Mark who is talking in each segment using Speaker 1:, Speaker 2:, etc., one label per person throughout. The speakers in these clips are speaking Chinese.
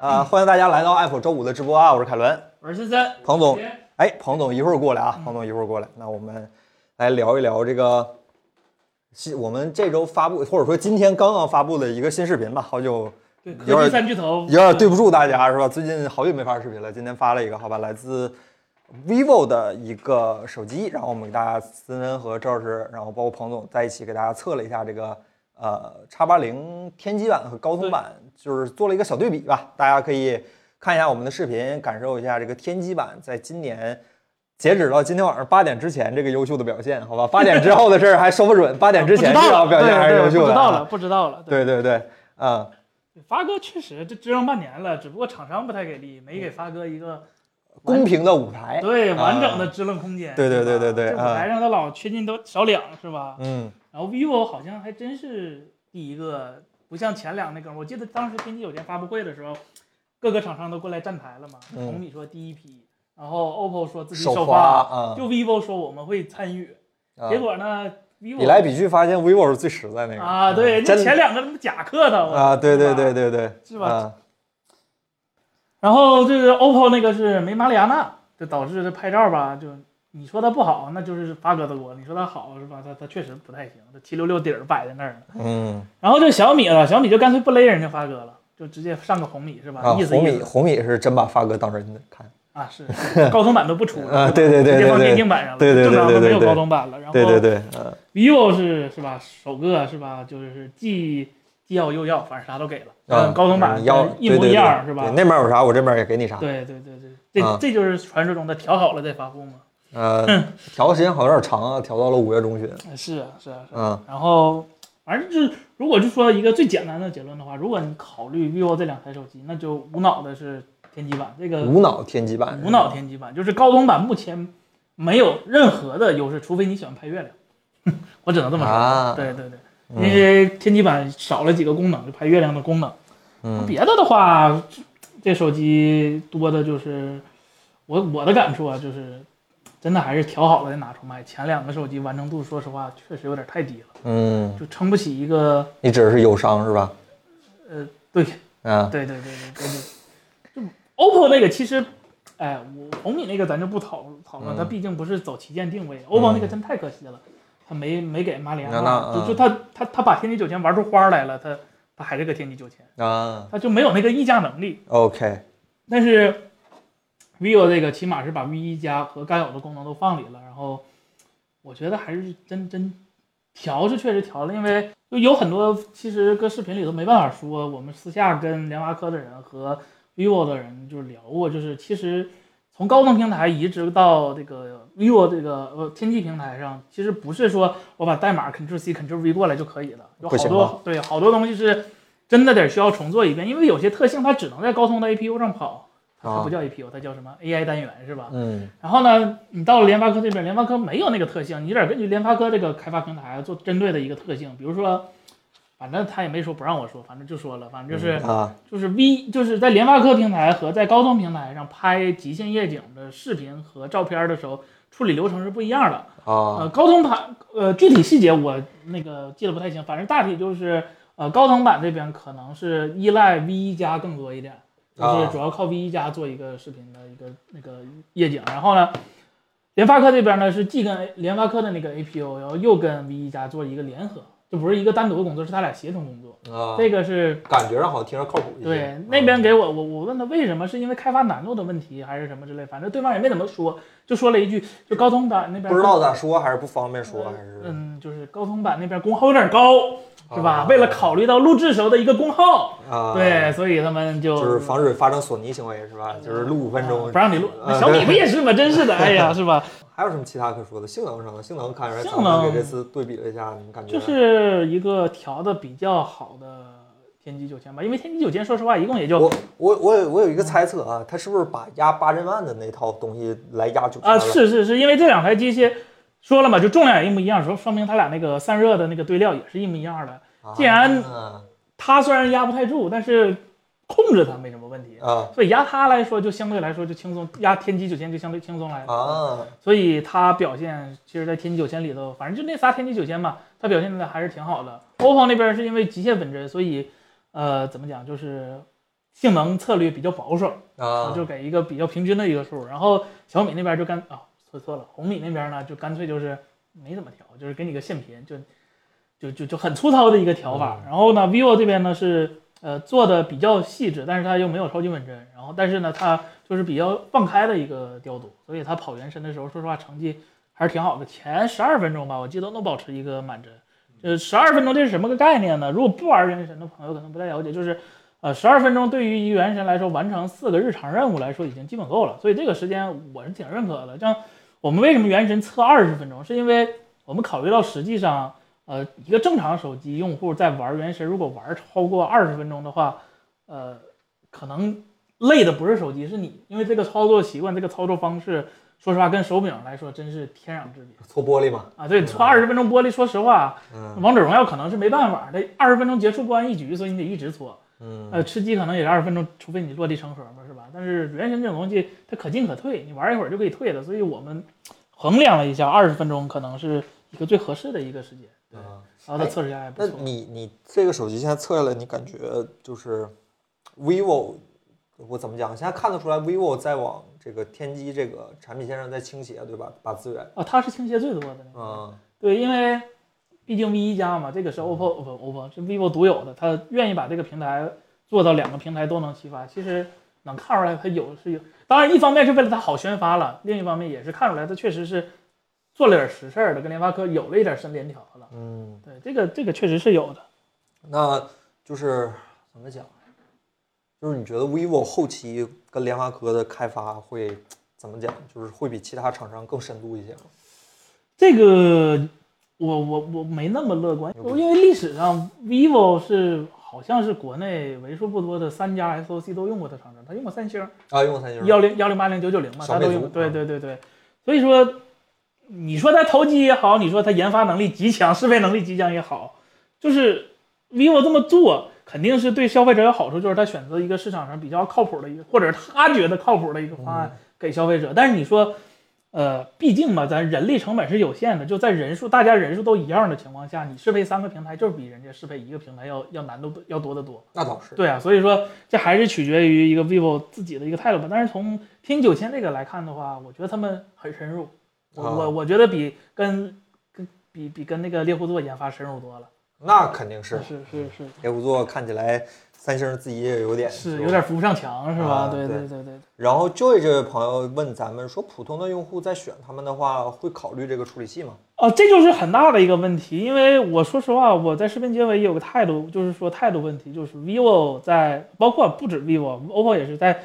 Speaker 1: 啊，欢迎大家来到 App 周五的直播啊，我是凯伦，
Speaker 2: 我是森森，
Speaker 1: 彭总
Speaker 2: 今天。
Speaker 1: 哎，彭总一会儿过来啊，彭总一会儿过来。那我们来聊一聊这个新，我们这周发布或者说今天刚刚发布的一个新视频吧，好久
Speaker 2: 对，
Speaker 1: 有点
Speaker 2: 科技三巨头，
Speaker 1: 有点对不住大家是吧？最近好久没发视频了，今天发了一个，好吧，来自 vivo 的一个手机，然后我们给大家森森和赵老师，然后包括彭总在一起给大家测了一下这个呃 x 八零天玑版和高通版，就是做了一个小对比吧，大家可以看一下我们的视频，感受一下这个天玑版在今年。截止到今天晚上八点之前，这个优秀的表现，好吧？八点之后的事儿还说不准，八点之
Speaker 2: 不知
Speaker 1: 前
Speaker 2: 道
Speaker 1: 这
Speaker 2: 了，
Speaker 1: 个表现还是
Speaker 2: 对
Speaker 1: 优
Speaker 2: 对
Speaker 1: 秀
Speaker 2: 不
Speaker 1: 的
Speaker 2: 知
Speaker 1: 啊、
Speaker 2: 道了，不知道了。
Speaker 1: 对对对，嗯，
Speaker 2: 对，发哥确实这支撑半年了，只不过厂商不太给力，没给
Speaker 1: 嗯
Speaker 2: 发哥一个
Speaker 1: 公平的舞台，
Speaker 2: 对
Speaker 1: 啊
Speaker 2: 完整的支棱空间。
Speaker 1: 对对
Speaker 2: 是吧
Speaker 1: 对对对
Speaker 2: 这舞
Speaker 1: 啊
Speaker 2: 台上他老缺斤都少两是吧？
Speaker 1: 嗯，
Speaker 2: 然后 vivo 好像还真是第一个，不像前两那个，我记得当时天玑有天发布会的时候，各个厂商都过来站台了嘛。
Speaker 1: 嗯
Speaker 2: 红米说第一批，然后 OPPO 说自己
Speaker 1: 首
Speaker 2: 发，
Speaker 1: 啊，
Speaker 2: 就 vivo 说我们会参与，
Speaker 1: 啊
Speaker 2: 结果呢，vivo
Speaker 1: 比来比去发现 vivo 是最实在那个
Speaker 2: 啊，对，
Speaker 1: 嗯
Speaker 2: 那
Speaker 1: 真
Speaker 2: 前两个他妈假客套
Speaker 1: 啊，对对对对
Speaker 2: 对。
Speaker 1: 对，
Speaker 2: 是吧
Speaker 1: 啊
Speaker 2: 然后这个 OPPO 那个是没马里亚纳，这导致这拍照吧，就你说它不好，那就是发哥的锅；你说它好是吧？它它确实不太行，这七六六底儿摆在那儿呢。
Speaker 1: 嗯
Speaker 2: 然后这小米啊，小米就干脆不勒人家发哥了，就直接上个红米是吧？
Speaker 1: 啊，
Speaker 2: 意思
Speaker 1: 红
Speaker 2: 意
Speaker 1: 米
Speaker 2: 思
Speaker 1: 红米是真把发哥当人看
Speaker 2: 啊，是 是高通版都不出了
Speaker 1: 啊，对对对
Speaker 2: 直接放电
Speaker 1: 对对
Speaker 2: 竞版上了，
Speaker 1: 对对对
Speaker 2: 正常
Speaker 1: 对
Speaker 2: 都
Speaker 1: 对
Speaker 2: 没有
Speaker 1: 对
Speaker 2: 高通版了。然后
Speaker 1: 对对对，嗯
Speaker 2: vivo 是是吧？首个是吧？就是既既要又要，反正啥都给了。
Speaker 1: 啊，
Speaker 2: 嗯，高通版
Speaker 1: 你要
Speaker 2: 一模一样是吧？
Speaker 1: 对那边有啥我这边也给你啥，
Speaker 2: 对对对对，这、
Speaker 1: 啊
Speaker 2: 这就是传说中的调好了再发布嘛。
Speaker 1: 呃，调的时间好像有点长啊，调到了五月中旬，
Speaker 2: 呃是啊是啊是啊。
Speaker 1: 嗯
Speaker 2: 然后反正就是，如果就说一个最简单的结论的话，如果你考虑 vivo 这两台手机，那就无脑的是天玑版，这个
Speaker 1: 无脑天玑版，
Speaker 2: 无脑天玑版就是高通版目前没有任何的优势，除非你喜欢拍月亮， 我只能这么说。
Speaker 1: 啊，
Speaker 2: 对对对，
Speaker 1: 嗯
Speaker 2: 因为天玑版少了几个功能，就拍月亮的功能。
Speaker 1: 嗯
Speaker 2: 别的的话，这手机多的就是我我的感触啊，就是真的还是调好了再拿出卖。前两个手机完成度，说实话确实有点太低了，
Speaker 1: 嗯，
Speaker 2: 就撑不起一个
Speaker 1: 你指的是友商是吧？
Speaker 2: 呃，对
Speaker 1: 啊，
Speaker 2: 对对对对对对，就 OPPO 那个其实，哎，我红米那个咱就不讨讨论，
Speaker 1: 嗯
Speaker 2: 它毕竟不是走旗舰定位，OPPO 那个真太可惜了，它没没给马里亚
Speaker 1: 那那
Speaker 2: 纳，
Speaker 1: 嗯
Speaker 2: 就就它它它把天玑九千玩出花来了，它它还是个天玑九千，
Speaker 1: 啊
Speaker 2: 它就没有那个溢价能力。
Speaker 1: ，OK，
Speaker 2: 但是 vivo 这个起码是把 V 一加和该有的功能都放里了，然后我觉得还是真真调是确实调了，因为就有很多其实搁视频里都没办法说，我们私下跟联发科的人和 vivo 的人就是聊过，就是其实从高通平台移植到这个 vivo 这个呃天玑平台上，其实不是说我把代码 Ctrl C Ctrl V 过来就可以了，有好
Speaker 1: 不行吗
Speaker 2: 多对好多东西是真的得需要重做一遍，因为有些特性它只能在高通的 APU 上跑，它
Speaker 1: 啊
Speaker 2: 不叫 APU，它叫什么 AI 单元是吧？
Speaker 1: 嗯
Speaker 2: 然后呢，你到了联发科这边，联发科没有那个特性，你得根据联发科这个开发平台做针对的一个特性，比如说，反正他也没说不让我说，反正就说了，反正就是、
Speaker 1: 啊，
Speaker 2: 就是 V 就是在联发科平台和在高通平台上拍极限夜景的视频和照片的时候，处理流程是不一样的。
Speaker 1: 啊
Speaker 2: 呃，高通版呃具体细节我那个记得不太清，反正大体就是呃高通版这边可能是依赖 V 一加更多一点，就是
Speaker 1: 啊
Speaker 2: 主要靠 V 一加做一个视频的一个那个夜景，然后呢。联发科这边呢是既跟 A- 联发科的那个 APU，然后又跟 V 一加做一个联合，这不是一个单独的工作，是他俩协同工作。
Speaker 1: 啊，
Speaker 2: 嗯这个是
Speaker 1: 感觉上好像听着靠谱一些，
Speaker 2: 对，那边给我我我问他为什么，是因为开发难度的问题还是什么之类，反正对方也没怎么说，就说了一句，就高通版那边
Speaker 1: 不知道咋说还是不方便说还是
Speaker 2: 嗯，就是高通版那边功耗有点高，是吧？
Speaker 1: 啊
Speaker 2: 为了考虑到录制时候的一个功耗，
Speaker 1: 啊，
Speaker 2: 对，，嗯所以他们就
Speaker 1: 就是防止发生索尼行为是吧？就是录五分钟
Speaker 2: 不让你录。
Speaker 1: 啊
Speaker 2: 那小米不也是吗？真 是的，哎呀，是吧？
Speaker 1: 还有什么其他可说的？性能上，性能看出来，
Speaker 2: 性能
Speaker 1: 咱们给这次对比了一下，你感觉
Speaker 2: 就是一个调的比较好的天玑九千吧，因为天玑九千说实话一共也就
Speaker 1: 我我我有我有一个猜测啊，他是不是把压八千万的那套东西来压九千
Speaker 2: 啊，
Speaker 1: 了？
Speaker 2: 是是是因为这两台机器说了嘛，就重量也一模一样，说说明它俩那个散热的那个堆料也是一模一样的。
Speaker 1: 啊，
Speaker 2: 既然
Speaker 1: 啊
Speaker 2: 它虽然压不太住，但是控制它没什么问题。
Speaker 1: 啊
Speaker 2: 所以压它来说，就相对来说就轻松，压天玑九千就相对轻松来了。
Speaker 1: 啊
Speaker 2: 所以它表现其实，在天玑九千里头，反正就那仨天玑九千吧，它表现的还是挺好的。OPPO 那边是因为极限本真，所以呃，怎么讲就是性能策略比较保守，
Speaker 1: 啊，
Speaker 2: 就给一个比较平均的一个数。然后小米那边就干啊，说错了，红米那边呢就干脆就是没怎么调，就是给你个现频，就就就就很粗糙的一个调法。然后呢，vivo 这边呢是呃做的比较细致，但是它又没有超级稳真，然后但是呢它就是比较放开的一个调度，所以它跑原神的时候，说实话成绩还是挺好的，前十二分钟吧，我记得能保持一个满帧。呃，十二分钟这是什么个概念呢？如果不玩原神的朋友可能不太了解，就是呃，十二分钟对于一个原神来说，完成四个日常任务来说已经基本够了，所以这个时间我是挺认可的。像我们为什么原神测二十分钟，是因为我们考虑到实际上，呃，一个正常手机用户在玩原神，如果玩超过二十分钟的话，呃，可能累的不是手机，是你，因为这个操作习惯、这个操作方式，说实话跟手柄来说真是天壤之别
Speaker 1: 搓玻璃嘛，
Speaker 2: 啊。对，搓二十分钟玻璃，说实话，
Speaker 1: 嗯
Speaker 2: 王者荣耀可能是没办法，这二十分钟结束不完一局，所以你得一直搓。
Speaker 1: 嗯
Speaker 2: 呃，吃鸡可能也是二十分钟，除非你落地成盒嘛，是吧？但是原神这种东西，它可进可退，你玩一会儿就可以退了，所以我们衡量了一下，二十分钟可能是一个最合适的一个时间。对，
Speaker 1: 啊。
Speaker 2: 然后它测试下来也不
Speaker 1: 那
Speaker 2: 错。
Speaker 1: 你你这个手机现在测下来，你感觉就是 vivo，我怎么讲？现在看得出来，vivo 在往这个天玑这个产品线上在倾斜，对吧？把资源，
Speaker 2: 啊，它是倾斜最多的那个。
Speaker 1: 嗯
Speaker 2: 对，因为毕竟 V 一加嘛，这个是 OPPO 不 OPPO 是 vivo 独有的，它愿意把这个平台做到两个平台都能齐发，其实能看出来它有是有。当然，一方面是为了它好宣发了，另一方面也是看出来它确实是做了点实事儿的，跟联发科有了一点深联调了。
Speaker 1: 嗯，
Speaker 2: 对，这个这个确实是有的。
Speaker 1: 那就是怎么讲？就是你觉得 vivo 后期跟联发科的开发会怎么讲？就是会比其他厂商更深度一些吗？
Speaker 2: 这个我我我没那么乐观，因为历史上 vivo 是好像是国内为数不多的三家 SOC 都用过的厂商，它用过三星。
Speaker 1: 啊，用三星
Speaker 2: 幺零幺零八零九九零嘛，
Speaker 1: 小
Speaker 2: 它都
Speaker 1: 魅
Speaker 2: 有。
Speaker 1: 族
Speaker 2: 对
Speaker 1: 啊
Speaker 2: 对对对，所以说，你说它投机也好，你说它研发能力极强，适配能力极强也好，就是 vivo 这么做肯定是对消费者有好处，就是它选择一个市场上比较靠谱的一个，或者是他觉得靠谱的一个
Speaker 1: 嗯
Speaker 2: 方案给消费者。但是你说，呃，毕竟嘛，咱人力成本是有限的，就在人数大家人数都一样的情况下，你适配三个平台就是比人家适配一个平台要要难度要多得多。
Speaker 1: 那倒是，
Speaker 2: 对啊，所以说这还是取决于一个 vivo 自己的一个态度吧。但是从天九千这个来看的话，我觉得他们很深入，我、
Speaker 1: 啊
Speaker 2: 我我觉得比跟跟比比跟那个猎户座研发深入多了。
Speaker 1: 那肯定是。
Speaker 2: 是是是
Speaker 1: 猎户座看起来，三星自己也有点
Speaker 2: 是
Speaker 1: 吧
Speaker 2: 有点扶不上墙是吧？
Speaker 1: 啊
Speaker 2: 对
Speaker 1: 对
Speaker 2: 对对对。
Speaker 1: 然后 Joy 这位朋友问咱们说，普通的用户在选他们的话，会考虑这个处理器吗？
Speaker 2: 哦，这就是很大的一个问题，因为我说实话，我在视频结尾也有个态度，就是说态度问题，就是 vivo 在包括不止 vivo，OPPO 也是在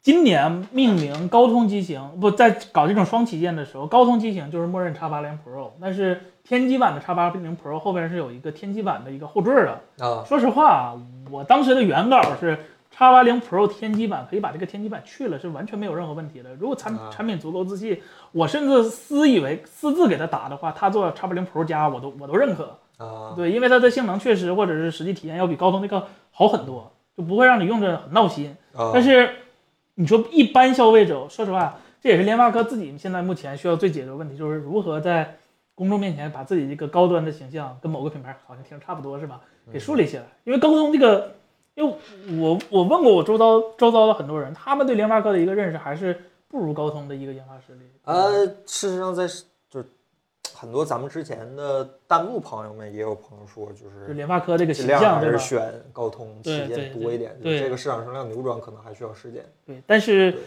Speaker 2: 今年命名高通机型，不在搞这种双旗舰的时候，高通机型就是默认 x 八零 Pro，但是天玑版的 x 八零 Pro 后边是有一个天玑版的一个后缀的，
Speaker 1: 啊，
Speaker 2: 说实话，我当时的原稿是 x 八零 Pro 天玑版，可以把这个天玑版去了，是完全没有任何问题的。如果产
Speaker 1: 啊
Speaker 2: 产品足够自信，我甚至私以为私自给它打的话，它做 x 八零 Pro 加我都我都认可。
Speaker 1: 啊，
Speaker 2: 对，因为它的性能确实或者是实际体验要比高通那个好很多，就不会让你用着很闹心。
Speaker 1: 啊
Speaker 2: 但是你说一般消费者，说实话，这也是联发科自己现在目前需要最解决的问题，就是如何在公众面前把自己一个高端的形象跟某个品牌好像听着差不多是吧，
Speaker 1: 嗯
Speaker 2: 给树立起来。因为高通这个，因为我我问过我周遭周遭的很多人，他们对联发科的一个认识还是不如高通的一个研发实力。
Speaker 1: 呃，事实上在就是很多咱们之前的弹幕朋友们也有朋友说，就
Speaker 2: 就是联发科这个
Speaker 1: 尽
Speaker 2: 形
Speaker 1: 量
Speaker 2: 象
Speaker 1: 还
Speaker 2: 对
Speaker 1: 是
Speaker 2: 吧？
Speaker 1: 选高通旗
Speaker 2: 对
Speaker 1: 舰
Speaker 2: 对
Speaker 1: 多一点，就
Speaker 2: 对
Speaker 1: 这个市场声量扭转可能还需要时间。
Speaker 2: 对，但是
Speaker 1: 对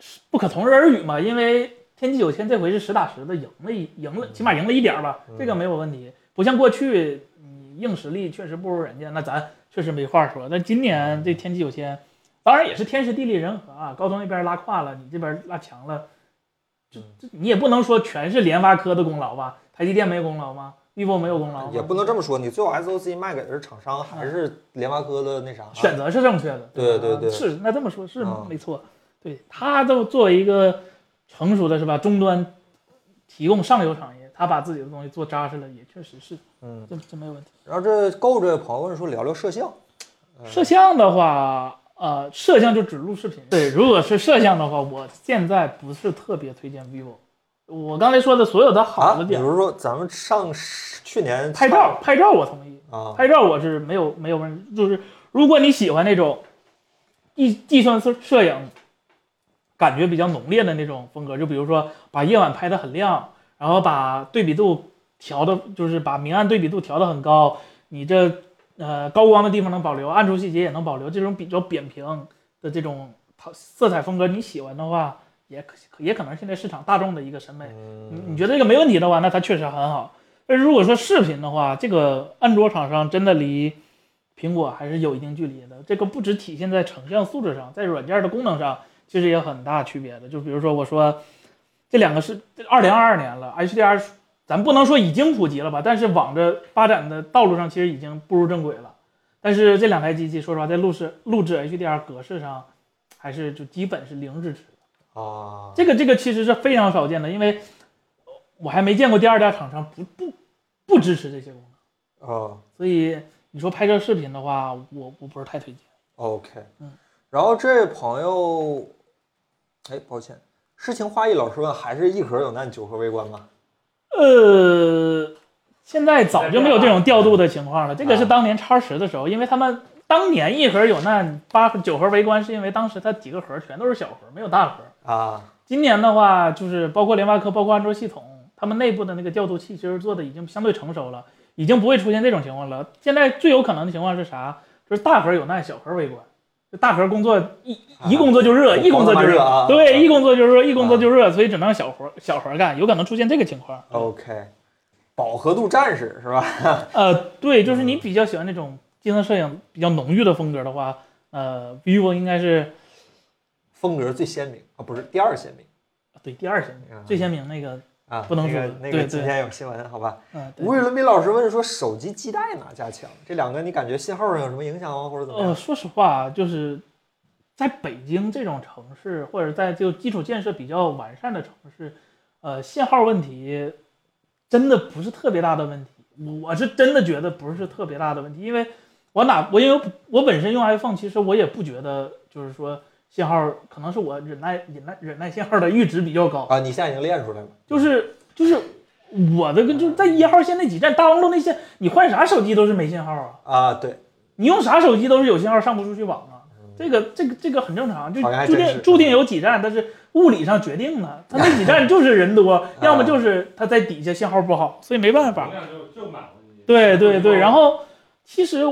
Speaker 2: 是不可同日而语嘛，因为天玑九千这回是实打实的赢了一赢了，起码赢了一点儿
Speaker 1: 嗯
Speaker 2: 吧，这个没有问题。不像过去，你硬实力确实不如人家，那咱确实没话说。但今年这天玑九千，当然也是天时地利人和啊，高通那边拉胯了，你这边拉强了，
Speaker 1: 嗯
Speaker 2: 这这你也不能说全是联发科的功劳吧？台积电没有功劳吗？vivo 没有功劳吗？
Speaker 1: 也不能这么说，你最后 SOC 卖给的是厂商，还是联发科的那啥？
Speaker 2: 选择是正确的。吧
Speaker 1: 对对对
Speaker 2: 是那这么说，是
Speaker 1: 嗯
Speaker 2: 没错。对他都作为一个成熟的是吧，终端提供上游产业，他把自己的东西做扎实了，也确实是，
Speaker 1: 嗯，
Speaker 2: 这这没有问题。
Speaker 1: 然后这 Go 这位朋友问说聊聊摄像，嗯
Speaker 2: 摄像的话，呃，摄像就只录视频。对，如果是摄像的话，我现在不是特别推荐 vivo。我刚才说的所有的好
Speaker 1: 啊，
Speaker 2: 的
Speaker 1: 比
Speaker 2: 点，
Speaker 1: 如说咱们上十去年
Speaker 2: 拍照拍照我同意，
Speaker 1: 啊，
Speaker 2: 拍照我是没有没有问，就是如果你喜欢那种计计算摄摄影感觉比较浓烈的那种风格，就比如说把夜晚拍得很亮，然后把对比度调的，就是把明暗对比度调得很高，你这呃高光的地方能保留，暗处细节也能保留，这种比较扁平的这种色彩风格，你喜欢的话，也可也可能是现在市场大众的一个审美。
Speaker 1: 嗯
Speaker 2: 你嗯你觉得这个没问题的话，那它确实很好。但是如果说视频的话，这个安卓厂商真的离苹果还是有一定距离的。这个不只体现在成像素质上，在软件的功能上，其实也有很大区别的。就比如说我说，这两个是二零二二年了，HDR 咱不能说已经普及了吧，但是往着发展的道路上其实已经步入正轨了。但是这两台机器，说实话，在录制录制 HDR 格式上，还是就基本是零支持。
Speaker 1: 啊，
Speaker 2: 这个这个其实是非常少见的，因为我还没见过第二家厂商不不不支持这些功能，
Speaker 1: 哦
Speaker 2: 所以你说拍摄视频的话，我我不是太推荐。
Speaker 1: ，OK，
Speaker 2: 嗯，
Speaker 1: 然后这位朋友，哎，抱歉，诗情画意老师问，还是一壳有难九合为官吗？
Speaker 2: 呃，现在早就没有这种调度的情况了，这个是当年叉十的时候，因为他们当年一盒有难八九盒为官，是因为当时它几个盒全都是小盒，没有大盒。
Speaker 1: 啊，
Speaker 2: 今年的话，就是包括联发科，包括安卓系统，他们内部的那个调度器，其实做的已经相对成熟了，已经不会出现这种情况了。现在最有可能的情况是啥？就是大盒有难，小盒为官。就大盒工作一一工作就热，
Speaker 1: 啊
Speaker 2: 一工
Speaker 1: 工作
Speaker 2: 作就
Speaker 1: 嘛热啊啊
Speaker 2: 对，一工作就热，一工作就热，所以只能让小活小盒干，有可能出现这个情况。
Speaker 1: OK，饱和度战士是吧？
Speaker 2: 呃，对，就是你比较喜欢那种计算摄影比较浓郁的风格的话，呃，vivo 应该是
Speaker 1: 风格最鲜明啊，不是第二鲜明
Speaker 2: 啊对第二鲜明，最鲜明那个，
Speaker 1: 啊，
Speaker 2: 不能
Speaker 1: 那个
Speaker 2: 说
Speaker 1: 那
Speaker 2: 对
Speaker 1: 个
Speaker 2: 对
Speaker 1: 今天有新闻，好吧？
Speaker 2: 嗯、对。
Speaker 1: 吴宇伦斌老师问说，手机基带哪家强？这两个你感觉信号上有什么影响吗，或者怎么
Speaker 2: 呃，
Speaker 1: 样？
Speaker 2: 说实话，就是在北京这种城市，或者在就基础建设比较完善的城市，呃，信号问题真的不是特别大的问题。我是真的觉得不是特别大的问题，因为我哪我因为我本身用 iPhone，其实我也不觉得就是说信号可能是我忍耐忍耐忍耐信号的阈值比较高，
Speaker 1: 啊，你现在已经练出来了，
Speaker 2: 就是就是我的跟就是在一号线那几站大望路那些，你换啥手机都是没信号啊。
Speaker 1: 啊，对，
Speaker 2: 你用啥手机都是有信号上不出去网啊，这个这个这个很正常，就
Speaker 1: 好像还
Speaker 2: 注
Speaker 1: 真是嗯
Speaker 2: 定注定有几站，但是物理上决 定的，它那几站就是人多，
Speaker 1: 嗯
Speaker 2: 要么就是它在底下信号不好，所以没办法。
Speaker 3: 量就就满了你。
Speaker 2: 对对
Speaker 1: 嗯
Speaker 2: 对，然后其实，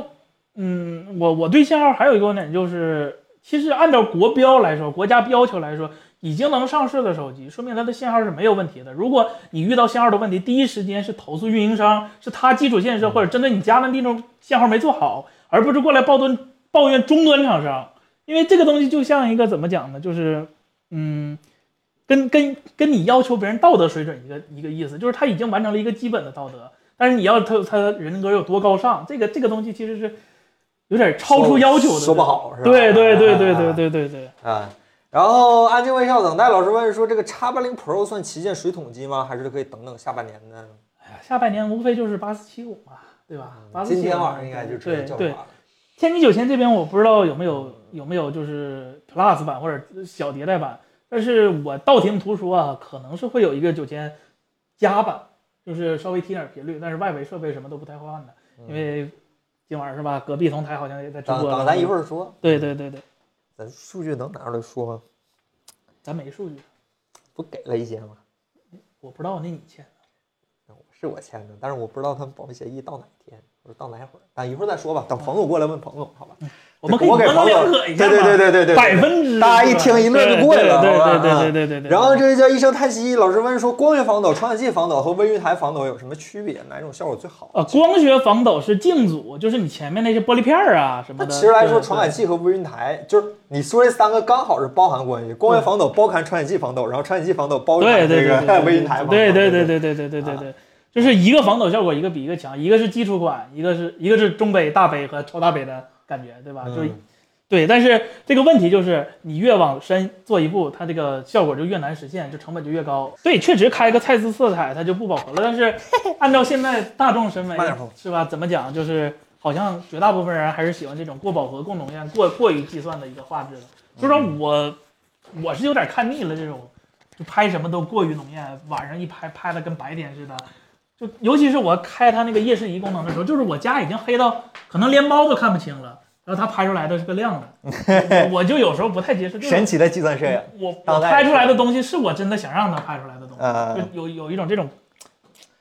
Speaker 2: 嗯，我我对信号还有一个观点就是，其实按照国标来说，国家要求来说，已经能上市的手机，说明它的信号是没有问题的。如果你遇到信号的问题，第一时间是投诉运营商，是他基础
Speaker 1: 嗯
Speaker 2: 建设或者针对你家的那种信号没做好，而不是过来抱怨抱怨终端厂商，因为这个东西就像一个怎么讲呢，就是嗯。跟跟跟你要求别人道德水准一个一个意思，就是他已经完成了一个基本的道德，但是你要他他人格有多高尚，这个这个东西其实是有点超出要求的，
Speaker 1: 说不。好是吧？
Speaker 2: 对对对对对
Speaker 1: 啊
Speaker 2: 对对对，
Speaker 1: 啊。然后安静微笑等待老师问说，这个叉八零 Pro 算旗舰水桶机吗？还是可以等等下半年呢？
Speaker 2: 下半年无非就是八四七五嘛，对吧？八四七
Speaker 1: 今天晚上应该就直接
Speaker 2: 对
Speaker 1: 叫
Speaker 2: 对
Speaker 1: 法，了。
Speaker 2: 天玑九千这边我不知道有没有有没有就是 Plus 版或者小迭代版，但是我道听途说啊，可能是会有一个九千加版，就是稍微提点频率，但是外围设备什么都不太会换的，
Speaker 1: 嗯
Speaker 2: 因为今晚是吧？隔壁同台好像也在直
Speaker 1: 等
Speaker 2: 播了，
Speaker 1: 等，咱一会儿说，
Speaker 2: 对对对对，
Speaker 1: 咱数据能拿出来说吗？
Speaker 2: 咱没数据，
Speaker 1: 不给了一些吗？
Speaker 2: 我不知道那你欠。
Speaker 1: 是我签的，但是我不知道他们保密协议到哪天，或者到哪会儿，等一会儿再说吧。等彭总过来问彭总，好吧？
Speaker 2: 我们可以
Speaker 1: 我给
Speaker 2: 模棱
Speaker 1: 朋友
Speaker 2: 两可一下
Speaker 1: 对对
Speaker 2: 嘛
Speaker 1: 对对对对
Speaker 2: 百分之
Speaker 1: 大家一听一乐就过来了
Speaker 2: 对
Speaker 1: 好吧
Speaker 2: 对对
Speaker 1: 啊
Speaker 2: 对对对对。
Speaker 1: 然后这位叫一声叹息，老师问说，光学防抖、传感器防抖和微云台防抖有什么区别？哪种效果最好？
Speaker 2: 呃，光学防抖是镜组，就是你前面那些玻璃片儿啊什么
Speaker 1: 那
Speaker 2: 的。
Speaker 1: 其实来说，
Speaker 2: 对
Speaker 1: 传感器和微云台就是你说这三个刚好是包含关系，光学防抖包含传感器防抖，然后传感器防抖包
Speaker 2: 对
Speaker 1: 含
Speaker 2: 对
Speaker 1: 这
Speaker 2: 对对
Speaker 1: 个微云台防抖。
Speaker 2: 对对
Speaker 1: 对
Speaker 2: 对对对对对对对，就是一个防抖效果一个比一个强，一个是基础款，一个是一个是中杯、大杯和超大杯的感觉，对吧？就
Speaker 1: 嗯
Speaker 2: 对，但是这个问题就是，你越往深做一步，它这个效果就越难实现，就成本就越高。对，确实开个蔡司色彩它就不饱和了，但是按照现在大众审美
Speaker 1: 慢点碰
Speaker 2: 是吧？怎么讲，就是好像绝大部分人还是喜欢这种过饱和、过浓艳、过过于计算的一个画质的。所
Speaker 1: 嗯
Speaker 2: 以说我我是有点看腻了这种，就拍什么都过于浓艳，晚上一拍拍的跟白天似的。就尤其是我开它那个夜视仪功能的时候，就是我家已经黑到可能连猫都看不清了。然后它拍出来的是个亮 的，我就有时候不太接受。就是
Speaker 1: 神奇的计算摄 影，
Speaker 2: 我我
Speaker 1: 当代
Speaker 2: 拍出
Speaker 1: 是
Speaker 2: 来的东西是我真的想让它拍出来的东西，
Speaker 1: 呃，
Speaker 2: 就有有一种这种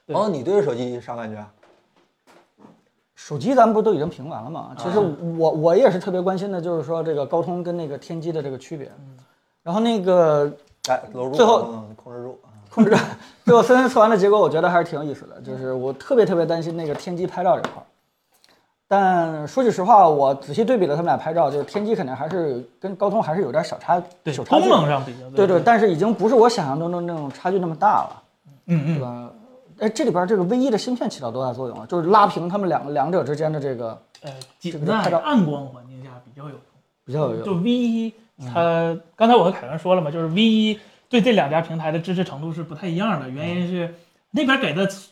Speaker 2: 对
Speaker 1: 然后你对这手机啥感觉啊？
Speaker 3: 手机咱们不都已经评完了
Speaker 2: 啊
Speaker 3: 吗？其实我我也是特别关心的，就是说这个高通跟那个天玑的这个区别。
Speaker 2: 嗯
Speaker 3: 然后那个
Speaker 1: 来，搂住，
Speaker 3: 最后
Speaker 1: 嗯控制住，
Speaker 3: 控制，最后分分测完的结果，我觉得还是挺有意思的。就是我特别特别担心那个天玑拍照这块儿，但说句实话，我仔细对比了他们俩拍照，就是天玑肯定还是跟高通还是有点小差，
Speaker 2: 对
Speaker 3: 小差
Speaker 2: 功
Speaker 3: 距
Speaker 2: 能上比较
Speaker 3: 对对，，但是已经不是我想象中的那种差距那么大了，
Speaker 2: 嗯
Speaker 3: 对
Speaker 2: 嗯，
Speaker 3: 吧？哎，这里边这个 V 1的芯片起到多大作用啊？就是拉平他们两两者之间的这个
Speaker 2: 呃，
Speaker 3: 这
Speaker 2: 仅
Speaker 3: 个
Speaker 2: 在
Speaker 3: 拍照
Speaker 2: 暗光环境下比较有用。
Speaker 3: 比较有用。
Speaker 2: 就 V 一，它刚才我和凯文说了嘛，就是 V 一对这两家平台的支持程度是不太一样的，原因是那边给的措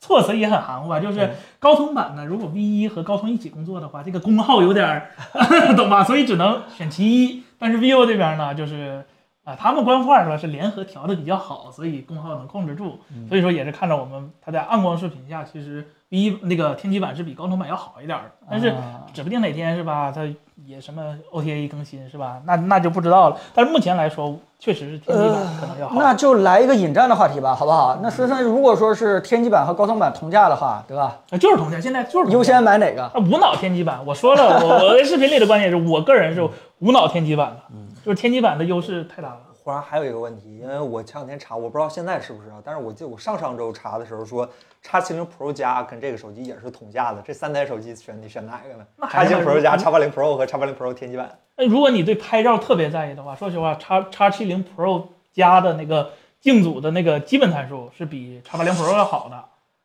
Speaker 2: 措辞也很含糊啊，就是高通版呢，如果 V 一和高通一起工作的话，这个功耗有点儿， 懂吧？所以只能选其一。但是 vivo 这边呢，就是啊、他们官话说是联合调的比较好，所以功耗能控制住，所以说也是看到我们它在暗光视频下，其实 V 一那个天玑版是比高通版要好一点儿的，但是。
Speaker 3: 啊
Speaker 2: 指不定哪天是吧，它也什么 OTA 更新是吧？那那就不知道了。但是目前来说，确实是天玑版可能要好。
Speaker 3: 呃那就来一个引战的话题吧，好不好？那实际上如果说是天玑版和高通版同价的话，对吧？
Speaker 2: 那呃就是同价，现在就是同价
Speaker 3: 优。先买哪个？
Speaker 2: 啊，无脑天玑版，我说了，我我视频里的观点是我个人是无脑天玑版的，
Speaker 3: 嗯
Speaker 2: 就是天玑版的优势太大了。
Speaker 1: 忽然还有一个问题，因为我前两天查，我不知道现在是不是啊，但是我记得我上上周查的时候说，x 7 0 Pro 加跟这个手机也是同价的，这三台手机选你选哪个呢
Speaker 2: 那
Speaker 1: ？x
Speaker 2: 还是
Speaker 1: 7 0 Pro 加、x 8 0 Pro 和 x 8 0 Pro 天玑版，
Speaker 2: 那如果你对拍照特别在意的话，说实话，叉叉七零 Pro 加的那个镜组的那个基本参数是比叉八零 Pro 要好的，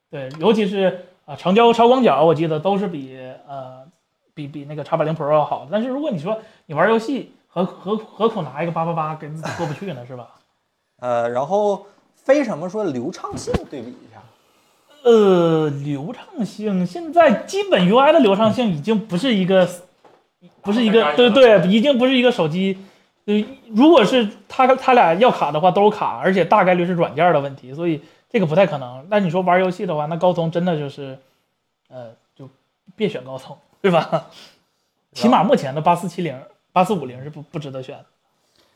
Speaker 2: 对，尤其是啊、呃长焦、超广角，我记得都是比呃比比那个叉八零 Pro 要好的。但是如果你说你玩游戏，何何何苦拿一个八八八跟你过不去呢，是吧？
Speaker 1: 呃，然后非什么说流畅性对比一下，
Speaker 2: 呃，流畅性现在基本 UI 的流畅性已经不是一个，不是一个，对对，已经不是一个手机。呃，如果是它它俩要卡的话，都卡，而且大概率是软件的问题，所以这个不太可能。那你说玩游戏的话，那高通真的就是，呃，就别选高通，对吧？起码目前的八四七零、八四五零是不不值得选的。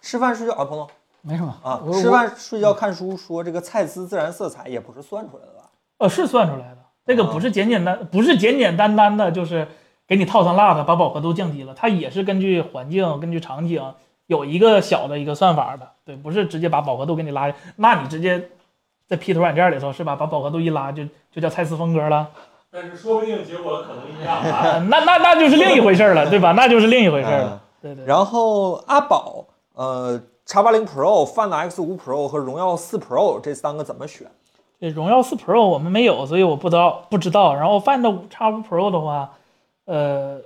Speaker 1: 吃饭睡觉啊，彭总
Speaker 3: 没什么
Speaker 1: 啊，
Speaker 3: 我
Speaker 1: 吃饭睡觉看书说这个蔡司自然色彩也不是算出来的吧？
Speaker 2: 呃，是算出来的，那个不是简简单，不是简简单单的，就是给你套上蜡的，把饱和度降低了，它也是根据环境、根据场景有一个小的一个算法的，对，不是直接把饱和度给你拉，那你直接在 P 图软件里头是吧，把饱和度一拉就就叫蔡司风格了，
Speaker 4: 但是说不定结果可能一样啊。
Speaker 2: 啊那那那就是另一回事儿了，对吧？那就是另一回事儿了，对对。
Speaker 1: 然后阿宝，呃，x 8 0 Pro、Find X5 Pro 和荣耀4 Pro 这三个怎么选？
Speaker 2: 对，荣耀四 Pro 我们没有，所以我不知道不知道。然后 Find 5 X5 Pro 的话，呃，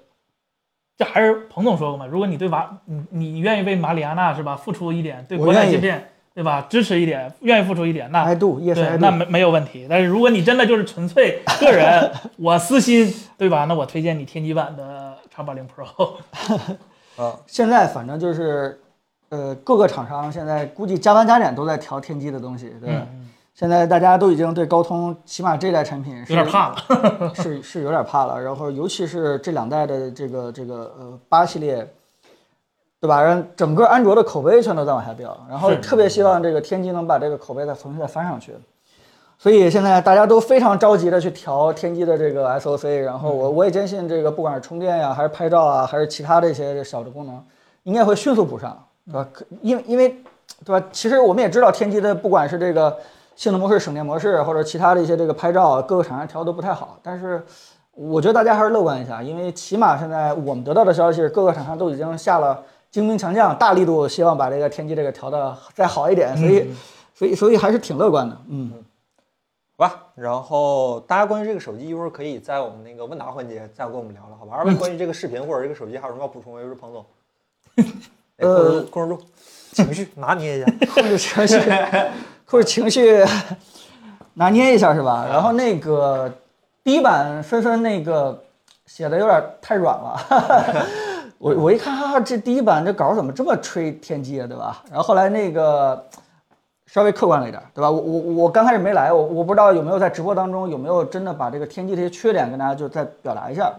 Speaker 2: 这还是彭总说过嘛，如果你对马你你愿意为马里亚纳是吧付出一点，对
Speaker 3: 我
Speaker 2: 国产
Speaker 3: 愿意
Speaker 2: 芯片对吧支持一点，愿意付出一点，那
Speaker 3: I do yes
Speaker 2: 对
Speaker 3: I
Speaker 2: 那
Speaker 3: do。
Speaker 2: 没没有问题。但是如果你真的就是纯粹个人， 我私心对吧？那我推荐你天玑版的 X80 Pro。
Speaker 1: 啊，
Speaker 3: 现在反正就是，呃，各个厂商现在估计加班加点都在调天玑的东西，对吧。
Speaker 2: 嗯，
Speaker 3: 现在大家都已经对高通，起码这代产品是
Speaker 2: 有点怕了。
Speaker 3: 是是有点怕了。然后尤其是这两代的这个这个呃八系列，对吧？让整个安卓的口碑全都在往下掉。然后
Speaker 2: 是
Speaker 3: 特别希望这个天玑能把这个口碑再重新再翻上去。所以现在大家都非常着急的去调天玑的这个 SOC，然后
Speaker 2: 嗯
Speaker 3: 我我也坚信这个不管是充电呀、还是拍照啊，还是其他的一些小的功能，应该会迅速补上，对吧？可因为因为对吧？其实我们也知道天玑的不管是这个性能模式、省电模式，或者其他的一些这个拍照，各个厂商调的都不太好，但是。我觉得大家还是乐观一下，因为起码现在我们得到的消息是，各个厂商都已经下了精兵强将，大力度希望把这个天玑这个调的再好一点，所以，所以，所以还是挺乐观的。嗯，
Speaker 1: 好吧。然后大家关于这个手机，一会儿可以在我们那个问答环节再跟我们聊聊，好吧？二位关于这个视频或者这个手机还有什么要补充吗？尤其是彭 总，哎控制
Speaker 3: 呃
Speaker 1: 住，控制住情绪，拿捏一 下。
Speaker 3: 控制情绪，控制情绪，拿捏一下是吧？然后那个第一版纷纷那个写的有点太软了，我我一看，哈哈，这第一版这稿怎么这么吹天机啊，对吧？然后后来那个稍微客观了一点，对吧？我我我刚开始没来，我我不知道有没有在直播当中有没有真的把这个天机这些缺点跟大家就再表达一下。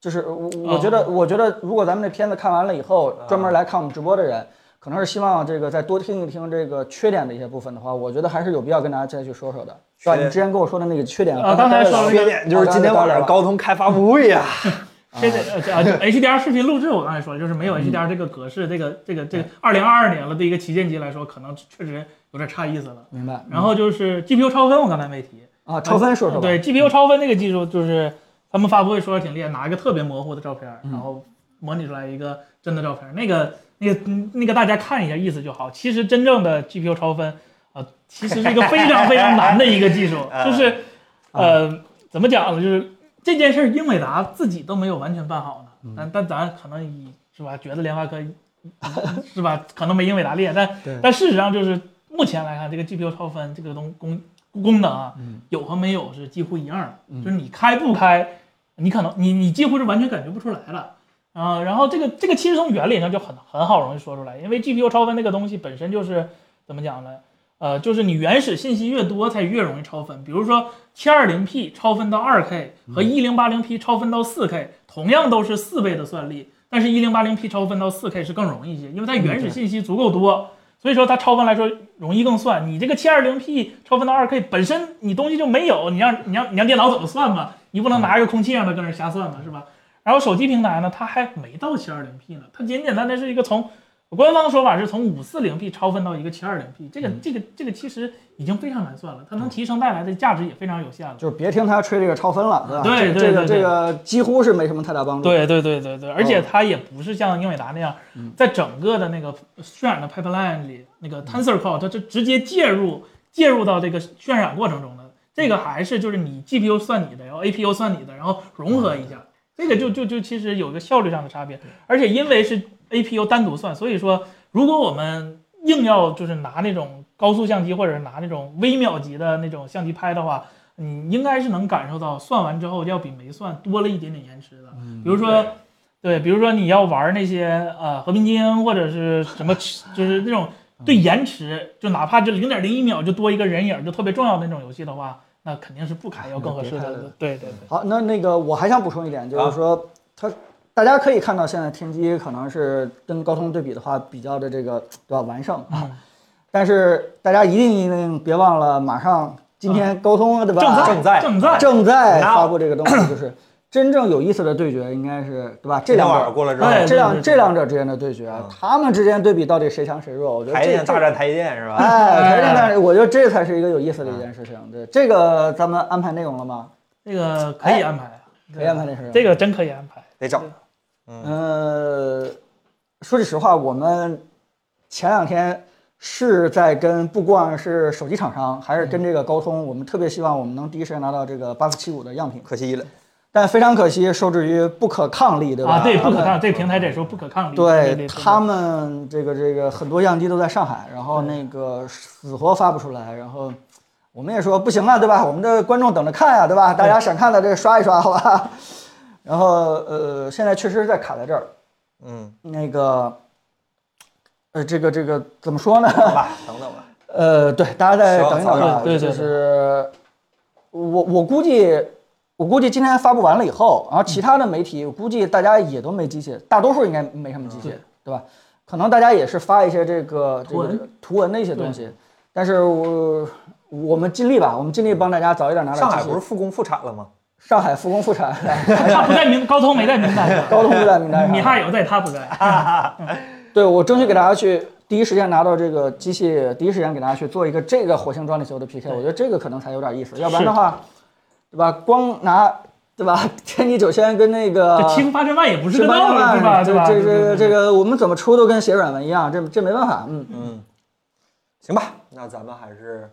Speaker 3: 就是我我觉得，我觉得如果咱们这片子看完了以后，专门来看我们直播的人，可能是希望这个再多听一听这个缺点的一些部分的话，我觉得还是有必要跟大家再去说说的，是吧？
Speaker 1: 缺
Speaker 3: 你之前跟我说的那个缺点，
Speaker 2: 啊刚才说了
Speaker 1: 缺点就是
Speaker 3: 啊
Speaker 1: 今天晚上高通开发布会呀，
Speaker 2: 这个呃啊就 HDR 视频录制，我刚才说了，就是没有 HDR 这个格式，这个这个这个二零二二年了的一个旗舰机来说，可能确实有点差意思了。
Speaker 3: 明白
Speaker 2: 然后就是 GPU 超分，我刚才没提。
Speaker 3: 啊？超分说说吧，
Speaker 2: 对 GPU 超分这个技术，就是他们发布会说的挺厉害，拿一个特别模糊的照片，然后模拟出来一个真的照片，那个那个嗯那个大家看一下意思就好。其实真正的 GPU 超分啊、呃其实是一个非常非常难的一个技术，就是呃怎么讲呢？就是这件事儿，英伟达自己都没有完全办好呢。但但咱可能以是吧，觉得联发科是吧，可能没英伟达厉害，但
Speaker 1: 对
Speaker 2: 但事实上就是目前来看，这个 GPU 超分这个东功功能啊，有和没有是几乎一样的，就是你开不开，你可能你你几乎是完全感觉不出来了。啊、然后这个这个其实从原理上就很很好容易说出来，因为 GPU 超分这个东西本身就是怎么讲呢？呃，就是你原始信息越多，它越容易超分。比如说 720P 超分到 2K 和 1080P 超分到 4K，、同样都是四倍的算力，但是 1080P 超分到 4K 是更容易一些，因为它原始信息足够多。所以说它超分来说容易更算。你这个 720P 超分到 2K 本身你东西就没有，你让你让你让电脑怎么算嘛？你不能拿一个空气让它跟那儿瞎算嘛，是吧？然后手机平台呢，它还没到 720P 呢，它简简单单是一个从官方说法是从 540P 超分到一个 720P，这个这个这个其实已经非常难算了，它能提升带来的价值也非常有限了。
Speaker 3: 就是别听他吹这个超分了，对吧？
Speaker 2: 对对
Speaker 3: 这
Speaker 2: 对对
Speaker 3: 个这个几乎是没什么太大帮助。
Speaker 2: 对对对对对，而且它也不是像英伟达那样，在整个的那个渲染的 pipeline 里，那个 Tensor Core 它就直接介入介入到这个渲染过程中的。这个还是就是你 GPU 算你的，然后 APU 算你的，然后融合一下，这个就就就其实有一个效率上的差别。而且因为是 APU 单独算，所以说如果我们硬要就是拿那种高速相机或者拿那种微秒级的那种相机拍的话，你应该是能感受到算完之后要比没算多了一点点延迟的。
Speaker 3: 嗯
Speaker 2: 比如说，对，比如说你要玩那些呃和平精英或者是什么， 就是那种对延迟，就哪怕就零点零一秒就多一个人影，就特别重要的那种游戏的话，那肯定是不开要更合适
Speaker 3: 别开
Speaker 2: 的
Speaker 3: 了。
Speaker 2: 对对对。
Speaker 3: 好，那那个我还想补充一点，就
Speaker 1: 啊
Speaker 3: 是说，它大家可以看到，现在天玑可能是跟高通对比的话，比较的这个对吧完胜啊。
Speaker 2: 嗯
Speaker 3: 但是大家一定一定别忘了，马上今
Speaker 2: 啊
Speaker 3: 天高通对吧
Speaker 2: 正在
Speaker 1: 正在
Speaker 2: 正在
Speaker 3: 啊 正在
Speaker 1: Now
Speaker 3: 发布这个东西，
Speaker 2: 啊
Speaker 3: 就是真正有意思的对决，应该是对吧？这
Speaker 1: 今
Speaker 3: 两
Speaker 1: 天晚
Speaker 3: 者
Speaker 1: 上过来之后
Speaker 3: 对这
Speaker 2: 对对对嗯
Speaker 3: 两
Speaker 2: 对
Speaker 3: 这两者之间的对决，他们之间对比到底谁强谁弱？我觉得
Speaker 1: 台积
Speaker 3: 这
Speaker 1: 电
Speaker 3: 这
Speaker 1: 大战台积电是吧？
Speaker 2: 啊
Speaker 3: 哎，台积电，我觉得这才是一个有意思的一件事情。
Speaker 2: 嗯
Speaker 3: 对，这个咱们安排内容了吗？
Speaker 2: 这个可以安排啊，
Speaker 3: 可以安排这事情。
Speaker 2: 这个真可以安排。
Speaker 1: 得找
Speaker 2: 嗯
Speaker 3: 呃，说句实话，我们前两天是在跟不光是手机厂商，还是
Speaker 2: 嗯
Speaker 3: 跟这个高通，我们特别希望我们能第一时间拿到这个八四七五的样品，
Speaker 1: 可惜了，
Speaker 3: 但非常可惜，受制于不可抗力，对吧？
Speaker 2: 啊，对，不可
Speaker 3: 他们
Speaker 2: 抗，这个平台得说不可抗力。
Speaker 3: 对
Speaker 2: 对
Speaker 3: 他们这个这个很多样机都在上海，然后那个死活发不出来，然后我们也说不行啊，对吧？我们的观众等着看呀、啊对吧？大家想看的这个刷一刷，好吧？ 然后呃，现在确实是在卡在这儿，
Speaker 1: 嗯，
Speaker 3: 那个呃，这个这个怎么说呢？
Speaker 1: 等吧，等等吧，
Speaker 3: 呃，对，大家再
Speaker 1: 希望
Speaker 3: 等一
Speaker 1: 早
Speaker 3: 等啊，
Speaker 2: 点对对
Speaker 3: 就
Speaker 2: 对
Speaker 3: 是我我估计，我估计今天发布完了以后，然后其他的媒体，我估计大家也都没机械，大多数应该没什么机
Speaker 1: 嗯
Speaker 3: 械，对吧？可能大家也是发一些这个这
Speaker 2: 图
Speaker 3: 个
Speaker 2: 文
Speaker 3: 这个图文的一些东西，但是我我们尽力吧，我们尽力帮大家早一点拿到
Speaker 1: 上海
Speaker 3: 机械
Speaker 1: 不是复工复产了吗？
Speaker 3: 上海复工复产，
Speaker 2: 他不在名，高通没在名单上，
Speaker 3: 高通不在名单上
Speaker 2: 米哈游在，他不在。
Speaker 3: 啊对我争取给大家去第一时间拿到这个机器，第一时间给大家去做一个这个火星撞地球的 PK，我觉得这个可能才有点意思，要不然的话，对吧？光拿对吧？天玑九千跟那个
Speaker 2: 这七八千万也不是
Speaker 3: 什
Speaker 2: 个
Speaker 3: 么
Speaker 2: 道理，是吧？
Speaker 3: 这
Speaker 2: 对吧？
Speaker 3: 这这
Speaker 2: 对
Speaker 3: 个这个我们怎么出都跟写软文一样，这这没办法，嗯，
Speaker 1: 行吧，那咱们还是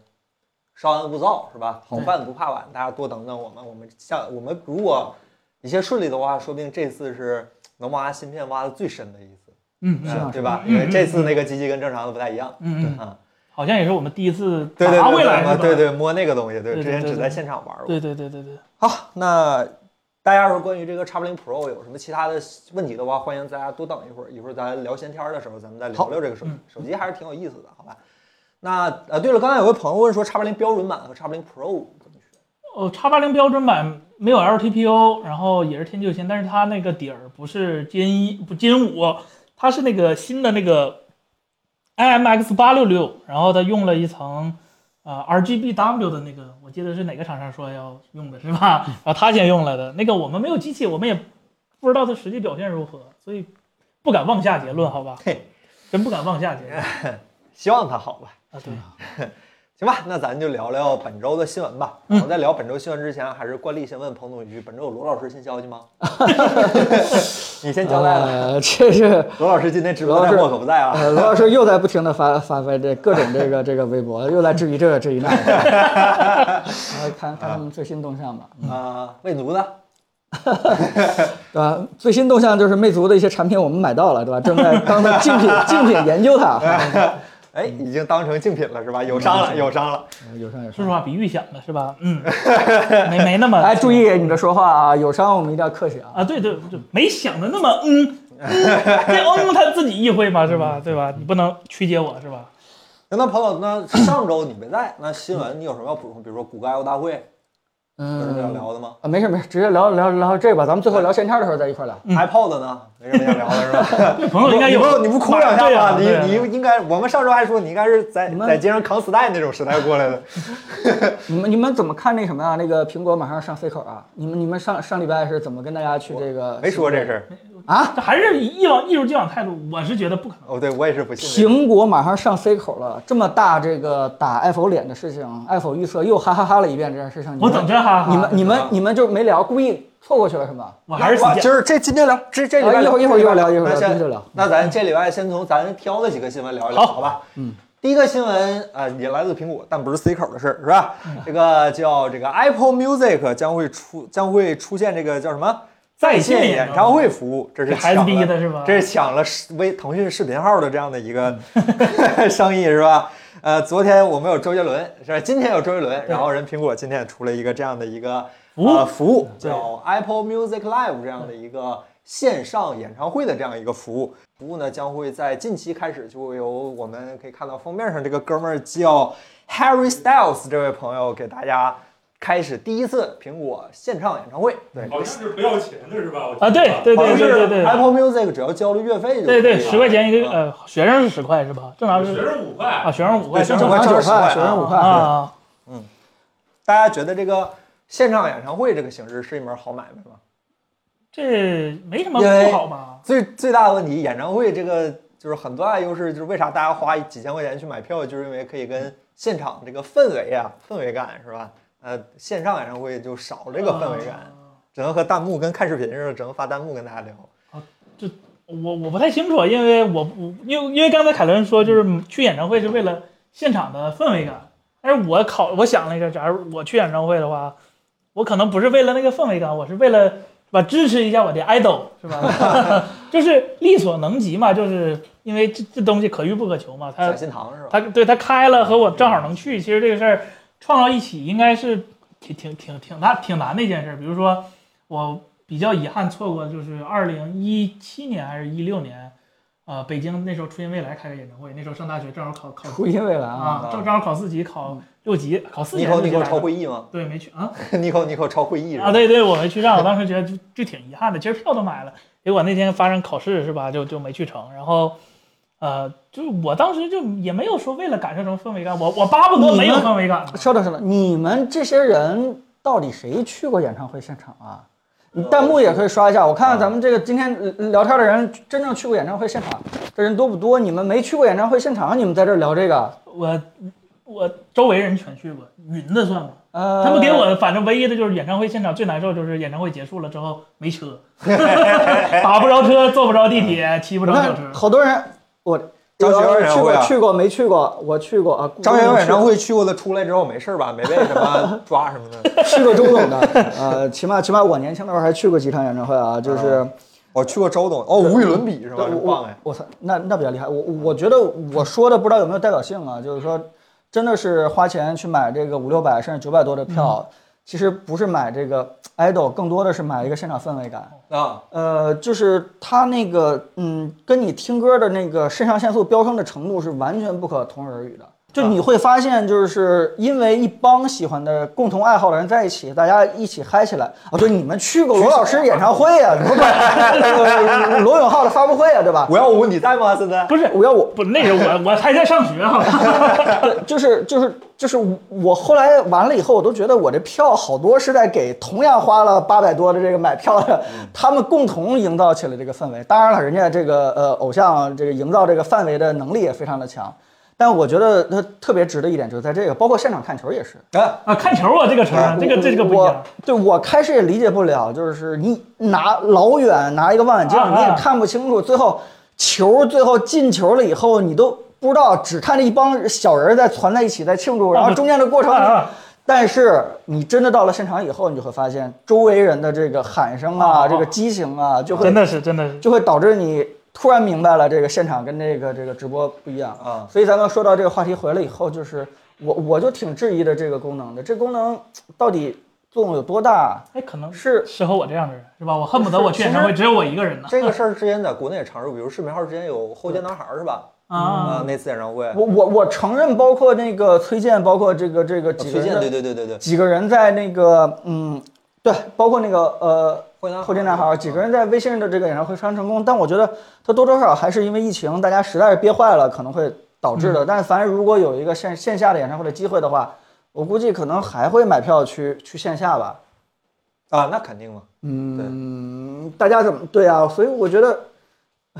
Speaker 1: 稍安勿躁，是吧？好饭不怕晚，大家多等等我们。我们下我们如果一切顺利的话，说不定这次是能挖芯片挖的最深的一次，
Speaker 2: 嗯
Speaker 1: 嗯
Speaker 3: 是啊
Speaker 1: 对吧？因为这次那个机器跟正常的不太一样，
Speaker 2: 嗯嗯，
Speaker 1: 啊，
Speaker 2: 好像也是我们第一次
Speaker 1: 对对
Speaker 2: 拿
Speaker 1: 对
Speaker 2: 回
Speaker 1: 对
Speaker 2: 来，是吧
Speaker 1: 对对，摸那个东西，对，
Speaker 2: 对对
Speaker 1: 之前只
Speaker 2: 对
Speaker 1: 在
Speaker 2: 对
Speaker 1: 现场玩过。
Speaker 2: 对对对对对。
Speaker 1: 好，那大家说关于这个 X 零 Pro 有什么其他的问题的话，欢迎大家多等一会儿，一会儿咱聊闲天儿的时候，咱们再聊聊这个手机。手机还是挺有意思的，好吧？那呃，对了，刚才有位朋友问说 X 零标准版和 X 零 Pro 怎么选？
Speaker 2: 哦，x 八零标准版没有 LTPO，然后也是天际有线，但是它那个底儿不是 GN 一，不 GN 五，它是那个新的那个 IMX 八六六，然后它用了一层呃 RGBW 的那个，我记得是哪个厂商说要用的是吧？ 然后他先用了的那个，我们没有机器，我们也不知道它实际表现如何，所以不敢妄下结论，好吧？
Speaker 1: 嘿，
Speaker 2: 真不敢妄下结
Speaker 3: 哎
Speaker 2: 论啊！
Speaker 1: 希望它好吧。
Speaker 2: 对，
Speaker 1: 行吧，那咱就聊聊本周的新闻吧。
Speaker 2: 嗯
Speaker 1: 我在聊本周新闻之前，还是惯例先问彭总一句：本周有罗老师新消息吗？你先交代了。
Speaker 3: 呃，这是
Speaker 1: 罗老师今天直播带
Speaker 3: 罗老
Speaker 1: 货
Speaker 3: 师
Speaker 1: 可不在啊。
Speaker 3: 呃，罗老师又在不停的发发发这各种这个这个微博，又在质疑这个 质疑那个，呃看看他们最新动向吧。
Speaker 1: 啊，魏奴呢？
Speaker 3: 对吧？最新动向就是魅族的一些产品我们买到了，对吧？正在刚才竞品竞品研究它，
Speaker 1: 哎，已经当成竞品了是吧？有伤了，有伤了。
Speaker 3: 呃有商有
Speaker 2: 说
Speaker 3: 商
Speaker 2: 实。话比预想的是吧？嗯，没没那么
Speaker 3: 哎，注意你的说话啊，有商我们一定要客气啊。
Speaker 2: 啊，对对对，没想的那么嗯，嗯这嗯他自己意会嘛，是
Speaker 1: 嗯
Speaker 2: 吧？对吧？你不能曲解我是吧？
Speaker 1: 那彭总，那上周你没在，那新闻你有什么要补充？比如说谷歌 I O 大会有什么要
Speaker 3: 嗯，
Speaker 1: 聊的吗
Speaker 3: 啊，没事没事，直接聊聊聊这吧，咱们最后聊闲天的时候再一块儿聊。
Speaker 2: 嗯
Speaker 1: ？iPod 呢？没什么想聊的是吧？
Speaker 2: 对 朋友应该
Speaker 1: 你
Speaker 2: 有
Speaker 1: 不你不哭两下
Speaker 2: 对
Speaker 1: 吗？
Speaker 2: 啊对啊
Speaker 1: 你你应该，我们上周还说你应该是在
Speaker 3: 你们
Speaker 1: 在街上扛磁带那种时代过来的。
Speaker 3: 你们你们怎么看那什么啊？那个苹果马上上 C 口啊？你们你们上上礼拜是怎么跟大家去这个？
Speaker 1: 哦没说这事儿。
Speaker 3: 啊？
Speaker 2: 这还是以一往一如既往态度，我是觉得不可能。
Speaker 1: 哦，对我也是不信这个。
Speaker 3: 苹果马上上 C 口了，这么大这个打 Apple 脸的事情，Apple 预测又哈哈哈了一遍这件事情。你
Speaker 2: 我
Speaker 3: 们
Speaker 2: 等着哈，
Speaker 3: 你们你们你们就没聊，故意错过去了是吗？
Speaker 2: 我还是
Speaker 1: 哇今
Speaker 2: 死谏。
Speaker 1: 儿这今天聊，这这礼拜
Speaker 3: 啊一会儿一会儿一会儿聊一会儿
Speaker 1: 那
Speaker 3: 聊
Speaker 1: 先
Speaker 3: 今天就聊。
Speaker 1: 那咱这礼拜先从咱挑的几个新闻聊一聊，
Speaker 2: 好
Speaker 1: 好吧？
Speaker 3: 嗯。
Speaker 1: 第一个新闻啊、呃也来自苹果，但不是 C 口的事儿，是吧？这个叫这个 Apple Music 将会出将会出现这个叫什么在线
Speaker 2: 线演
Speaker 1: 演
Speaker 2: 唱
Speaker 1: 唱会服务，这是
Speaker 2: 这孩子
Speaker 1: 抢
Speaker 2: 逼
Speaker 1: 了
Speaker 2: 的是吧？
Speaker 1: 这是抢了视微腾讯视频号的这样的一 个生意是吧？呃，昨天我们有周杰伦是吧？今天有周杰伦，然后人苹果今天也出了一个这样的一个
Speaker 2: 服务
Speaker 1: 呃服务，
Speaker 2: 对
Speaker 1: 叫 Apple Music Live 这样的一个线上演唱会的这样一个服务。服务呢将会在近期开始，就由我们可以看到封面上这个哥们儿叫 Harry Styles 这位朋友给大家开始第一次苹果线上演唱会。对，
Speaker 4: 好像是不要钱的是吧？我记得
Speaker 2: 啊，对对
Speaker 1: 好像
Speaker 2: 对
Speaker 1: 是
Speaker 2: 对对对
Speaker 1: Apple Music 只要交了月费就可以
Speaker 2: 对对，
Speaker 1: 了
Speaker 2: 十块钱一个，
Speaker 1: 啊
Speaker 2: 呃，学生是十块是吧？正常
Speaker 4: 学
Speaker 2: 是
Speaker 4: 生五
Speaker 2: 啊，
Speaker 4: 块，
Speaker 2: 学生五块，
Speaker 1: 对学生
Speaker 2: 正常
Speaker 1: 五块
Speaker 3: 九
Speaker 1: 就是
Speaker 3: 块，
Speaker 1: 十块
Speaker 3: 九五
Speaker 2: 啊
Speaker 3: 块。
Speaker 2: 啊，
Speaker 1: 大家觉得这个线上演唱会这个形式是一门好买卖吗？
Speaker 2: 这没什么
Speaker 1: 因为
Speaker 2: 不好吧？
Speaker 1: 最最大的问题，演唱会这个就是很多大的优势，就是为啥大家花几千块钱去买票，就是因为可以跟现场这个氛围啊、氛围感是吧？呃，线上演唱会就少这个氛围感，
Speaker 2: 啊
Speaker 1: 只能和弹幕跟看视频似的，只能发弹幕跟大家聊。
Speaker 2: 我我不太清楚，因为我不因为因为刚才凯伦说就是去演唱会是为了现场的氛围感，但是我考我想了一下，假如我去演唱会的话，我可能不是为了那个氛围感，我是为了是吧支持一下我的 idol 是吧？ 就是力所能及嘛，就是因为这这东西可遇不可求嘛，它
Speaker 1: 小心糖是吧？
Speaker 2: 他对他开了和我正好能去，其实这个事儿创造一起应该是挺挺挺挺难挺难的一件事儿。比如说我比较遗憾错过的就是二零一七年还是一六年，呃，北京那时候初音未来开个演唱会，那时候上大学正好考考
Speaker 3: 初音未来啊，
Speaker 2: 啊，正正好考四级，考六级，考四级还是
Speaker 1: Nico
Speaker 2: 六级
Speaker 1: Nico
Speaker 2: 来着
Speaker 1: 超会议吗
Speaker 2: 对没去啊。
Speaker 1: ？Nico Nico 超会议是
Speaker 2: 啊，
Speaker 1: 吧？
Speaker 2: 对对，我没去上，我当时觉得就就挺遗憾的。其实票都买了，结果那天发生考试是吧，就就没去成。然后，呃，就是我当时就也没有说为了感受成氛围感，我我巴不得没有氛围感。
Speaker 3: 稍等稍等，你们这些人到底谁去过演唱会现场啊？
Speaker 2: 呃
Speaker 3: 你弹幕也可以刷一下，我看看
Speaker 2: 啊
Speaker 3: 咱们这个今天呃聊天的人真正去过演唱会现场，这人多不多？你们没去过演唱会现场，你们在这儿聊这个？
Speaker 2: 我我周围人全去过，云的算吗？
Speaker 3: 呃，
Speaker 2: 他们给我反正唯一的就是演唱会现场最难受就是演唱会结束了之后没车， 打不着车，坐不着地铁，骑不
Speaker 3: 我
Speaker 2: 着小
Speaker 3: 看
Speaker 2: 车。
Speaker 3: 好多人，我
Speaker 1: 张学友演唱
Speaker 3: 去
Speaker 1: 会
Speaker 3: 过
Speaker 1: 啊
Speaker 3: 去过没去过？我去过啊，
Speaker 1: 张学友演唱会去过的，出来之后没事儿吧？没被什么抓什么的。
Speaker 3: 去过周董的，呃，起码起码我年轻的时候还去过几场演唱会啊，就是
Speaker 1: 我去过周董，哦，无与伦比是吧？
Speaker 3: 我
Speaker 1: 真棒哎！
Speaker 3: 我操，那那比较厉害。我我觉得我说的不知道有没有代表性啊，就是说真的是花钱去买这个五六百甚至九百多的票，其实不是买这个 idol，更多的是买一个现场氛围感。
Speaker 1: 啊，
Speaker 3: 呃，就是他那个，嗯，跟你听歌的那个肾上腺素飙升的程度是完全不可同日而语的。就你会发现，就是因为一帮喜欢的共同爱好的人在一起，大家一起嗨起来。哦，对，你们去过罗老师演唱会啊，不是 呃罗永浩的发布会啊，对吧？
Speaker 1: 五幺五你在吗？现在
Speaker 2: 不是
Speaker 3: 五幺五
Speaker 2: 不那是我我还在上学好吧？
Speaker 3: 对，就是就是就是我后来完了以后，我都觉得我这票好多是在给同样花了八百多的这个买票的，他们共同营造起了这个氛围。当然了，人家这个呃偶像这个营造这个氛围的能力也非常的强，但我觉得他特别值的一点就是在这个，包括现场看球也是，
Speaker 1: 啊，
Speaker 2: 啊，看球啊，这个词儿，这个这个不一
Speaker 3: 我
Speaker 2: 样。
Speaker 3: 对我开始也理解不了，就是你拿老远拿一个望远镜，
Speaker 2: 啊
Speaker 3: 你也
Speaker 2: 啊
Speaker 3: 看不清楚，最后球最后进球了以后，你都不知道，只看着一帮小人儿在攒在一起在庆祝，然后
Speaker 2: 对
Speaker 3: 中间的过程
Speaker 2: 啊啊。
Speaker 3: 但是你真的到了现场以后，你就会发现周围人的这个喊声啊，
Speaker 2: 啊
Speaker 3: 这个激情啊，就会
Speaker 2: 真的是，真的是，
Speaker 3: 就会导致你突然明白了这个现场跟这个这个直播不一样
Speaker 1: 啊
Speaker 3: 所以咱们说到这个话题回来以后，就是我我就挺质疑的这个功能的，这功能到底作用有多大？
Speaker 2: 哎，可能
Speaker 3: 是
Speaker 2: 适合我这样的人，是吧？我恨不得我去演唱会只有我一个人呢。
Speaker 1: 这个事儿之前在国内也常说，比如视频号之前有后街男孩儿是吧？啊
Speaker 3: 嗯
Speaker 2: 啊，，
Speaker 1: 那次演唱会，
Speaker 3: 我我我承认，包括那个崔健，包括这个这个几个
Speaker 1: 啊崔
Speaker 3: 人
Speaker 1: 健，
Speaker 3: 的
Speaker 1: 对对对对对，
Speaker 3: 几个人在那个嗯，对，包括那个呃
Speaker 1: 后街男孩儿
Speaker 3: 后街男孩儿，几个人在微信的这个演唱会非常成功，但我觉得他多多少少还是因为疫情，大家实在是憋坏了，可能会导致的。但凡如果有一个线线下的演唱会的机会的话，我估计可能还会买票去去线下吧。
Speaker 1: 啊，那肯定嘛，
Speaker 3: 嗯，大家怎么对啊？所以我觉得，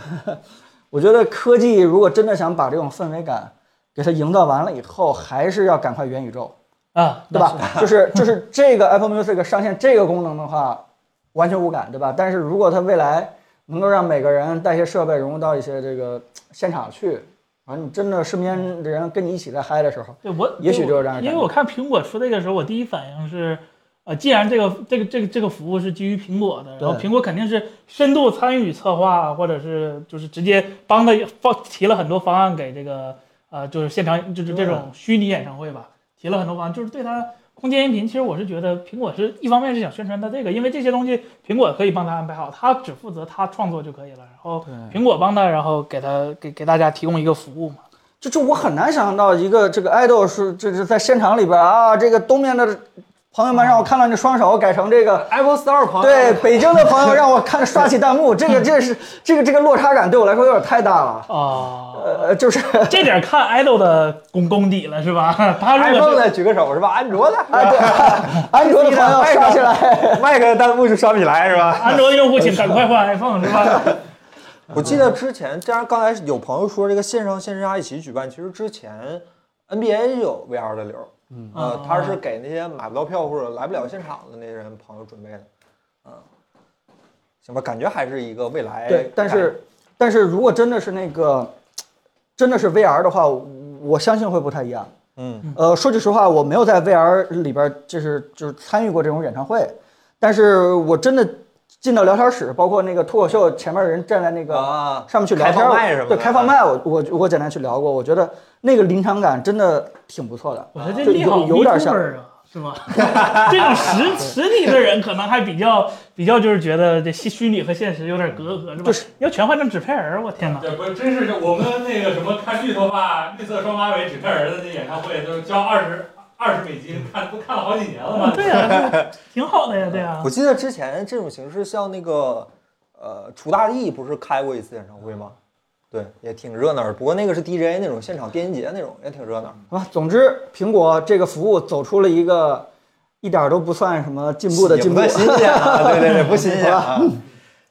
Speaker 3: 我觉得科技如果真的想把这种氛围感给它营造完了以后，还是要赶快元宇宙。
Speaker 2: 啊，
Speaker 3: 对吧？就是就是这个 Apple Music 上线这个功能的话，完全无感，对吧？但是如果它未来能够让每个人带一些设备融入到一些这个现场去，啊，你真的身边的人跟你一起在嗨的时候，
Speaker 2: 对我
Speaker 3: 也许就是这样的感觉
Speaker 2: 因为我看苹果出这个时候，我第一反应是，呃，既然这个这个这个这个服务是基于苹果的，然后
Speaker 3: 对
Speaker 2: 苹果肯定是深度参与策划，啊或者是就是直接帮他放提了很多方案给这个呃，就是现场就是这种虚拟演唱会吧，提了很多方案，就是对它空间音频，其实我是觉得苹果是一方面是想宣传它这个，因为这些东西苹果可以帮他安排好，他只负责他创作就可以了，然后苹果帮他，然后给他给给大家提供一个服务嘛。
Speaker 3: 就是我很难想象到一个这个 idol 是这是在现场里边啊，这个东面的朋友们让我看到你的双手改成这个。
Speaker 1: Apple Store 朋友
Speaker 3: 对北京的朋友让我看刷起弹幕，这个这是这个这个落差感对我来说有点太大了，
Speaker 2: 哦，
Speaker 3: 呃，就是
Speaker 2: 这点看 idol 的功功底了是吧？ 他如果
Speaker 1: ，iPhone
Speaker 2: 是
Speaker 1: 的举个手是吧？安卓的，
Speaker 3: 哎，对，安卓的朋友刷起来，
Speaker 1: 麦克弹幕就刷不起来是吧？
Speaker 2: 安卓用户，请赶快换 iPhone 是 吧？
Speaker 1: 我记得之前，加上刚才有朋友说这个线上线下一起举办，其实之前 NBA 就有 VR 的流，嗯，呃，
Speaker 3: 哦
Speaker 1: 他是给那些买不到票或者来不了现场的那些人朋友准备的，嗯，行吧，感觉还是一个未来，
Speaker 3: 对，但是但是如果真的是那个，真的是 VR 的话，我我相信会不太一样。
Speaker 1: 嗯，
Speaker 3: 呃，说句实话，我没有在 VR 里边儿就是就是参与过这种演唱会，但是我真的进到聊天室，包括那个脱口秀前面人站在那个
Speaker 1: 啊
Speaker 3: 上面去聊
Speaker 1: 开
Speaker 3: 天
Speaker 1: 放
Speaker 3: 儿，
Speaker 1: 麦什么的啊
Speaker 3: 对开放麦我，我我简单去聊过，我觉得那个临场感真的挺不错的。
Speaker 2: 我说这利好
Speaker 3: 有有点像
Speaker 2: VTuber 啊，是吧？ 这种实实体的人可能还比较比较就是觉得这虚虚拟和现实有点隔阂是吧？
Speaker 3: 就是
Speaker 2: 要全换成纸片人儿，我天 哪！
Speaker 4: 对，不，真是我们那个什么看绿头发、绿色双马尾、纸片人的那演唱会，都交二十二十美金，看都看了好几年了吧？
Speaker 2: 对呀、啊，挺好的呀，对
Speaker 3: 啊
Speaker 2: 啊呀、
Speaker 1: 我记得之前这种形式，像那个呃楚大帝不是开过一次演唱会吗？对，也挺热闹的，不过那个是 DJ 那种现场电音节那种，也挺热闹。
Speaker 3: 好吧，总之，苹果这个服务走出了一个一点儿都不算什么进步的
Speaker 1: 也
Speaker 3: 进
Speaker 1: 不
Speaker 3: 步
Speaker 1: 算。新鲜啊，对对对，不新 鲜啊。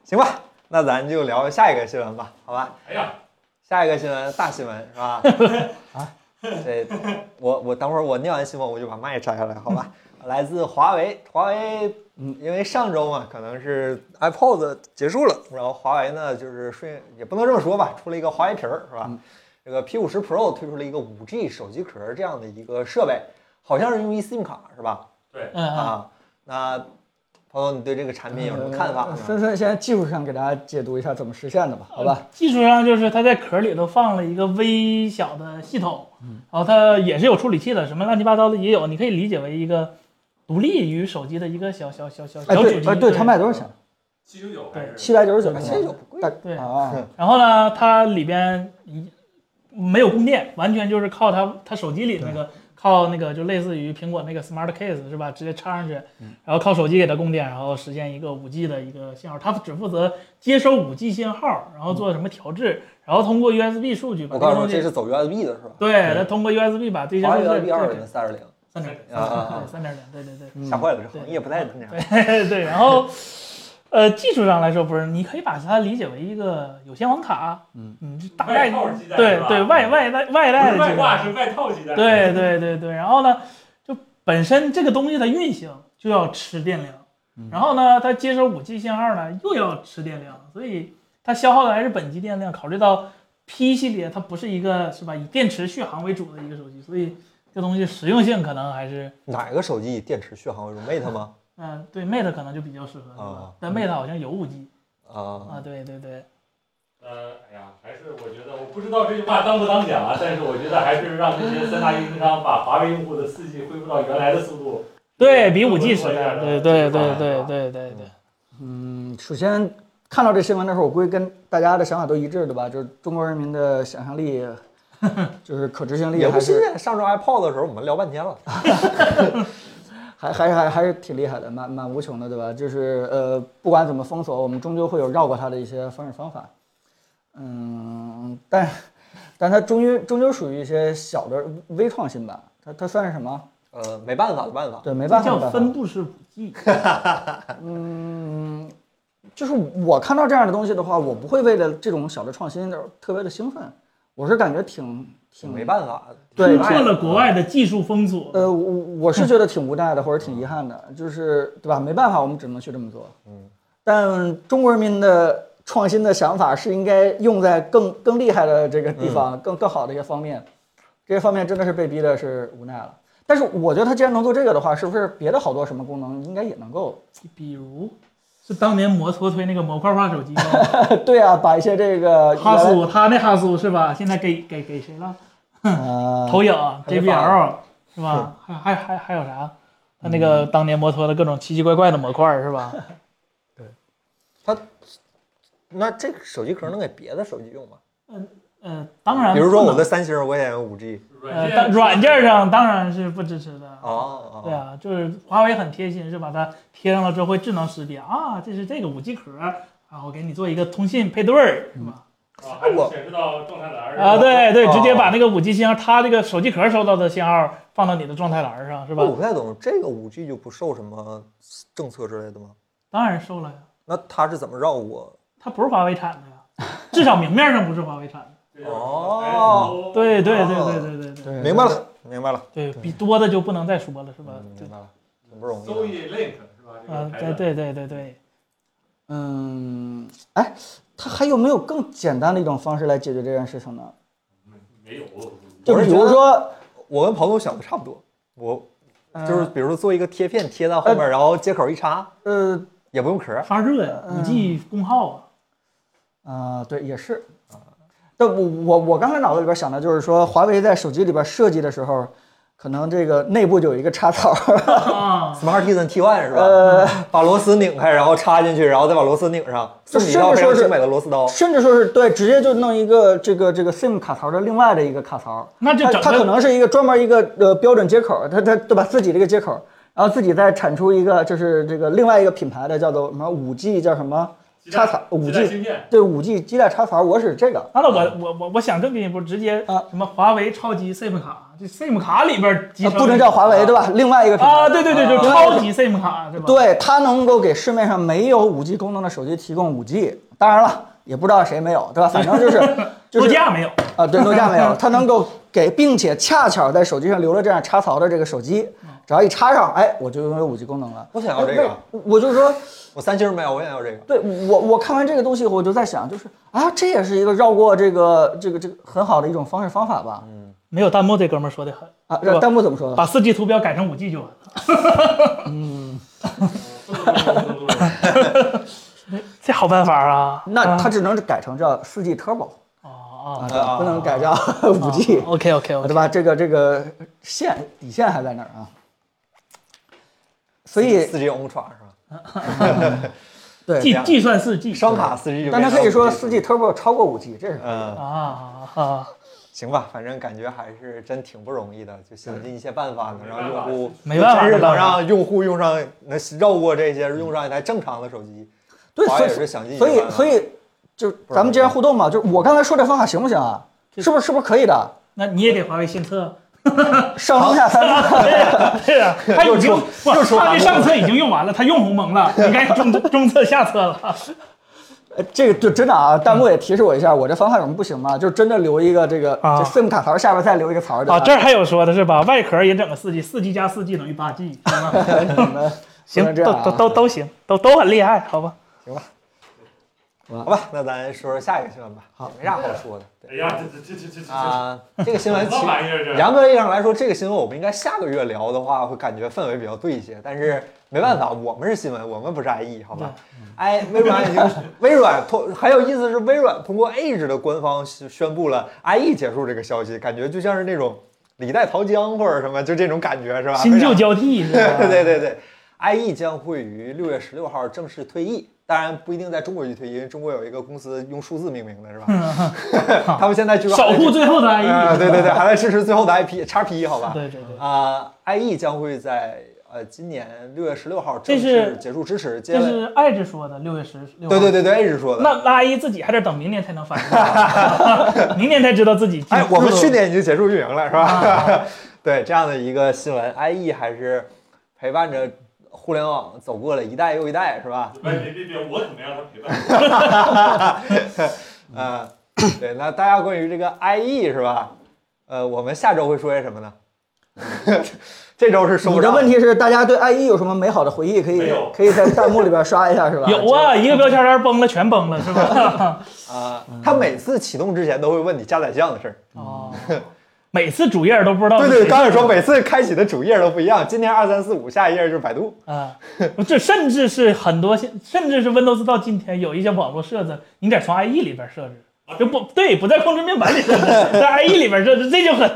Speaker 1: 行吧，那咱就聊下一个新闻吧，好吧？
Speaker 4: 哎呀，
Speaker 1: 下一个新闻大新闻是 吧？啊，这我我等会儿我念完新闻我就把麦摘下来，好吧？ 来自华为，华为，嗯，因为上周嘛，可能是 iPods 结束了，然后华为呢就是顺也不能这么说吧，出了一个华为皮儿是吧？
Speaker 3: 嗯
Speaker 1: 这个 P 五十 Pro 推出了一个 5G 手机壳这样的一个设备，好像是用于 SIM 卡是吧？
Speaker 4: 对，
Speaker 2: 嗯嗯，
Speaker 1: 啊，那朋友，你对这个产品有什么看法
Speaker 3: 呃
Speaker 1: 呢？
Speaker 3: 森森，现在技术上给大家解读一下怎么实现的吧，好吧？
Speaker 2: 技术上就是它在壳里头放了一个微小的系统，然后它也是有处理器的，什么乱七八糟的也有，你可以理解为一个独立于手机的一个小小小小
Speaker 3: 哎，
Speaker 2: 小主
Speaker 3: 对，
Speaker 2: 机。
Speaker 3: 哎，对，它卖多少钱？
Speaker 4: 七九九还是
Speaker 1: 哎
Speaker 3: 七百九十九，哎
Speaker 1: 啊其实就不贵
Speaker 3: 大
Speaker 2: 对
Speaker 3: 啊，
Speaker 2: 然后呢，它里边一没有供电，完全就是靠它它手机里那个靠那个就类似于苹果那个 Smart Case 是吧？直接插上去，然后靠手机给它供电，然后实现一个 5G 的一个信号。它只负责接收 5G 信号，然后做什么调制，然后通过 USB 数据把
Speaker 1: 我
Speaker 2: 这个
Speaker 1: 告诉
Speaker 2: 东
Speaker 1: 你，这
Speaker 2: 西。
Speaker 1: 是走 USB 的是吧？
Speaker 2: 对，它通过 USB 把这些
Speaker 1: 华为
Speaker 2: 数据
Speaker 1: USB 二
Speaker 2: 对
Speaker 1: 零三二零，
Speaker 2: 三点零
Speaker 1: 啊啊啊
Speaker 2: 对三点零，对对
Speaker 3: 嗯
Speaker 2: 对。
Speaker 1: 吓坏了，这行业不太能这样。
Speaker 2: 对，然后，呃，技术上来说不是，你可以把它理解为一个有线网卡，
Speaker 3: 嗯，
Speaker 2: 你就大
Speaker 4: 外
Speaker 2: 概
Speaker 4: 套鸡蛋
Speaker 2: 对
Speaker 4: 是吧
Speaker 2: 对外外带外
Speaker 4: 不
Speaker 2: 带
Speaker 4: 是
Speaker 2: 的
Speaker 4: 外
Speaker 2: 这
Speaker 4: 挂
Speaker 2: 个，
Speaker 4: 是外套鸡 蛋，
Speaker 2: 对对对对，然后呢，就本身这个东西的运行就要吃电量，
Speaker 3: 嗯
Speaker 2: 然后呢，它接收 5G 信号呢又要吃电量，所以它消耗的还是本机电量。考虑到 P 系列它不是一个是吧以电池续航为主的一个手机，所以这东西实用性可能还是。
Speaker 1: 哪个手机以电池续航为主？Mate 吗？
Speaker 2: 嗯，对，Mate 可能就比较适合，是吧
Speaker 1: 啊？
Speaker 3: 哦
Speaker 2: 但 Mate 好像有五 G 啊，
Speaker 1: 啊，
Speaker 2: 对对对，
Speaker 4: 呃，哎呀，还是我觉得我不知道这句话当不当讲啊，但是我觉得还是让这些三大运营商把华为用户的四 G 恢复到原来的速度，
Speaker 2: 对比五 G 时
Speaker 4: 时
Speaker 2: 代，
Speaker 4: 代的
Speaker 2: 对对
Speaker 4: 这个
Speaker 2: 对
Speaker 4: 方案
Speaker 2: 对
Speaker 4: 啊
Speaker 2: 对对对，
Speaker 3: 嗯，首先看到这新闻的时候，我估计跟大家的想法都一致，对吧？就是中国人民的想 象力，就是可执行力
Speaker 1: 也不
Speaker 3: 还
Speaker 1: 新
Speaker 3: 是
Speaker 1: 鲜。上周 iPod 的时候我们聊半天了，
Speaker 3: 还还还还是挺厉害的，蛮蛮无穷的，对吧？就是呃，不管怎么封锁，我们终究会有绕过它的一些方式方法。嗯，但但它终于终究属于一些小的微创新吧。它它算是什么？
Speaker 1: 呃，没办法的办法。
Speaker 3: 对，没
Speaker 2: 这
Speaker 3: 办法，没
Speaker 2: 叫
Speaker 3: 办法
Speaker 2: 分布式五 G，
Speaker 3: 就是我看到这样的东西的话，我不会为了这种小的创新而特别的兴奋，我是感觉挺挺
Speaker 1: 没办法，
Speaker 3: 对哎
Speaker 2: 突破了国外的技术封锁。
Speaker 3: 呃，我我是觉得挺无奈的，或者挺遗憾的，就是对吧？没办法，我们只能去这么做。嗯，但中国人民的创新的想法是应该用在更更厉害的这个
Speaker 2: 嗯
Speaker 3: 地方，更更好的一些方面。这些方面真的是被逼的是无奈了。但是我觉得它既然能做这个的话，是不是别的好多什么功能应该也能够？
Speaker 2: 比如是当年摩托推那个模块化手 机吗？
Speaker 3: 对啊，把一些这个
Speaker 2: 哈苏，他那哈苏是吧？现在给给给谁了？
Speaker 1: 啊
Speaker 3: 呃
Speaker 2: 投影、
Speaker 1: 没法儿嗯
Speaker 2: JBL 是吧？还还还还有啥？他那个当年摩托的各种奇奇怪怪的模块儿 是吧？
Speaker 1: 那这个手机壳能给别的手机用吗？
Speaker 2: 嗯，当然不能，
Speaker 1: 比如说我的三星，我也有五 G。
Speaker 2: 呃，
Speaker 4: 啊软
Speaker 2: 当软
Speaker 4: 件
Speaker 2: 件上当然是不支持的
Speaker 1: 哦哦，
Speaker 2: 对啊，就是华为很贴心，是把它贴上了之后会智能识别啊，这是这个五 G 壳，然后给你做一个通信配对儿，是吧？
Speaker 4: 啊，还是
Speaker 1: 我
Speaker 4: 显示到状态栏
Speaker 2: 啊，
Speaker 4: 上。
Speaker 2: 对对，
Speaker 1: 哦
Speaker 2: 直接把那个五 G 信号，它这个手机壳收到的信号放到你的状态栏上，是吧？
Speaker 3: 哦
Speaker 1: 我不太懂，这个五 G 就不受什么政策之类的吗？
Speaker 2: 当然收了呀，
Speaker 1: 那它是怎么绕过？
Speaker 2: 它不是华为产的呀，至少明面上不是华为产的。
Speaker 4: 这就是
Speaker 1: 哦，
Speaker 2: 对对对
Speaker 1: 哦
Speaker 2: 对对对对
Speaker 3: 对
Speaker 1: 明白了，明
Speaker 3: 哦
Speaker 1: 白了，
Speaker 2: 对，比多的就不能再说了，是吧
Speaker 1: 嗯？
Speaker 2: 对
Speaker 1: 明，白了，挺不容
Speaker 4: 搜
Speaker 1: 易的。啊
Speaker 4: 一 link 是吧？这个
Speaker 2: 嗯，
Speaker 4: 牌
Speaker 2: 对
Speaker 4: 子。
Speaker 2: 对对对对，
Speaker 3: 嗯，哎，它还有没有更简单的一种方式来解决这件事情呢？
Speaker 4: 没有，
Speaker 3: 就
Speaker 1: 我
Speaker 3: 比
Speaker 1: 是觉
Speaker 3: 如
Speaker 1: 得
Speaker 3: 说，
Speaker 1: 我跟彭总想的差不多，我
Speaker 3: 呃
Speaker 1: 就是比如说做一个贴片贴到后面，然后接口一插，
Speaker 3: 呃
Speaker 1: 也不用壳。
Speaker 2: 发热呀，
Speaker 3: 嗯
Speaker 2: 五 G 功耗啊，
Speaker 3: 啊、对，也是。但我我我刚才脑子里边想的就是说，华为在手机里边设计的时候，可能这个内部就有一个插槽，
Speaker 2: 啊，
Speaker 1: Smartisan T1 是吧？
Speaker 3: 呃，
Speaker 1: 把螺丝拧开，然后插进去，然后再把螺丝拧上，这么一套非常精美的螺丝刀。
Speaker 3: 甚至说是对，直接就弄一个这个这个 SIM 卡槽的另外的一个卡槽，
Speaker 2: 那就
Speaker 3: 它
Speaker 2: 整
Speaker 3: 它可
Speaker 2: 个
Speaker 3: 能是一个专门一个呃标准接口，它它对吧？自己这个接口，然后自己再产出一个就是这个另外一个品牌的叫做什么五 G 叫什么
Speaker 4: 鸡
Speaker 3: 插
Speaker 4: 蛋
Speaker 3: 槽五
Speaker 4: 鸡蛋
Speaker 3: G
Speaker 4: 芯片，
Speaker 3: 对五 G 基带插槽，我使这个。
Speaker 2: 完了，我我我我想更进一步，直接
Speaker 3: 啊
Speaker 2: 什么华为超级 SIM 卡，这 SIM 卡里边儿集
Speaker 3: 啊
Speaker 2: 成、
Speaker 3: 不能叫华为对吧？另外一个品牌
Speaker 2: 啊，对对对，就
Speaker 1: 啊
Speaker 2: 是超级 SIM 卡对吧？
Speaker 3: 对，它能够给市面上没有五 G 功能的手机提供五 G。当然了，也不知道谁没有， 对吧？反正就是就
Speaker 2: 诺
Speaker 3: 是
Speaker 2: 基亚没有，
Speaker 3: 啊，对，诺基亚 没有，它能够给，并且恰巧在手机上留了这样插槽的这个手机，只要一插上，哎，我就拥有五 G 功能了。
Speaker 1: 我想要这个
Speaker 3: 哎那我就说，
Speaker 1: 我三星没有，我想要这个。
Speaker 3: 对我我看完这个东西，我就在想，就是啊，这也是一个绕过这个这个这个很好的一种方式方法吧？
Speaker 2: 没有弹幕这哥们儿说的很，
Speaker 3: 啊，
Speaker 2: 是吧
Speaker 3: 让弹幕怎么说的？
Speaker 2: 把四 G 图标改成五 G 就完了。 这好办法啊！
Speaker 3: 那
Speaker 2: 啊
Speaker 3: 它只能改成叫四 G Turbo
Speaker 2: 哦哦
Speaker 3: 啊，对不能改叫五 G。
Speaker 2: ，OK OK
Speaker 3: 对
Speaker 2: OK，
Speaker 3: 吧？这个这个线底线还在那儿啊。所以
Speaker 1: 四 G Ultra 是吧？
Speaker 3: 对，
Speaker 2: 计计算四 G
Speaker 1: 双卡四 G 就。
Speaker 3: 但它可以说四 G。Turbo 超过五 G，这是
Speaker 1: 嗯，
Speaker 2: 啊啊啊！
Speaker 1: 行吧，反正感觉还是真挺不容易的，就想尽一切办法能让用户，
Speaker 2: 没办法
Speaker 1: 真是能
Speaker 2: 当然
Speaker 1: 让用户用上，能绕过这些，用上一台正常的手机。
Speaker 3: 嗯对，
Speaker 1: 华
Speaker 3: 所
Speaker 1: 也
Speaker 3: 以
Speaker 1: 是想尽一切
Speaker 3: 所以
Speaker 1: 办法
Speaker 3: 所以就咱们既然互动嘛，就是我刚才说这方法行不行啊？
Speaker 2: 这
Speaker 3: 是不是是不是可以的？
Speaker 2: 那你也给华为献策，
Speaker 3: 上中下三路，
Speaker 2: 对啊，他已经
Speaker 1: 又
Speaker 2: 不
Speaker 1: 又，说
Speaker 2: 他
Speaker 1: 韩
Speaker 2: 这
Speaker 1: 国
Speaker 2: 上策已经用完了，他用鸿蒙了，你该中中策下策了。
Speaker 3: 呃这个就真的啊，弹
Speaker 2: 嗯
Speaker 3: 幕也提示我一下，我这方法有什么不行吗？就是真的留一个这个
Speaker 2: 啊
Speaker 3: 这 SIM 卡槽下边再留一个槽儿，对
Speaker 2: 啊，
Speaker 3: 吧
Speaker 2: 这儿还有说的是吧？外壳也整个四 G，四 G 加四 G 等于八 G，
Speaker 3: 你们不
Speaker 2: 行，
Speaker 3: 能这
Speaker 2: 都
Speaker 3: 样啊
Speaker 2: 都都都行，都都很厉害，好吧？
Speaker 1: 好吧，那咱说说下一个新闻吧。好，没啥好说的。
Speaker 3: 啊
Speaker 4: 哎呀，这这这这这这这
Speaker 1: 啊，这个新闻
Speaker 4: 什
Speaker 1: 其
Speaker 4: 么
Speaker 1: 实
Speaker 4: 玩意儿这？
Speaker 1: 严格意义上来说，这个新闻我们应该下个月聊的话，会感觉氛围比较对一些。但
Speaker 2: 嗯
Speaker 1: 是没办法，我们是新闻，我们不是 IE，好吧？哎，微软已经，微软通很有意思是，微软通过 Edge 的官方宣布了 IE 结束这个消息，感觉就像是那种李代桃僵或者什么，就这种感觉是吧？
Speaker 2: 新旧
Speaker 1: 非常
Speaker 2: 交替，是吧
Speaker 1: 啊 对对对对，IE 将会于六月十六号正式退役，当然不一定在中国去退役，因为中国有一个公司用数字命名的是吧？ 他们现在据说
Speaker 2: 守
Speaker 1: 还在
Speaker 2: 护最后的安逸。
Speaker 1: 啊，对对对，还在支持最后的 IP 叉 P 好吧？
Speaker 2: E 对对对，
Speaker 1: 啊、i e 将会在呃今年六月十六号正
Speaker 2: 这
Speaker 1: 式
Speaker 2: 是
Speaker 1: 结束支持，接
Speaker 2: 这
Speaker 1: 下来
Speaker 2: 是爱智说的，六月十六。
Speaker 1: 对对。对对 Edge 说的。
Speaker 2: 那那阿姨自己还得等明年才能反应， 明年才知道自己。
Speaker 1: 哎，我们去年已经结束运营了，是
Speaker 2: 啊
Speaker 1: 吧？ 对，这样的一个新闻，IE 还是陪伴着互联网走过了一代又一代，是吧？
Speaker 4: 别别别别，我可没让他陪伴。
Speaker 1: 呃，对，那大家关于这个 IE 是吧？呃，我们下周会说些什么呢？ 这周是说
Speaker 3: 你
Speaker 1: 不
Speaker 3: 的
Speaker 1: 上
Speaker 3: 问题是，大家对 IE 有什么美好的回忆？可以
Speaker 4: 没有
Speaker 3: 可以在弹幕里边刷一下，是 吧？
Speaker 2: 有啊，一个标签儿崩了，全崩了，是吧？
Speaker 1: 啊、他每次启动之前都会问你加载项的事儿。
Speaker 2: 哦，每次主页都不知 道
Speaker 1: 对
Speaker 2: 是谁。
Speaker 1: 嗯 对，刚才说每次开启的主页都不一样，今天二三四五，下一页就是百度。
Speaker 2: 啊，这甚至是很多现，甚至是 Windows 到今天有一些网络设置，你得从 IE 里边设置，就不对，不在控制面板里设置，在 IE 里边设置，这就 很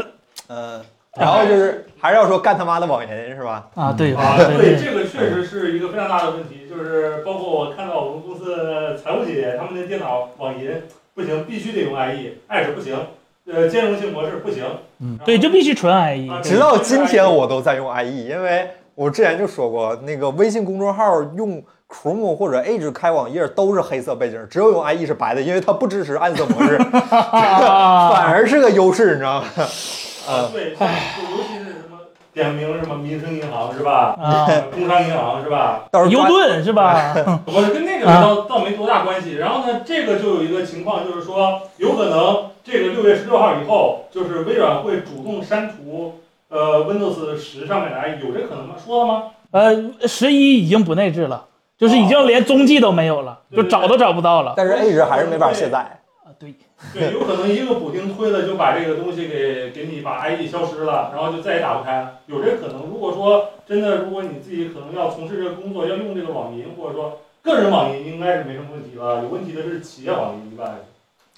Speaker 1: 嗯，然后就是还是要说干他妈的网银是吧？
Speaker 2: 啊，对
Speaker 4: 啊，
Speaker 2: 对
Speaker 4: 对，，这个确实是一个非常大的问题，就是包括我看到我们公司的财务姐他们的电脑网银不行，必须得用 IE，Edge 不行，呃，兼容性模式不行。
Speaker 3: 嗯
Speaker 2: 对，就必须纯 E IE，
Speaker 4: 啊
Speaker 1: 直到今天我都在用 IE，因为我之前就说过，那个微信公众号用 Chrome 或者 Edge 开网页都是黑色背景，只有用 IE 是白的，因为它不支持暗色模式， 反
Speaker 2: 啊，
Speaker 1: 而是个优势，你知道吗？
Speaker 4: 啊，
Speaker 1: 嗯，
Speaker 4: 对，像就尤其是什么点名什么民生银行是吧？
Speaker 2: 啊
Speaker 4: 呃工商银行是吧？
Speaker 1: 到时
Speaker 2: 优
Speaker 1: 候抓
Speaker 2: 盾是吧？
Speaker 4: 我跟那个倒倒没多大关系。然后呢，这个就有一个情况，就是说，有可能这个六月十六号以后，就是微软会主动删除呃 Windows 十上面来，有这可能吗？说了吗？
Speaker 2: 呃，十一已经不内置了，就是已经连踪迹都没有了，就找都找不到了。
Speaker 1: 但是 Edge 还是没法卸载。
Speaker 2: 啊，对，
Speaker 4: 对，有可能一个补丁推了就把这个东西给给你把 IE 消失了，然后就再也打不开，有这可能。如果说真的，如果你自己可能要从事这个工作，要用这个网银，或者说个人网银，应该是没什么问题吧？有问题的是企业网银一般。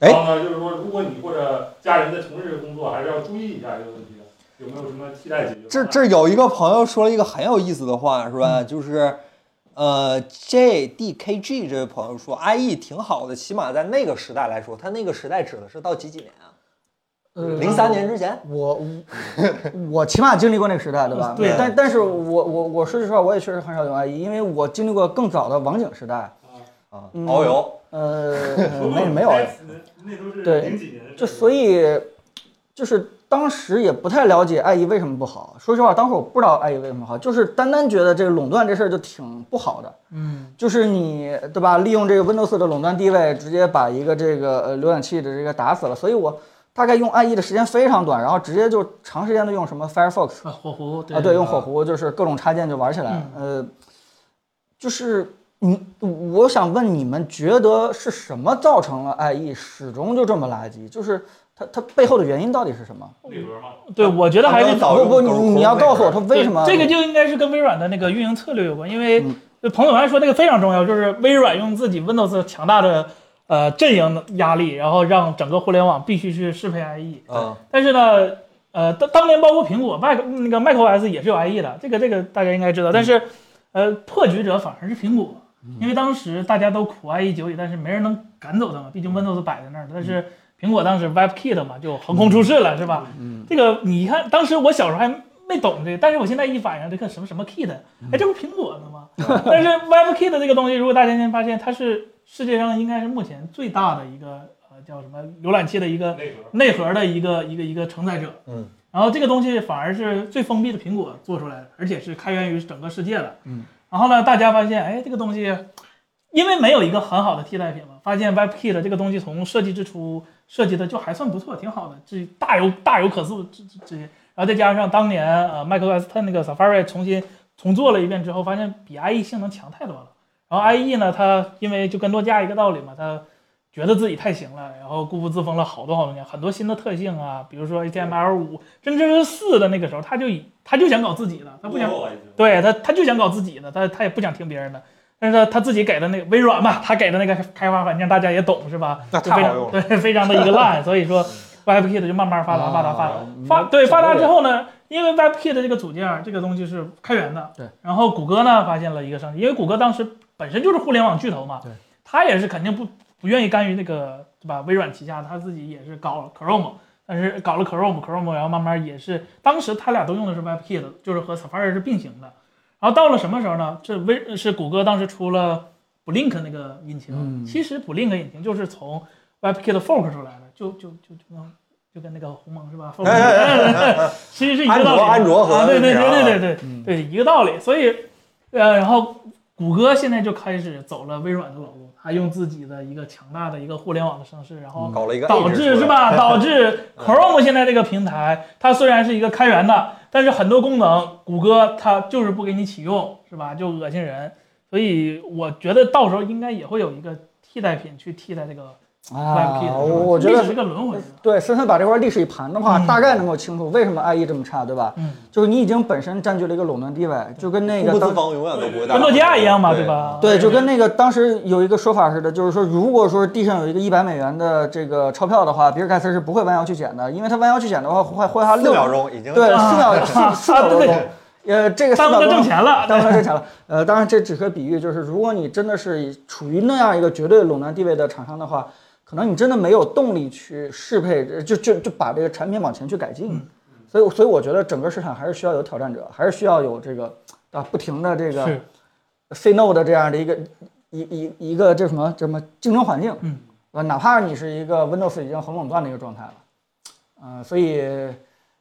Speaker 1: 哎
Speaker 4: 然后呢，就是说，如果你或者家人在从事这个工作，还是要注意一下这个问题的，有没有什么替代解决？
Speaker 1: 这，这有一个朋友说了一个很有意思的话，是
Speaker 3: 嗯
Speaker 1: 吧？就是，呃，JDKG 这位朋友说，IE 挺好的，起码在那个时代来说，他那个时代指的是到几几年啊？
Speaker 3: 呃
Speaker 1: 零三年之前。
Speaker 3: 我我我起码经历过那个时代，对吧？
Speaker 2: 对
Speaker 3: 但但是我我我说实话，我也确实很少用 IE，因为我经历过更早的网景时代，
Speaker 1: 啊，
Speaker 3: 嗯
Speaker 1: 遨游，
Speaker 3: 呃，没没有，
Speaker 4: 那都是
Speaker 3: 对
Speaker 4: 零几年的事儿。
Speaker 3: 就所以就是当时也不太了解 IE 为什么不好。说实话，当时我不知道 IE 为什么不好，就是单单觉得这个垄断这事儿就挺不好的。
Speaker 2: 嗯，
Speaker 3: 就是你对吧？利用这个 Windows 的垄断地位，直接把一个这个呃浏览器的这个打死了。所以我大概用 IE 的时间非常短，然后直接就长时间的用什么 Firefox
Speaker 2: 啊嗯火狐
Speaker 3: 啊，对，用火狐就是各种插件就玩起来了。呃，就是你，我想问你们，觉得是什么造成了 IE 始终就这么垃圾？就是它它背后的原因到底是什么？
Speaker 4: 内核嘛，
Speaker 2: 对，我觉得还是
Speaker 1: 早
Speaker 3: 不不，你
Speaker 1: 用 Chrome
Speaker 3: 你要
Speaker 1: 那会儿
Speaker 3: 告诉我它为什么
Speaker 2: 对这个就应该是跟微软的那个运营策略有关，因为
Speaker 3: 嗯
Speaker 2: 就彭总刚才说那个非常重要，就是微软用自己 Windows 强大的呃阵营的压力，然后让整个互联网必须去适配 E IE。
Speaker 1: 嗯，
Speaker 2: 但是呢，呃，当当年包括苹果 Mac 那个 macOS 也是有 IE 的，这个这个大家应该知道。但
Speaker 3: 嗯
Speaker 2: 是，呃，破局者反而是苹果，啊因为当时大家都苦 IE 久矣，但是没人能赶走他们，毕竟 Windows 摆在那儿。但是苹苹果当时 WebKit 嘛，就横空出世了，是吧？
Speaker 3: 嗯，
Speaker 2: 这个你一看，当时我小时候还没懂这个，但是我现在一反应，这个什么什么 Kit，哎，
Speaker 3: 嗯
Speaker 2: 这不苹果的吗？但是 WebKit 这个东西，如果大家先发现，它是世界上应该是目前最大的一个呃叫什么浏览器的一
Speaker 3: 呃
Speaker 2: 个
Speaker 4: 内核。
Speaker 2: 内核的一个一个一个承载者。
Speaker 1: 嗯，
Speaker 2: 然后这个东西反而是最封闭的苹果做出来的，而且是开源于整个世界的。
Speaker 3: 嗯，
Speaker 2: 然后呢，大家发现，哎，这个东西因为没有一个很好的替代品嘛，发现 WebKit 这个东西从设计之初设计的就还算不错，挺好的，这大有大有可塑这这这些。然后再加上当年呃 macOS 10那个 Safari 重新重做了一遍之后，发现比 IE 性能强太多了。
Speaker 1: 嗯
Speaker 2: 然后 IE 呢，它因为就跟诺基亚一个道理嘛，它觉得自己太行了，然后固步自封了好多好多年，很多新的特性啊，比如说 HTML 五，甚至是四的那个时候，他就以他就想搞自己的，他不想
Speaker 4: 落了已经。
Speaker 2: 对他，他就想搞自己的，他他也不想听别人的。但是他他自己给的那个微软嘛，他给的那个开发环境大家也懂是吧？
Speaker 1: 那
Speaker 2: 就
Speaker 1: 太
Speaker 2: 非
Speaker 1: 好
Speaker 2: 常
Speaker 1: 用了。
Speaker 2: 对，非常的一 个烂，所以说 WebKit 就慢慢发达发达发达
Speaker 3: 啊
Speaker 2: 发对发达之，
Speaker 3: 嗯
Speaker 2: 后呢，因为 WebKit 这个组件儿这个东西是开源的，
Speaker 3: 对。
Speaker 2: 然后谷歌呢发现了一个商机，因为谷歌当时本身就是互联网巨头嘛，
Speaker 3: 对。
Speaker 2: 他也是肯定不不愿意干预那个对吧？微软旗下他自己也是搞了 Chrome，但是搞了 Chrome，Chrome 然后慢慢也是，当时他俩都用的是 WebKit，就是和 Safari 是并行的。然后到了什么时候呢？这微是谷歌当时出了 Blink 那个引擎，
Speaker 3: 嗯
Speaker 2: 其实 Blink 引擎就是从 WebKit fork 出来的，就就就就跟就跟那个鸿蒙 是吧？fork
Speaker 1: 哎哎哎哎哎 哎
Speaker 2: 其实是一个道
Speaker 1: 安
Speaker 2: 理。
Speaker 1: 卓安卓和
Speaker 2: 啊，对对
Speaker 1: 那个啊
Speaker 2: 对对对
Speaker 3: 嗯
Speaker 2: 对，一个道理。所以，呃，然后谷歌现在就开始走了微软的老路，它用自己的一个强大的一个互联网的声势，然后
Speaker 1: 嗯搞了一个
Speaker 2: 导
Speaker 1: A 值
Speaker 2: 致
Speaker 1: 出
Speaker 2: 是
Speaker 1: 来？
Speaker 2: 吧？导致 Chrome 现在这个平台，它虽然是一个开源的，但是很多功能谷歌它就是不给你启用，是吧？就恶心人。所以我觉得到时候应该也会有一个替代品去替代这个
Speaker 3: 啊
Speaker 2: WebKit，、，
Speaker 3: 我我觉得呃
Speaker 2: 是一个轮回的。啊
Speaker 3: 对，深深把这块历史一盘的话，
Speaker 2: 嗯
Speaker 3: 大概能够清楚为什么 IE 这么差，对吧？
Speaker 2: 嗯，
Speaker 3: 就是你已经本身占据了一个垄断地位，就跟那
Speaker 1: 固
Speaker 3: 个
Speaker 1: 步自
Speaker 3: 当
Speaker 1: 封永远都不会大。
Speaker 2: 跟诺基亚一样嘛，
Speaker 1: 对
Speaker 2: 哎对？吧？
Speaker 3: 对，就跟那个当时有一个说法似的，就是说，如果说地上有一个一百美元的这个钞票的话，比尔盖茨是不会弯腰去捡的，因为他弯腰去捡的话，会会花
Speaker 1: 四
Speaker 3: 六
Speaker 1: 秒，钟已经
Speaker 3: 对，
Speaker 2: 啊
Speaker 3: 四秒四四秒
Speaker 2: 啊对
Speaker 3: 多钟，呃，这个四
Speaker 2: 耽误
Speaker 3: 秒
Speaker 2: 他挣
Speaker 3: 钟。
Speaker 2: 钱了。
Speaker 3: 当然挣钱了，呃，当然这只是个比喻，就是如果你真的是以处于那样一个绝对垄断地位的厂商的话，可能你真的没有动力去适配，呃就就就把这个产品往前去改
Speaker 2: 嗯
Speaker 3: 进。所以，所以我觉得整个市场还是需要有挑战者，还是需要有这个啊不停的这个
Speaker 2: 是
Speaker 3: say no 的这样的一个一一一个叫什么什么竞争环境，
Speaker 2: 嗯，
Speaker 3: 呃，哪怕你是一个 Windows 已经很垄断的一个状态了，嗯、所以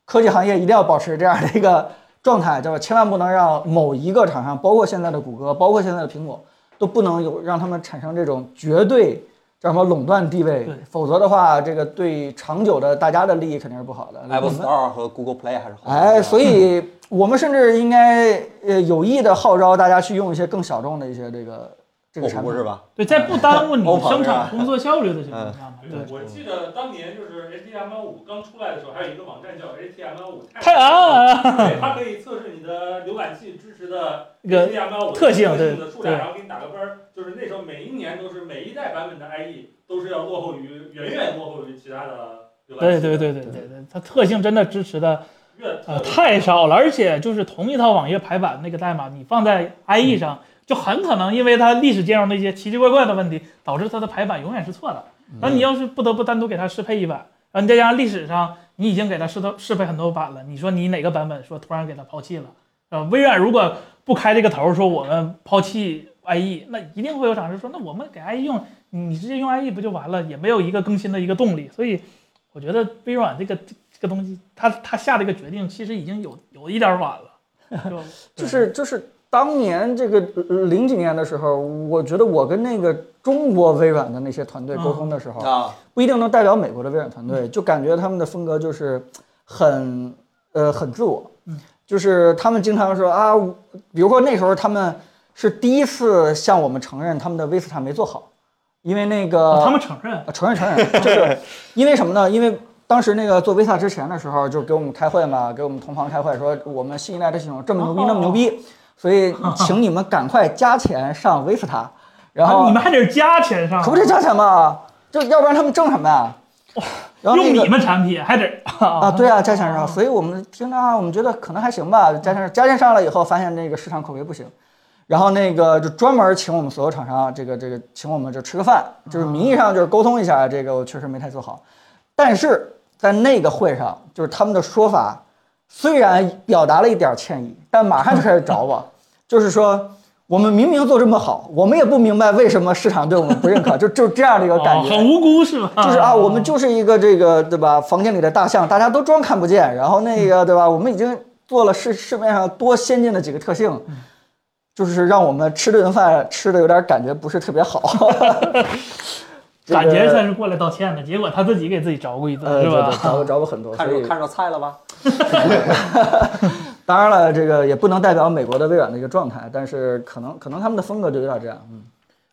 Speaker 3: 科技行业一定要保持这样的一个状态，就是千万不能让某一个厂商，包括现在的谷歌，包括现在的苹果，都不能有让他们产生这种绝对叫什么垄断地位
Speaker 2: 对，
Speaker 3: 否则的话，这个对长久的大家的利益肯定是不好的。
Speaker 1: Apple
Speaker 3: 我们
Speaker 1: Store 和 Google Play 还是好的。
Speaker 3: 哎，所以我们甚至应该呃有意的号召大家去用一些更小众的一些这个这个
Speaker 1: 我
Speaker 3: 产
Speaker 1: 不
Speaker 3: 品
Speaker 1: 是。吧？
Speaker 2: 对，在不耽误你
Speaker 1: 欧跑
Speaker 2: 生
Speaker 1: 是吧
Speaker 2: 产工作效率的情况下嘛，
Speaker 4: 对
Speaker 2: 对。
Speaker 4: 我记得当年就是 HTML 五刚出来的时候，还有一个网站叫 HTML 五
Speaker 2: 太啊，
Speaker 4: 对，它可以测试你的浏览器支持的
Speaker 2: 那个
Speaker 4: HTML 五
Speaker 2: 特性对
Speaker 4: 的数
Speaker 2: 对
Speaker 4: 量，然后给你打个分儿。就是那时候每一年都是每一代版本的 IE 都是要落后于远远落后于其他的浏览
Speaker 2: 对
Speaker 4: 器
Speaker 2: 对
Speaker 4: 的。
Speaker 2: 对对对对，它特性真的支持的
Speaker 4: 越
Speaker 2: 呃太少了，而且就是同一套网页排版那个代码，你放在 IE 上，就很可能因为它历史兼容的一些奇奇怪怪的问题，导致它的排版永远是错的。然后你要是不得不单独给它适配一版，然后你再加上历史上你已经给它适到适配很多版了，你说你哪个版本说突然给它抛弃了？呃，微软如果不开这个头儿说我们抛弃 IE，那一定会有厂商说那我们给 IE 用，你直接用 IE 不就完了？也没有一个更新的一个动力，所以我觉得微软这个这个东西，他他下这个决定其实已经有有一点晚了， 就
Speaker 3: 就是就是当年这个呃零几年的时候，我觉得我跟那个中国微软的那些团队
Speaker 2: 嗯
Speaker 3: 沟通的时候，
Speaker 1: 啊，
Speaker 3: 不一定能代表美国的微软团队，就感觉他们的风格就是很呃很自我
Speaker 2: 嗯，
Speaker 3: 就是他们经常说啊，我比如说那时候他们是第一次向我们承认他们的威斯塔没做好，因为那个、
Speaker 2: 哦他们承认，
Speaker 3: 啊，承认承认， 就是因为什么呢？因为当时那个做 Visa 之前的时候，就给我们开会嘛，给我们同行开会说我们新一代的系统这么牛逼
Speaker 2: 哦
Speaker 3: 那么牛逼，所以请你们赶快加钱上 Vista，然
Speaker 2: 啊
Speaker 3: 后
Speaker 2: 你们还得是加钱上，
Speaker 3: 可不得加钱嘛？就要不然他们挣什么呀？然后那
Speaker 2: 用
Speaker 3: 个
Speaker 2: 你们产品还得
Speaker 3: 啊，
Speaker 2: 啊
Speaker 3: 对啊，加钱上，所以我们听着啊，我们觉得可能还行吧。加钱上加钱上了以后，发现那个市场口碑不行，然后那个就专门请我们所有厂商，这个这个请我们就吃个饭，就是名义上就是沟通一下，这个我确实没太做好。但是在那个会上，就是他们的说法虽然表达了一点歉意，但马上就开始找我，就是说我们明明做这么好，我们也不明白为什么市场对我们不认可，就就这样的一个感
Speaker 2: 哦，
Speaker 3: 觉。
Speaker 2: 很无辜是吧？
Speaker 3: 就是啊，我们就是一个这个对吧？房间里的大象，大家都装看不见。然后那个对吧？我们已经做了市市面上多先进的几个特性，
Speaker 2: 嗯
Speaker 3: 就是让我们吃这顿饭吃的有点感觉不是特 别好。这个
Speaker 2: 感觉像是过来道歉的，结果他自己给自己找过一顿，
Speaker 3: 呃，
Speaker 2: 是
Speaker 3: 对
Speaker 2: 吧
Speaker 3: 对，？找过找过很多。
Speaker 1: 看
Speaker 3: 所
Speaker 1: 着
Speaker 3: 以
Speaker 1: 看着菜了吧？
Speaker 3: 当然了，这个也不能代表美国的微软的一个状态，但是可能可能他们的风格就有点这样。嗯，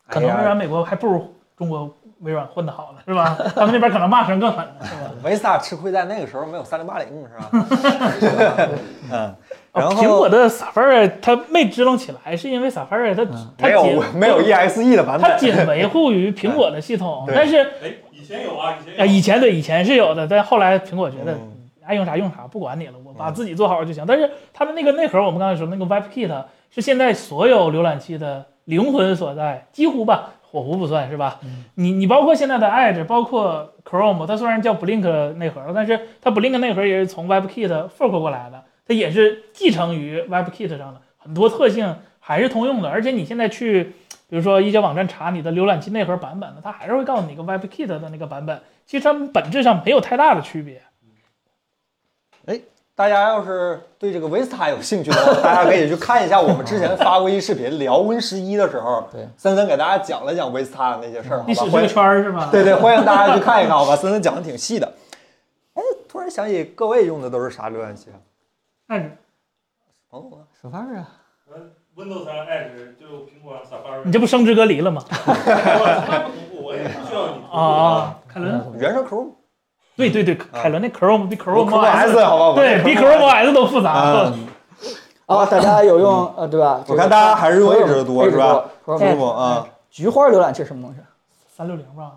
Speaker 2: 可能微
Speaker 1: 哎呀
Speaker 2: 软美国还不如中国微软混得好呢，是吧？他们那边可能骂声更狠呢，是吧？
Speaker 1: 维斯塔吃亏在那个时候没有三零八零 是吧？嗯，然后
Speaker 2: 哦苹果的 Safari 它没支棱起来，是因为 Safari 它
Speaker 1: 嗯
Speaker 2: 它
Speaker 1: 没有
Speaker 2: 仅
Speaker 1: 没有 EXE 的版
Speaker 2: 它
Speaker 1: 本，
Speaker 2: 仅维护于苹果的系统，
Speaker 1: 对
Speaker 2: 但是
Speaker 4: 哎，以前有啊，以前有
Speaker 2: 啊，以前对以前是有的，但后来苹果觉得
Speaker 1: 嗯
Speaker 2: 爱用啥用啥，不管你了，我把自己做好就行。但是它的那个内核，我们刚才说那个 WebKit 是现在所有浏览器的灵魂所在，几乎吧，火狐不算是吧？你你包括现在的 Edge，包括 Chrome，它虽然叫 Blink 内核，但是它 Blink 内核也是从 WebKit fork 过来的，它也是继承于 WebKit 上的，很多特性还是通用的。而且你现在去，比如说一些网站查你的浏览器内核版本的，它还是会告诉你一个 WebKit 的那个版本。其实它们本质上没有太大的区别。
Speaker 1: 大家要是对这个 Vista 有兴趣的 话，大家可以去看一下我们之前发过一视频聊 Win 十一的时 候，
Speaker 3: 对
Speaker 1: 森森给大家讲了讲 Vista 的那些事儿，好
Speaker 2: 历史
Speaker 1: 吧？
Speaker 2: 是
Speaker 1: 欢
Speaker 2: 个
Speaker 1: 迎
Speaker 2: 圈儿是吧？
Speaker 1: 对对，欢迎大家去看一看，好吧？森森讲的挺细的。哎，突然想起各位用的都是啥浏览器啊？
Speaker 2: 但是
Speaker 1: 彭总呢？
Speaker 3: 手 法啊，
Speaker 4: Windows 上 Edge 就苹果上 Safari，
Speaker 2: 你这不生殖隔离了吗？
Speaker 4: 我从来不同步， 我也不需要你同步
Speaker 2: 啊啊，凯伦，
Speaker 1: 原生 Chrome
Speaker 2: 对对对，凯伦那 Chrome 比 Chrome OS
Speaker 1: S 好吧？我
Speaker 2: 对比 Chrome OS 都复杂
Speaker 1: 啊。，
Speaker 3: 哦，大家有
Speaker 2: 嗯
Speaker 3: 用呃，对吧？
Speaker 1: 我看大家还是用 Edge 多
Speaker 3: 多
Speaker 1: 是吧？
Speaker 3: Chrome-
Speaker 1: Chrome 啊，
Speaker 3: 菊花浏览器是什么东西？
Speaker 2: 三六零吧？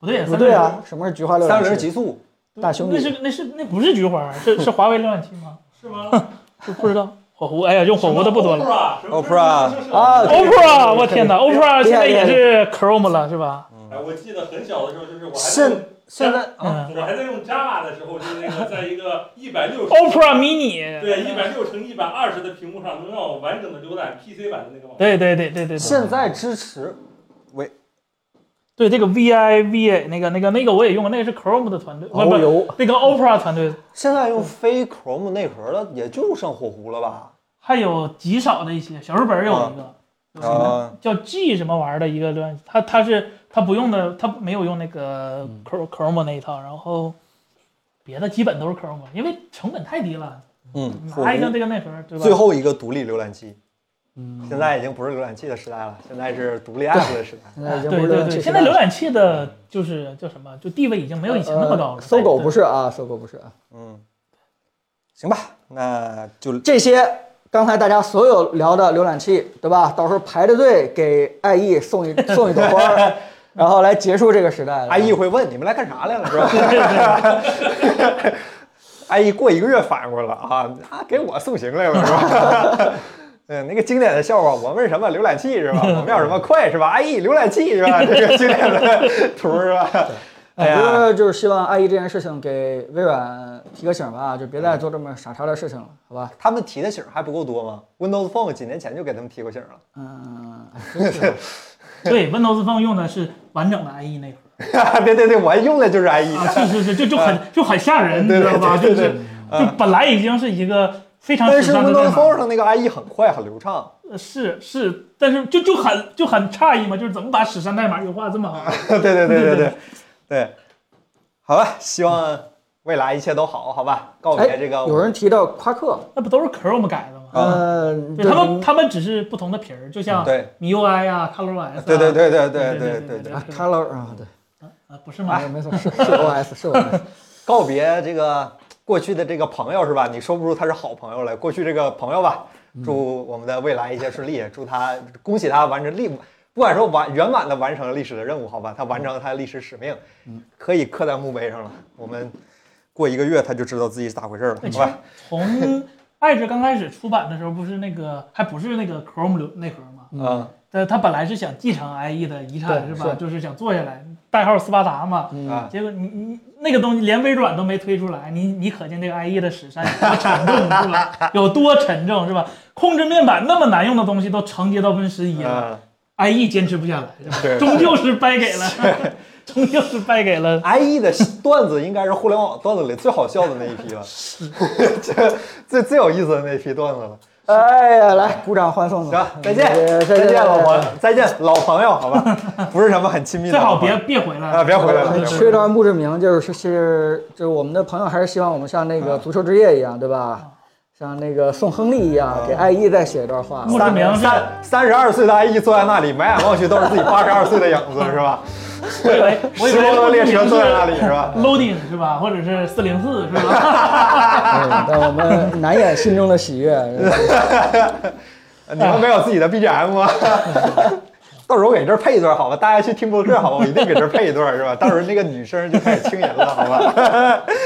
Speaker 2: 不对，
Speaker 3: 不对啊，什么是菊花浏
Speaker 1: 三六
Speaker 3: 览
Speaker 1: 零
Speaker 3: 器？
Speaker 1: 极速，
Speaker 2: 360，
Speaker 3: 大兄弟
Speaker 2: 那是那是那不是菊花，是是华为浏览器吗？
Speaker 4: 是 吗？
Speaker 2: 不不知道，火狐，哎呀，用火狐的不多了。
Speaker 4: 了
Speaker 1: Opera
Speaker 3: 啊
Speaker 2: OPPO，我天哪，OPPO 现在
Speaker 3: 厉害
Speaker 2: 也是 Chrome 了是吧？
Speaker 4: 哎，我记得很小的时候，就是我还在
Speaker 1: 现现在啊，
Speaker 2: 嗯
Speaker 4: 我还在用 Java 的时候，就是那个在一个一百六十
Speaker 2: ，OPPO mini。
Speaker 4: 对一百六乘一百二十的屏幕上，能让我完整的浏览 PC 版的那个网站。
Speaker 2: 对对对对对对。
Speaker 1: 现在支持
Speaker 2: 对这个 VI VA 那个那个那个我也用过，那个是 Chrome 的团队，
Speaker 1: 哦
Speaker 2: 不
Speaker 3: 遨
Speaker 2: 不，
Speaker 3: 游。
Speaker 2: 那个 Opera 团队，
Speaker 1: 现在用非 Chrome 内核的也就剩火狐了吧？
Speaker 2: 还有极少的一些小日本有一个、
Speaker 1: 啊，
Speaker 2: 叫 G 什么玩意儿的一个浏览器，它它是它不用的，它没有用那个
Speaker 1: 嗯
Speaker 2: Chrome Chrome 那一套，然后别的基本都是 Chrome，因为成本太低了，
Speaker 1: 嗯，火
Speaker 2: 拿一个
Speaker 1: 狐
Speaker 2: 这个内核对吧？
Speaker 1: 最后一个独立浏览器，
Speaker 3: 嗯，
Speaker 1: 现在已经不是浏览器的时代了，现在是独立 App 的时代。
Speaker 3: 现在已经不
Speaker 2: 对
Speaker 3: 是浏
Speaker 2: 对
Speaker 3: 览器
Speaker 2: 对，
Speaker 3: 时
Speaker 2: 现
Speaker 3: 代
Speaker 2: 在浏
Speaker 3: 了
Speaker 2: 览器的就是叫什么，就地位已经没有以前那么高了。
Speaker 3: 呃搜狗不
Speaker 2: 是
Speaker 3: 是啊，搜狗不是啊。
Speaker 1: 嗯， 行吧，那就
Speaker 3: 这些刚才大家所有聊的浏览器，对吧？到时候排着队给爱意 送一送一朵花儿，然后来结束这个时代。
Speaker 1: 阿姨会问你们来干啥来了，是吧？ 阿姨过一个月反过来了啊，啊给我送行来了，是吧？ 嗯，那个经典的笑话，我们是什么浏览器是吧？我们要什么快是吧？阿姨浏览器是吧？这个经典的图是吧？哎
Speaker 3: 我觉
Speaker 1: 呀，
Speaker 3: 得就是希望爱意这件事情给微软提个醒吧，就别再做这么傻叉的事情了，好吧？
Speaker 1: 他们提的醒儿还不够多吗？Windows Phone 几年前就给他们提过醒儿了。
Speaker 3: 嗯，
Speaker 2: 对 Windows Phone 用的是完整的 E IE 内核。
Speaker 1: 对对对，我还用的就是 E IE，
Speaker 2: 啊，是是是，就就很就很吓人，你
Speaker 1: 对
Speaker 2: 知
Speaker 1: 对
Speaker 2: 道吧？
Speaker 1: 对
Speaker 2: 就
Speaker 1: 对
Speaker 2: 是就本来已经是一个非常
Speaker 1: 但
Speaker 2: 时
Speaker 1: 是
Speaker 2: 尚的代
Speaker 1: Windows
Speaker 2: 码
Speaker 1: Phone 上那个 IE 很快很流畅，
Speaker 2: 呃是是，但是就就很就很诧异嘛，就是怎么把史山代码优化这么好？
Speaker 1: 对对对
Speaker 2: 对
Speaker 1: 对
Speaker 2: 对
Speaker 1: 对对，好吧，希望未来一切都好，好吧，告别
Speaker 3: 哎，
Speaker 1: 这个
Speaker 3: 有人提到夸克，
Speaker 2: 那不都是 Chrome 改的吗？
Speaker 3: 呃，
Speaker 2: 嗯对他们他们只是不同的皮儿，就像
Speaker 1: 对
Speaker 2: MIUI 呀、ColorOS 啊。
Speaker 1: 对对对对
Speaker 2: 对
Speaker 1: 对
Speaker 2: 对
Speaker 1: 对，
Speaker 3: 啊，Color 啊，对，
Speaker 2: 啊，不是吗？
Speaker 3: 没错，是是 OS 是 OS，
Speaker 1: 告别这个过去的这个朋友是吧？你说不出他是好朋友来，过去这个朋友吧，祝我们的未来一切顺利，祝他恭喜他完成历。不管说完圆满的完成了历史的任务，好吧，他完成了他的历史使命，可以刻在墓碑上了。我们过一个月他就知道自己是咋回事了，
Speaker 2: 哎
Speaker 1: 好吧？
Speaker 2: 从 Edge 刚开始出版的时候，不是那个还不是那个 Chrome 流内核吗？
Speaker 1: 嗯，
Speaker 2: 但呃，他本来是想继承 IE 的遗产
Speaker 3: 对
Speaker 2: 是吧？
Speaker 3: 是
Speaker 2: 就是想做下来，代号斯巴达嘛。
Speaker 3: 嗯，
Speaker 1: 啊，
Speaker 2: 结果你你那个东西连微软都没推出来，你你可见这个 IE 的史上有多沉重是吧？ 有多沉重是吧？控制面板那么难用的东西都承接到 Win 十一了、
Speaker 1: 嗯，
Speaker 2: i e 坚持不下来是吧？
Speaker 1: 对
Speaker 2: 终究是败给了， 终究是败给了
Speaker 1: IE 的段子应该是互联网段子里最好笑的那一批了，这 最最有意思的那一批段子了。
Speaker 3: 哎呀，来鼓掌欢送。
Speaker 1: 行，再见，
Speaker 3: 呃
Speaker 1: 嗯再见，老
Speaker 3: 王。
Speaker 1: 朋，再见，老朋友，好 吧，不是什么很亲密的
Speaker 2: 最
Speaker 1: 老
Speaker 2: 好
Speaker 1: 朋友，
Speaker 2: 别别嗯回来
Speaker 1: 啊，别回来了，
Speaker 2: 对
Speaker 1: 别回
Speaker 3: 呃
Speaker 1: 来了
Speaker 3: 缺一段墓志铭，就是是就是我们的朋友还是希望我们像那个足球之夜一样，对
Speaker 1: 嗯
Speaker 3: 吧？像那个宋亨利一样，给爱意再写一段话。
Speaker 2: 墓志铭是
Speaker 1: 三三十二岁的 IE 坐在那里，满眼望去都是自己八十二岁的影子，是吧？
Speaker 2: 我以为 我以
Speaker 1: 时光
Speaker 2: 为
Speaker 1: 列车坐在那
Speaker 2: 是
Speaker 1: 里，是 吧？
Speaker 2: loading 是吧？或者是四零四是吧？
Speaker 3: 嗯让我们难掩心中的喜 悦。
Speaker 1: 你们没有自己的 BGM 吗？到时候我给这儿配一段，好吧？大家去听播客，好吧？我一定给这儿配一段，是吧？到时候那个女生就开始清音了，好吧？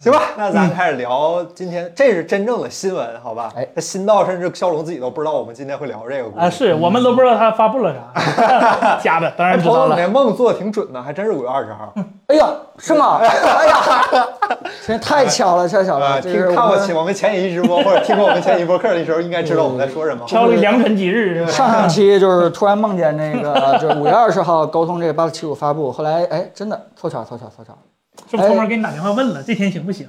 Speaker 1: 行吧，那咱开始聊今天，这是真正的新闻，好吧
Speaker 3: 哎？
Speaker 1: 这新到甚至肖龙自己都不知道我们今天会聊这个故
Speaker 2: 啊，
Speaker 1: 事。
Speaker 2: 是我们都不知道他发布了啥， 假的，当
Speaker 1: 哎，
Speaker 2: 然知
Speaker 1: 朋
Speaker 2: 道
Speaker 1: 友，你
Speaker 2: 了。
Speaker 1: 那梦做的挺准的，还真是五月二十 号。
Speaker 3: 哎呀，是吗？哎呀，真太巧了，太巧
Speaker 1: 啊，
Speaker 3: 了！这
Speaker 1: 听
Speaker 3: 是
Speaker 1: 看
Speaker 3: 我
Speaker 1: 过
Speaker 3: 们
Speaker 1: 前我们前几期直播或者听过我们前几期播客的时候，应该知道我们在说什 么。
Speaker 2: 稍微良辰吉
Speaker 1: 哎
Speaker 2: 日是吧？
Speaker 3: 上上期就是突然梦见那个， 就是五月二十号高通这个八四七五发布，后来哎，真的凑巧凑巧凑巧，
Speaker 2: 是不是偷摸给你打电话问了这天行不行？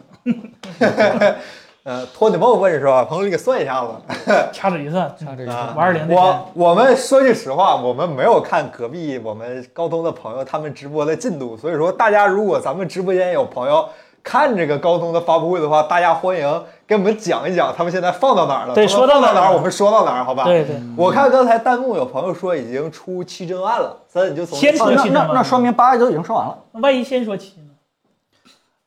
Speaker 1: 呃，托你梦问是吧？朋友，你给算一下子。
Speaker 2: 嗯掐指一算，
Speaker 3: 像这一
Speaker 1: 啊
Speaker 3: 下，
Speaker 2: 五二零那天
Speaker 1: 我我们说句实话，我们没有看隔壁我们高通的朋友他们直播的进度，所以说大家如果咱们直播间有朋友看这个高通的发布会的话，大家欢迎给我们讲一讲他们现在放到哪儿了。
Speaker 2: 对
Speaker 1: 他们
Speaker 2: 说到
Speaker 1: 放到
Speaker 2: 哪儿
Speaker 1: 哪儿，
Speaker 2: 了
Speaker 1: 我们说到哪儿，好吧？嗯
Speaker 2: 对对，
Speaker 1: 我看刚才弹幕有朋友说已经出七帧案了，所以你就从
Speaker 2: 先
Speaker 3: 哦
Speaker 2: 说
Speaker 3: 那
Speaker 2: 七
Speaker 3: 那
Speaker 2: 嘛
Speaker 3: 那说明八都已经说完了。
Speaker 2: 那万一先说七呢？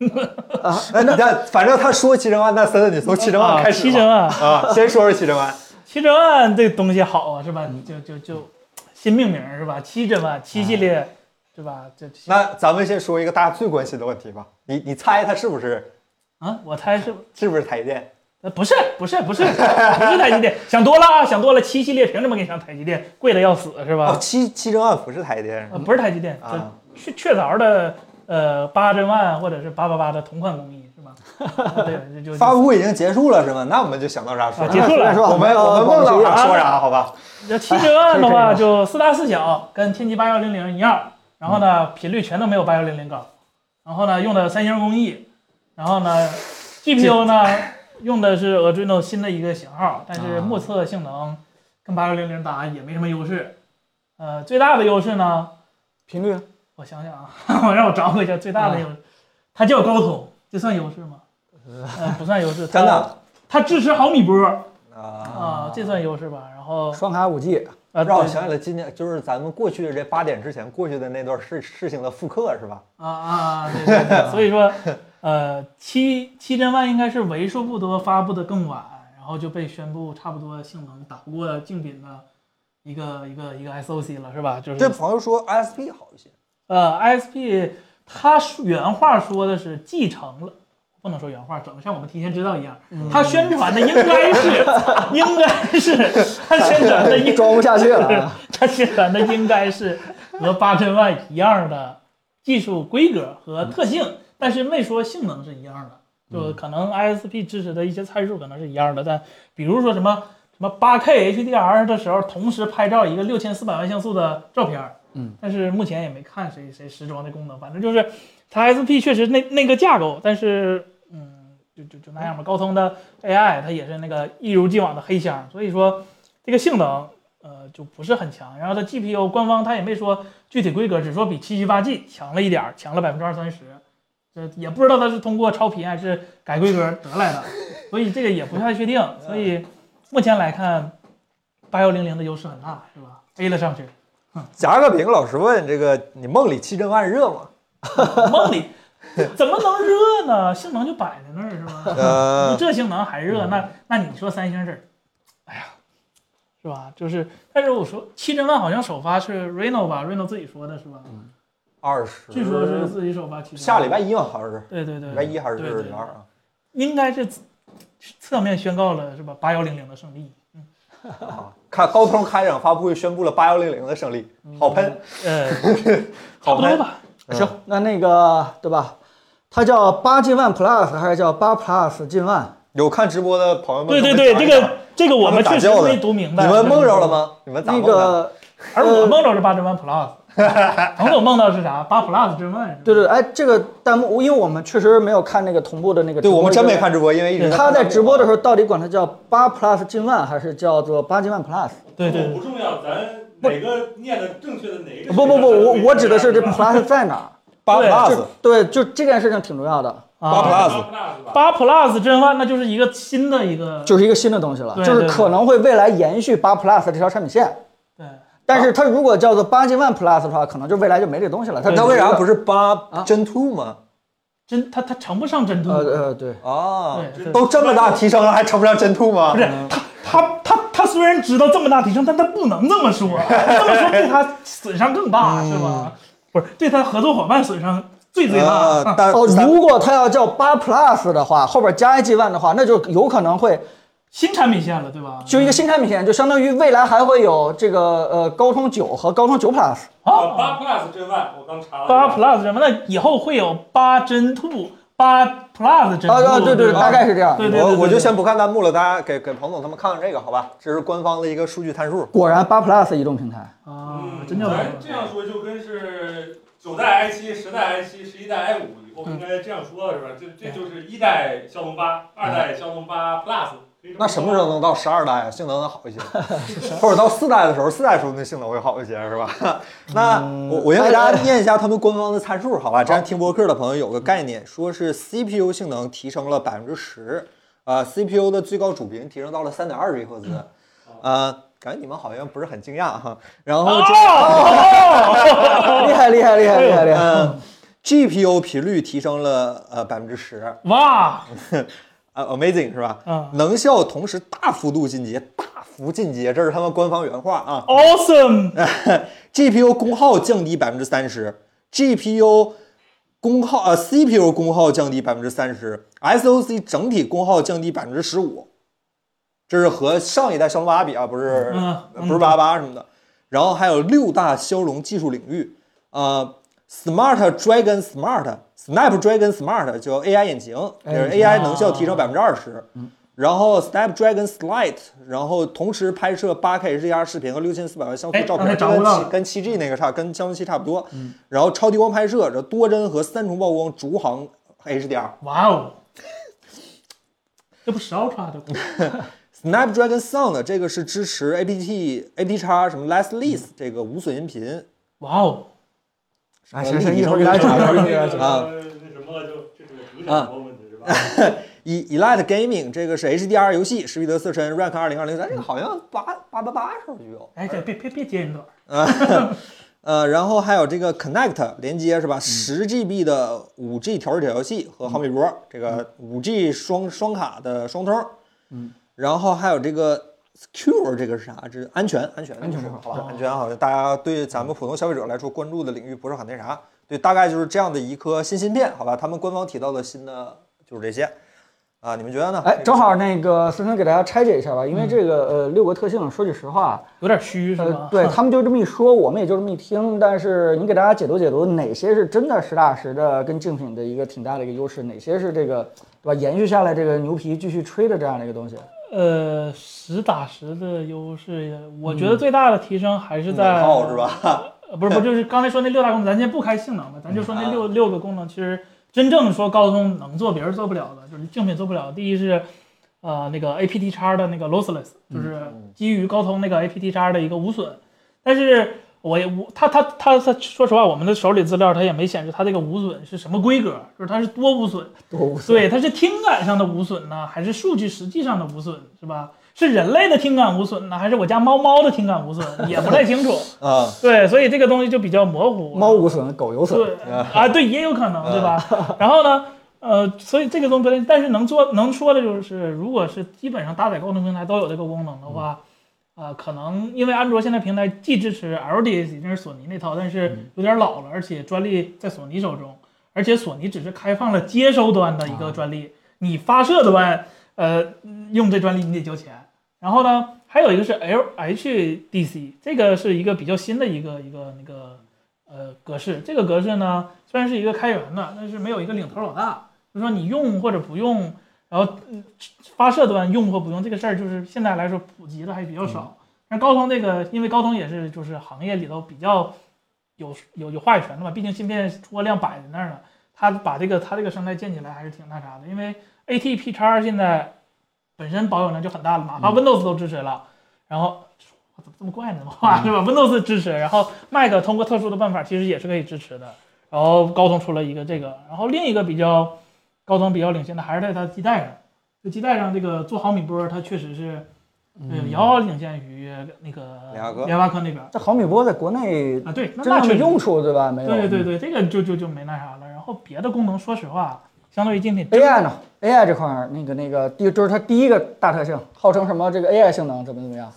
Speaker 1: 那你看，反正他说七帧案，那森森你从七帧案
Speaker 2: 啊，
Speaker 1: 开始吧。
Speaker 2: 七正案，
Speaker 1: 啊，先说说七帧案。
Speaker 2: 七正案这东西好啊，是吧？就就就新命名是吧？七正案，
Speaker 1: 哎
Speaker 2: 七系列是吧？这
Speaker 1: 那咱们先说一个大家最关心的问题吧，你你猜它是不是
Speaker 2: 啊，我猜是
Speaker 1: 是不是台积电？
Speaker 2: 呃不是不是不是不是台积电？想多了啊，想多了。七系列凭什么给你上台积电？贵的要死是
Speaker 1: 哦，
Speaker 2: 吧？
Speaker 1: 七七帧案不是台积电
Speaker 2: 呃，不是台积电，这
Speaker 1: 啊，
Speaker 2: 确确凿的呃八针万或者是八八八的同款工艺 是吧？对，这就
Speaker 1: 发布会已经结束了是吗？那我们就想到啥说
Speaker 2: 啊结束
Speaker 1: 啥。
Speaker 2: 了
Speaker 3: 来说
Speaker 1: 我们我们梦到
Speaker 3: 了。
Speaker 1: 啥说啥，好吧？
Speaker 2: 这七十万的
Speaker 3: 哎
Speaker 2: 话，
Speaker 3: 这
Speaker 2: 就四大四小，跟天玑八幺零零一样，然后呢频率全都没有八幺零零高，然后呢用的三星工艺，然后呢 GPU 呢用的是 Adreno 新的一个型号，但是
Speaker 3: 啊
Speaker 2: 目测性能跟八幺零零搭也没什么优势。呃，最大的优势呢，
Speaker 3: 频率
Speaker 2: 我想想啊， 我让我找回一下最大的优势，它叫高通，这算优势吗？呃，不算优势，它
Speaker 1: 真的
Speaker 2: 它支持毫米波啊、
Speaker 1: 啊
Speaker 2: 这算优势吧？然后
Speaker 3: 双卡五 G，
Speaker 2: 呃，
Speaker 1: 让我
Speaker 2: 对
Speaker 1: 想起了今年就是咱们过去的这八点之前过去的那段事事情的复刻是吧？
Speaker 2: 啊啊啊！对对对， 所以说，呃，七七千万应该是为数不多发布的更晚，然后就被宣布差不多性能打不过竞品的一个一个一个 SOC 了，是吧？就是
Speaker 1: 这朋友说 ISP 好一些，
Speaker 2: 呃，ISP 他原话说的是继承了。不能说原话，整的像我们提前知道一样。他宣传的应该是， 应该是他宣传的应
Speaker 3: 装不下去了 啊。
Speaker 2: 它宣传的应该是和八千万一样的技术规格和特性，但是没说性能是一样的。
Speaker 3: 嗯
Speaker 2: 就可能 ISP 支持的一些参数可能是一样的，但比如说什么什么 8K HDR 的时候，同时拍照一个六千四百万像素的照片，
Speaker 3: 嗯，
Speaker 2: 但是目前也没看谁谁实装的功能，反正就是它 ISP 确实那那个架构，但是嗯，就就就那样吧。高通的 AI 它也是那个一如既往的黑箱，所以说这个性能呃就不是很强。然后它 GPU 官方它也没说具体规格，只说比七七八 G 强了一点儿，强了百分之二三十。这也不知道它是通过超频还是改规格得来的，所以这个也不太确定。所以目前来看，八幺零零的优势很大，是吧？A 了上去，
Speaker 1: 贾克平老师问这个你梦里七帧案热吗？
Speaker 2: 梦里怎么能热呢？性能就摆在那儿是吧？
Speaker 1: 呃
Speaker 2: 你，这性能还热，那那你说三星这儿，哎呀，是吧？就是，但是我说七千万好像首发是 Reno 吧，Reno 自己说的是吧？
Speaker 1: 二十，
Speaker 2: 据说是自己首发七千万。
Speaker 1: 下礼拜一吗？好像是
Speaker 2: 对对对，
Speaker 1: 礼拜一还是
Speaker 2: 对对
Speaker 1: 礼拜二啊？
Speaker 2: 应该是侧面宣告了是吧？八幺零零的胜利。嗯，
Speaker 1: 啊，看高通开展发布会宣布了八幺零零的胜利，好喷，
Speaker 2: 呃，差
Speaker 1: 好
Speaker 2: 不多
Speaker 1: 喷，
Speaker 2: 吧。
Speaker 3: 行，那那个对吧？它叫八进万 Plus 还是叫八 Plus 进万？
Speaker 1: 有看直播的朋友们，
Speaker 2: 对对对，
Speaker 1: 跟我讲
Speaker 2: 这
Speaker 1: 一讲
Speaker 2: 个这个我
Speaker 1: 他们咋
Speaker 2: 确实
Speaker 1: 叫的
Speaker 2: 没读明白。
Speaker 1: 你们梦着了？吗？你们咋
Speaker 3: 那
Speaker 1: 梦的？
Speaker 3: 个
Speaker 2: 而我梦着是八针 万 Plus，彭总梦到是啥？八 Plus 针万。
Speaker 3: 对对，哎，这个弹幕，因为我们确实没有看那个同步的那个直
Speaker 1: 对
Speaker 3: 播，
Speaker 1: 我们真没看直播，因为一直
Speaker 3: 他在直播的时
Speaker 1: 候，
Speaker 3: 候到底管它叫八 Plus 进万还是叫做八进万 Plus？
Speaker 2: 对对
Speaker 4: 不重要，咱哪个念的正确的哪个？
Speaker 3: 不不不，我我指的是这 Plus 在哪儿？
Speaker 1: 八
Speaker 2: 对
Speaker 1: plus
Speaker 3: 就对，就这件事情挺重要的，
Speaker 1: 八
Speaker 2: 啊，
Speaker 1: Plus
Speaker 2: 八 Plus 针万那就是一个新的一个，
Speaker 3: 就是一个新的东西了，
Speaker 2: 对
Speaker 3: 就是
Speaker 2: 对
Speaker 3: 可能会未来延续八 Plus 这条产品线。
Speaker 2: 对，
Speaker 3: 但是它如果叫做八进万 Plus 的话，可能就未来就没这东西了。它
Speaker 2: 对
Speaker 1: 那为啥不
Speaker 3: 是？
Speaker 1: 是八真 two 吗？
Speaker 2: 真它它成不上真
Speaker 3: 呃
Speaker 2: 度。
Speaker 3: 呃，对，
Speaker 1: 啊，
Speaker 2: 对对
Speaker 1: 都这么大提升了，还成不上真兔吗啊
Speaker 2: 不？是
Speaker 3: 嗯
Speaker 2: 他他他他虽然知道这么大提升，但他不能这么说，这么说对他损伤更大，是
Speaker 3: 嗯
Speaker 2: 吧？不是对他合作伙伴损伤最最大。嗯
Speaker 1: 啊，但
Speaker 3: 哦，
Speaker 1: 但
Speaker 3: 如果它要叫八 Plus 的话，后边加一进万的话，那就有可能会
Speaker 2: 新产品线了，对吧？
Speaker 3: 就一个新产品线，就相当于未来还会有这个呃高通九和高通九 Plus。
Speaker 4: 啊，
Speaker 2: 啊，
Speaker 4: 八 plus 真万，我刚查了
Speaker 2: 八 Plus 什么的，以后会有八针兔、八 Plus 针兔。
Speaker 3: 啊啊，对对，对
Speaker 2: 吧
Speaker 3: 大概是这样。
Speaker 2: 对对对
Speaker 1: 我
Speaker 2: 对
Speaker 1: 我就
Speaker 2: 对
Speaker 1: 先不看弹幕了，大家给给彭总他们看看这个，好吧？这是官方的一个数据参数。
Speaker 3: 果然八 Plus 移动平 台，
Speaker 2: 啊
Speaker 4: 嗯，，
Speaker 2: 真叫什
Speaker 4: 咱这样说就跟是九代 i 七、十代 i 七、十一代 i 五，以
Speaker 2: 嗯
Speaker 4: 后应该这样说了是吧？这这就是一代骁龙八，二代骁龙八 plus。
Speaker 1: 那什么时候能到十二代啊？性能能好一些，或者到四代的时候，四代时候那性能会好一些，是吧？那我我先给嗯大家念一下他们官方的参数，好吧？这样听播客的朋友有个概念，说是 CPU 性能提升了百分之十，呃，CPU 的最高主频提升到了三点二 G 赫兹，呃，感觉你们好像不是很惊讶哈。然后这
Speaker 3: 厉害厉害厉害厉害厉害！
Speaker 1: 嗯，GPU 频率提升了呃百分之十，
Speaker 2: 哇，
Speaker 1: 啊，amazing 是吧？
Speaker 2: 嗯
Speaker 1: 能效同时大幅度进阶，大幅进阶，这是他们官方原话啊。
Speaker 2: ，awesome，
Speaker 1: GPU 功耗降低百分之三十，GPU 功耗呃 CPU 功耗降低百分之三十，SOC 整体功耗降低百分之十五，这是和上一代骁龙八比啊，不是、
Speaker 2: 嗯嗯
Speaker 1: 不是八八什么的。然后还有六大骁龙技术领域，呃，Smart Dragon Smart、Snapdragon Smart 就 AI 引擎，
Speaker 2: 哎
Speaker 1: 就是 AI 能效提升百分之二十。
Speaker 2: 嗯
Speaker 1: 然后 Snapdragon Slite，然后同时拍摄 8K HDR 视频和6400万像素
Speaker 2: 哎
Speaker 1: 照
Speaker 2: 刚才
Speaker 1: 片，这
Speaker 2: 掌握
Speaker 1: 跟
Speaker 2: 到
Speaker 1: 七
Speaker 2: 了嗯
Speaker 1: 跟 7G 那个差，跟相机差不多。然后超低光拍摄，这多帧和三重曝光逐行 HDR。
Speaker 2: 哇哦，这不十 Ultra 的功
Speaker 1: Snapdragon Sound 这个是支持 APT、APT 叉什么 Less List 这个无损音频。
Speaker 2: 哇哦，
Speaker 3: 哎，
Speaker 1: 行
Speaker 3: 行
Speaker 1: 行
Speaker 3: 行，
Speaker 1: 一
Speaker 3: 一
Speaker 1: 会
Speaker 3: 会
Speaker 1: 儿给
Speaker 3: 儿给
Speaker 1: 大家
Speaker 3: 大家
Speaker 1: 讲一
Speaker 3: 讲，一
Speaker 1: 会
Speaker 3: 会
Speaker 1: 儿
Speaker 3: 儿
Speaker 1: 给大
Speaker 3: 给大
Speaker 1: 家讲
Speaker 3: 家
Speaker 1: 啊
Speaker 3: 讲。
Speaker 4: 那什么了就这是个主
Speaker 2: 啊
Speaker 4: 想问题是吧？
Speaker 1: E Elite Gaming 这个是 HDR 游戏，施必德色深 Rank 二零二零，哎咱这个好像八八八八时候就有。
Speaker 2: 哎，这别别别接人短，
Speaker 1: 呃，然后还有这个 Connect 连接
Speaker 3: 嗯
Speaker 1: 是吧？十 GB 的五 G 调制解调器和毫米波，这个五 G 双双卡的双通。
Speaker 3: 嗯，
Speaker 1: 然后还有这个 Secure 这个是啥？这是安全，安全，安全，好
Speaker 3: 哦
Speaker 1: 吧？安全啊好像大家对咱们普通消费者来说关注的领域不是很那啥。对，大概就是这样的一颗新芯片，好吧？他们官方提到的新的就是这些。啊，你们觉得呢？
Speaker 3: 哎
Speaker 1: 这，个
Speaker 3: 正好那个森森给大家拆解一下吧，因为这个呃六个特性，说句实话，
Speaker 2: 有点虚是
Speaker 3: 呃
Speaker 2: 吧？，
Speaker 3: 对他们就这么一说，我们也就这么一听，但是你给大家解读解读，哪些是真的实打实的跟竞品的一个挺大的一个优势，哪些是这个对吧延续下来这个牛皮继续吹的这样的一个东西？
Speaker 2: 呃，实打实的优势，我
Speaker 1: 嗯
Speaker 2: 觉得最大的提升还是在
Speaker 1: 能嗯耗是？吧？
Speaker 2: 呃不是不 是，就是刚才说那六大功能，咱先不开性能了，咱就说
Speaker 1: 嗯
Speaker 2: 那
Speaker 1: 啊
Speaker 2: 六六个功能，其实真正说高通能做别人做不了的，就是竞品做不了的。第一是，呃，那个 APT 叉的那个 lossless，就是
Speaker 1: 嗯
Speaker 2: 基于高通那个 APT 叉的一个无损，但是。我也无他他他他，说实话，我们的手里资料它也没显示它这个无损是什么规格，就是它是多无损，
Speaker 3: 多无损
Speaker 2: 对，它是听感上的无损呢，还是数据实际上的无损，是吧？是人类的听感无损呢，还是我家猫猫的听感无损，也不太清楚。
Speaker 1: 嗯，
Speaker 2: 对，所以这个东西就比较模糊。
Speaker 3: 猫无损，狗有损。
Speaker 2: 对啊，对，也有可能，对吧？然后呢，呃，所以这个东西，但是能做能说的就是，如果是基本上搭载高通平台都有这个功能的话，啊，可能因为安卓现在平台既支持 LDAC，那是索尼那套，但是有点老了，而且专利在索尼手中，而且索尼只是开放了接收端的一个专利，你发射端，呃，用这专利你得交钱。然后呢，还有一个是 LHDC，这个是一个比较新的一个一个那个呃格式。这个格式呢，虽然是一个开源的，但是没有一个领头老大，就是说你用或者不用，然后嗯发射端用或不用这个事儿，就是现在来说普及了还比较少。但高通这个，因为高通也是就是行业里头比较有有有话语权的嘛，毕竟芯片出货量摆在那儿呢，他把这个他这个生态建起来还是挺那啥的，因为 ATP 叉现在本身保有量就很大了，哪怕
Speaker 1: 嗯
Speaker 2: Windows 都支持了，然后我怎么这么怪呢？ 怎么话是吧？Windows 支持，然后 Mac 通过特殊的办法其实也是可以支持的。然后高通出了一个这个，然后另一个比较高通比较领先的还是在它基带上，这基带上这个做毫米波，它确实是
Speaker 3: 嗯
Speaker 2: 呃遥遥领先于那个
Speaker 1: 联发科
Speaker 2: 联发科那边
Speaker 3: 这毫米波在国内
Speaker 2: 啊，对，那
Speaker 3: 真
Speaker 2: 那
Speaker 3: 正
Speaker 2: 确
Speaker 3: 的
Speaker 2: 实
Speaker 3: 用处对吧？没有。
Speaker 2: 对对对，这个就就就没那啥了。然后别的功能，说实话，相对于竞品
Speaker 3: AI 呢？AI 这块儿，那个那个第就是它第一个大特性，号称什么这个 AI 性能怎么怎么样？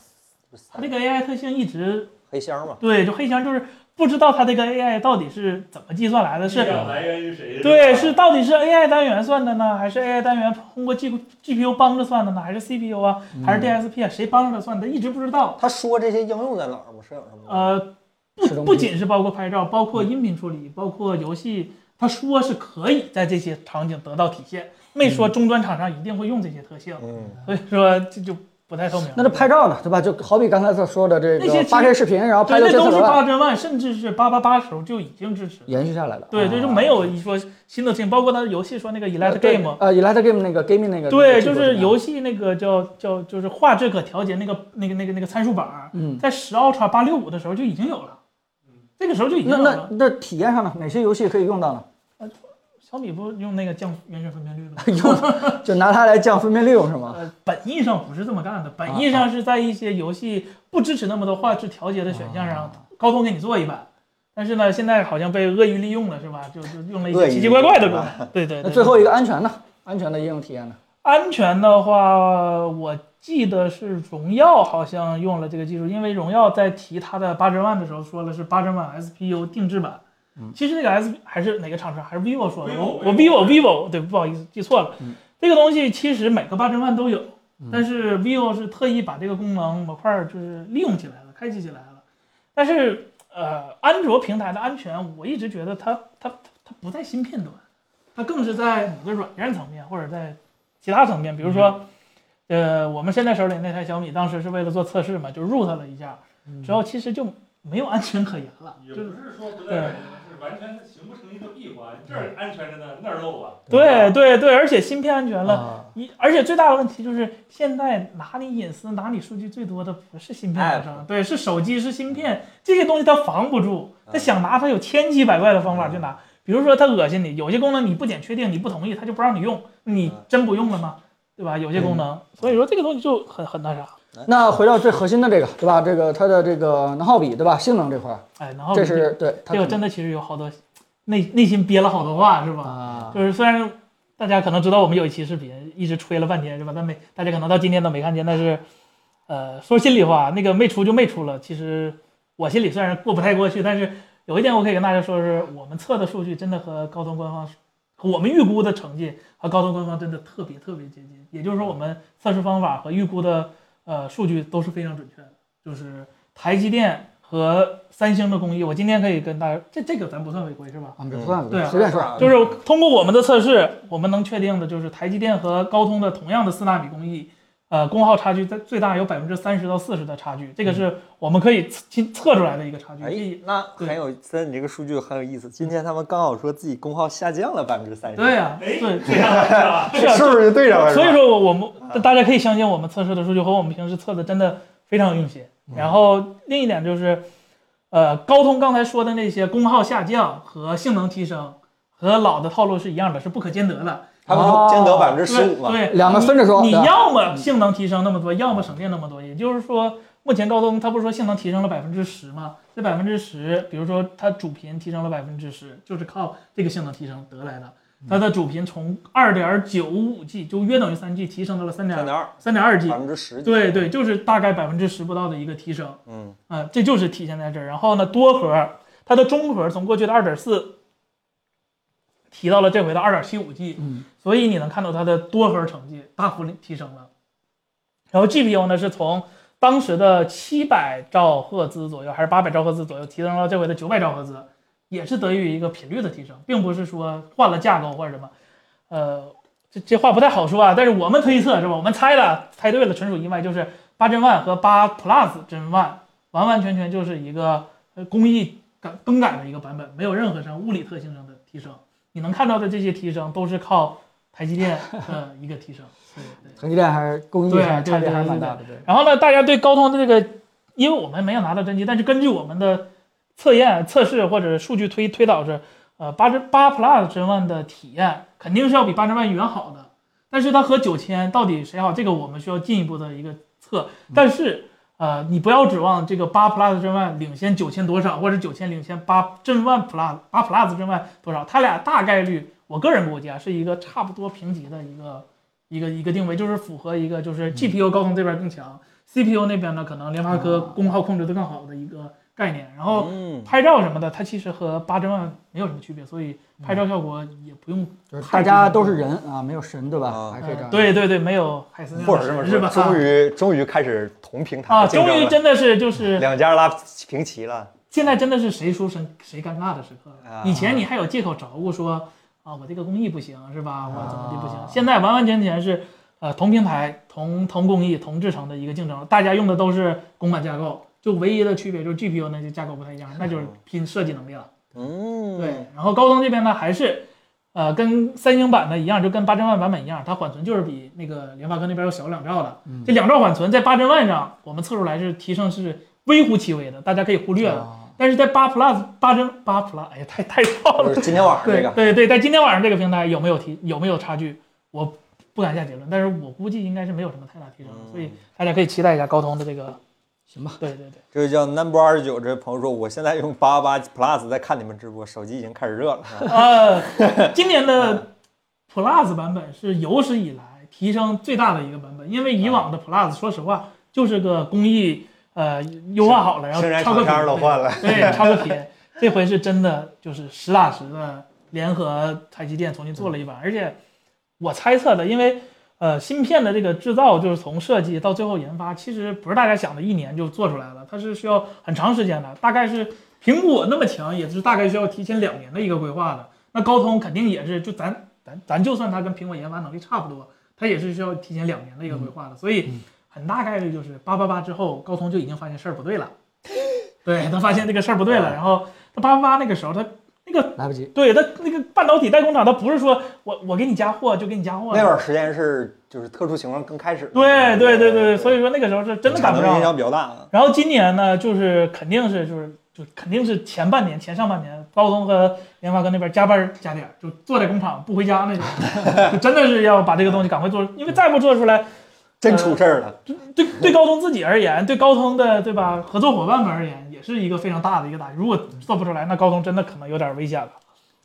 Speaker 2: 它这个 AI 特性一直
Speaker 1: 黑箱嘛，
Speaker 2: 对，就黑箱就是不知道它这个 AI 到底是怎么计算来的，是
Speaker 4: 力量来源于谁？
Speaker 2: 对，
Speaker 4: 吧
Speaker 2: 是到底是 AI 单元算的呢，还是 AI 单元通过 G GPU 帮着算的呢，还是 CPU 啊，还是 DSP 啊，谁帮着算的，一直不知道。
Speaker 1: 他说这些应用在哪儿吗？摄影什么的？
Speaker 2: 呃，
Speaker 3: 是这
Speaker 2: 不
Speaker 3: 么
Speaker 2: 不
Speaker 3: 理解
Speaker 2: 仅是包括拍照，包
Speaker 3: 嗯
Speaker 2: 括音频处理，包括游戏，他说是可以在这些场景得到体现，没
Speaker 3: 嗯
Speaker 2: 说终端厂商一定会用这些特性，
Speaker 1: 嗯，
Speaker 2: 所以说这就不太透明。
Speaker 3: 那这拍照呢，对吧？就好比刚才所说的这
Speaker 2: 那些
Speaker 3: 个
Speaker 2: 其实
Speaker 3: 八 K 视频，然后
Speaker 2: 对，
Speaker 3: 拍六
Speaker 2: 那
Speaker 3: 千
Speaker 2: 都
Speaker 3: 四
Speaker 2: 是
Speaker 3: 百
Speaker 2: 八
Speaker 3: 万，
Speaker 2: 千万，甚至是八八八时候就已经支持了。
Speaker 3: 延续下来的。
Speaker 2: 对，
Speaker 3: 啊
Speaker 2: 这就没有一说新的特性，包括它的游戏说那个 Elite
Speaker 3: 对
Speaker 2: Game，
Speaker 3: 呃，Elite Game 那个 gaming 那个
Speaker 2: 对，
Speaker 3: 技
Speaker 2: 就
Speaker 3: 术
Speaker 2: 是
Speaker 3: 吧
Speaker 2: 游戏那个叫叫就是画质可调节那个那个那个那个参数板儿，
Speaker 3: 嗯。
Speaker 2: 在十 Ultra 八六五的时候就已经有了
Speaker 4: 嗯，
Speaker 2: 这个时候就已经
Speaker 3: 那
Speaker 2: 有
Speaker 3: 那
Speaker 2: 了。
Speaker 3: 那体验上呢？哪些游戏可以用到呢？
Speaker 2: 小米不用那个降原生分辨率了吗？
Speaker 3: 用就拿它来降分辨率用是吗？
Speaker 2: 呃，本意上不是这么干的，本意上是在一些游戏不支持那么多画质调节的选项上，高通给你做一版。但是呢，现在好像被恶意利用了，是吧？就就用了一
Speaker 1: 恶
Speaker 2: 些
Speaker 1: 意
Speaker 2: 奇
Speaker 1: 利
Speaker 2: 奇
Speaker 1: 用
Speaker 2: 怪怪的功能。对对
Speaker 3: 那
Speaker 2: 对。
Speaker 3: 最后一个安全呢？安全的应用体验呢？
Speaker 2: 安全的话，我记得是荣耀好像用了这个技术，因为荣耀在提它的八针万的时候说了是八针万 SPU 定制版。其实那个 S 还是哪个厂商，还是 vivo 说的，我
Speaker 4: vivo，
Speaker 2: 我 vivo vivo 对，不好意思记错了。
Speaker 3: 嗯
Speaker 2: 这个东西其实每个八针万都有，但是 vivo 是特意把这个功能模块儿就是利用起来了，开启起来了。但是呃，安卓平台的安全，我一直觉得它它它不在芯片端，它更是在某个软件层面或者在其他层面，比如说，
Speaker 3: 嗯
Speaker 2: 呃，我们现在手里那台小米，当时是为了做测试嘛，就 root 了一下，
Speaker 3: 嗯
Speaker 2: 之后其实就没有安全可言了，
Speaker 4: 也
Speaker 2: 就
Speaker 4: 不
Speaker 2: 是
Speaker 4: 是说不在软件，是完全形不成一个闭环，这儿安全着呢，那儿漏啊哎了。
Speaker 3: 啊
Speaker 2: 对对对，而且芯片安全了。
Speaker 1: 啊，
Speaker 2: 你而且最大的问题就是，现在拿你隐私、拿你数据最多的不是芯片厂
Speaker 3: 哎
Speaker 2: 商，对，是手机、是芯
Speaker 3: 嗯
Speaker 2: 片这些东西，它防不住，它想拿它有千奇百怪的方法去
Speaker 3: 嗯
Speaker 2: 拿。比如说，它恶心你，有些功能你不点确定，你不同意，它就不让你用，你
Speaker 3: 嗯
Speaker 2: 真不用了吗？对吧？有些功能，所以说这个东西就很很那啥。
Speaker 3: 那回到最核心的这个，对吧？这个它的这个能耗比，对吧？性能这块儿，
Speaker 2: 哎，然后
Speaker 3: 这是对它
Speaker 2: 这个真的其实有好多内内心憋了好多话是吧？
Speaker 3: 啊，
Speaker 2: 就是虽然大家可能知道我们有一期视频一直吹了半天是吧？但没大家可能到今天都没看见，但是呃说心里话，那个没出就没出了。其实我心里虽然过不太过去，但是有一点我可以跟大家说是，我们测的数据真的和高通官方。和我们预估的成绩和高通官方真的特别特别接近，也就是说，我们测试方法和预估的呃数据都是非常准确的。就是台积电和三星的工艺，我今天可以跟大家，这这个咱不算违规是吧？
Speaker 3: 啊，不算
Speaker 2: 对啊
Speaker 3: 随便说，
Speaker 2: 就是通过我们的测试，我们能确定的就是台积电和高通的同样的四纳米工艺，呃，功耗差距在最大有百分之三十到四十的差距，这个是我们可以测亲测出来的一个差距。
Speaker 1: 哎，那很有森，你这个数据很有意思。今天他们刚好说自己功耗下降了百分之三十，
Speaker 2: 对呀、
Speaker 4: 哎，
Speaker 2: 对，
Speaker 4: 这样是吧？
Speaker 2: 是啊
Speaker 1: 是不是就对上了？
Speaker 2: 所以说我我们大家可以相信我们测试的数据和我们平时测的真的非常用心。然后另一点就是，呃，高通刚才说的那些功耗下降和性能提升和老的套路是一样的，是不可兼得的。
Speaker 1: 他们说兼得
Speaker 3: 哦
Speaker 1: 百分之十
Speaker 2: 对
Speaker 1: 五嘛，
Speaker 2: 对，
Speaker 3: 两个分着说
Speaker 2: 你
Speaker 3: 对吧
Speaker 2: 你要么性能提升那么多，要么省电那么多。也就是说，目前高通它不是说性能提升了百分之十吗？这百分之十，比如说它主频提升了百分之十，就是靠这个性能提升得来的。
Speaker 1: 嗯
Speaker 2: 它的主频从二点九五 G 就约等于三 G 提升到了三
Speaker 1: 三
Speaker 2: 点
Speaker 1: 点二，
Speaker 2: 三点二 G，
Speaker 1: 百分之十，
Speaker 2: 对对，就是大概百分之十不到的一个提升。
Speaker 1: 嗯，
Speaker 2: 嗯，这就是体现在这儿。然后呢，多核它的中核从过去的二点四提到了这回的二点七五 G，
Speaker 3: 嗯
Speaker 2: 所以你能看到它的多核成绩大幅提升了。然后 GPU 呢是从当时的七百兆赫兹左右，还是八百兆赫兹左右，提升到这回的九百兆赫兹，也是得益于一个频率的提升，并不是说换了架构或者什么。呃，这这话不太好说啊，但是我们推测是吧？我们猜了，猜对了，纯属意外，就是八帧万和八 Plus 帧万完完全全就是一个呃工艺改更改的一个版本，没有任何上物理特性上的提升。你能看到的这些提升都是靠台积电的一个提升。对对。
Speaker 3: 台积电还是工艺
Speaker 2: 对
Speaker 3: 上
Speaker 2: 对
Speaker 3: 差别
Speaker 2: 对
Speaker 3: 还是蛮
Speaker 2: 对
Speaker 3: 大的，对。
Speaker 2: 然后呢，大家对高通的这个，因为我们没有拿到真机，但是根据我们的测验、测试或者数据推推导是，呃，八针八 Plus 真万的体验肯定是要比八针万元好的，但是它和九千到底谁好，这个我们需要进一步的一个测。但是呃，你不要指望这个八 Plus 真万领先九千多少，或者九千领先八真万 Plus 八 Plus 真万多少，它俩大概率，我个人估计啊，是一个差不多评级的一个。一个一个定位，就是符合一个就是 GPU 高通这边更强，CPU 那边呢可能联发科功耗控制的更好的一个概念。然后
Speaker 1: 嗯，
Speaker 2: 拍照什么的，它其实和八针万没有什么区别，所以拍照效果也不用呃
Speaker 3: 就是大家都是人啊，没有神，对吧？
Speaker 1: 啊
Speaker 3: 还可以这样。
Speaker 2: 对对对，没有海思那
Speaker 1: 或
Speaker 2: 样
Speaker 1: 者这么
Speaker 2: 神是吧
Speaker 1: 说，？终于终于开始同平台
Speaker 2: 啊，
Speaker 1: 竞
Speaker 2: 终
Speaker 1: 争
Speaker 2: 于
Speaker 1: 了
Speaker 2: 真的是就是
Speaker 1: 两家拉平齐了。
Speaker 2: 现在真的是谁输谁谁尴尬的时刻
Speaker 1: 啊
Speaker 2: 了。以前你还有借口找我说啊，我这个工艺不行是吧？我怎么地不行
Speaker 3: 啊？
Speaker 2: 现在完完全全是呃同平台、同同工艺、同制成的一个竞争，大家用的都是公版架构，就唯一的区别就是 GPU 那就架构不太一样，那就是拼设计能力了。
Speaker 1: 嗯，
Speaker 2: 对，然后高通这边呢还是。呃，跟三星版的一样，就跟八千万版本一样，它缓存就是比那个联发科那边要小两兆的。
Speaker 3: 嗯
Speaker 2: 这两兆缓存在八千万上，我们测出来是提升是微乎其微的，大家可以忽略的。
Speaker 3: 啊
Speaker 2: 但是在八 plus 八针八 plus，哎呀，太太绕
Speaker 1: 就
Speaker 2: 了。
Speaker 1: 是今天晚上这
Speaker 2: 对
Speaker 1: 个，
Speaker 2: 对对，在今天晚上这个平台有没有提有没有差距，我不敢下结论，但是我估计应该是没有什么太大提升，
Speaker 1: 嗯
Speaker 2: 所以大家可以期待一下高通的这个。
Speaker 3: 行吧，
Speaker 2: 对对对，
Speaker 1: 这位叫 number 二十九这位朋友说，我现在用八八 plus 在看你们直播，手机已经开始热了。啊
Speaker 2: 呃，今 年
Speaker 1: 嗯
Speaker 2: 的 plus 版本是有史以来提升最大的一个版本，因为以
Speaker 1: 嗯
Speaker 2: 往的 plus 说实话就是个工艺呃优化好了， 然后
Speaker 1: 生产
Speaker 2: 超个
Speaker 1: 厂商
Speaker 2: 品
Speaker 1: 都
Speaker 2: 对
Speaker 1: 换了，
Speaker 2: 对，超个 铁，这回是真的就是实打实的联合台积电重新做了一版，而且我猜测的，因为呃芯片的这个制造就是从设计到最后研发，其实不是大家想的一年就做出来了，它是需要很长时间的，大概是苹果那么强，也是大概需要提前两年的一个规划的。那高通肯定也是，就咱咱咱就算它跟苹果研发能力差不多，它也是需要提前两年的一个规划的，所以
Speaker 3: 嗯
Speaker 2: 很大概率就是八八八之后，高通就已经发现事儿不对 了。对他发现这个事儿不对了，然后他八八八那个时候，他
Speaker 3: 来不及。
Speaker 2: 对他那个半导体代工厂，他不是说我我给你加货就给你加货，
Speaker 1: 那段时间是就是特殊情况刚开始的。
Speaker 2: 对对对对，所以说那个时候是真的赶不
Speaker 1: 影
Speaker 2: 上。
Speaker 1: 响比较大。啊
Speaker 2: 然后今年呢，就是肯定是就是就肯定是前半年前上半年，高通和联发科那边加班加点，就坐在工厂不回家那种，就真的是要把这个东西赶快做，因为再不做出来，
Speaker 1: 真出事儿了，
Speaker 2: 对对高通自己而言，对高通的对吧合作伙伴们而言，也是一个非常大的一个打击。如果做不出来，那高通真的可能有点危险了。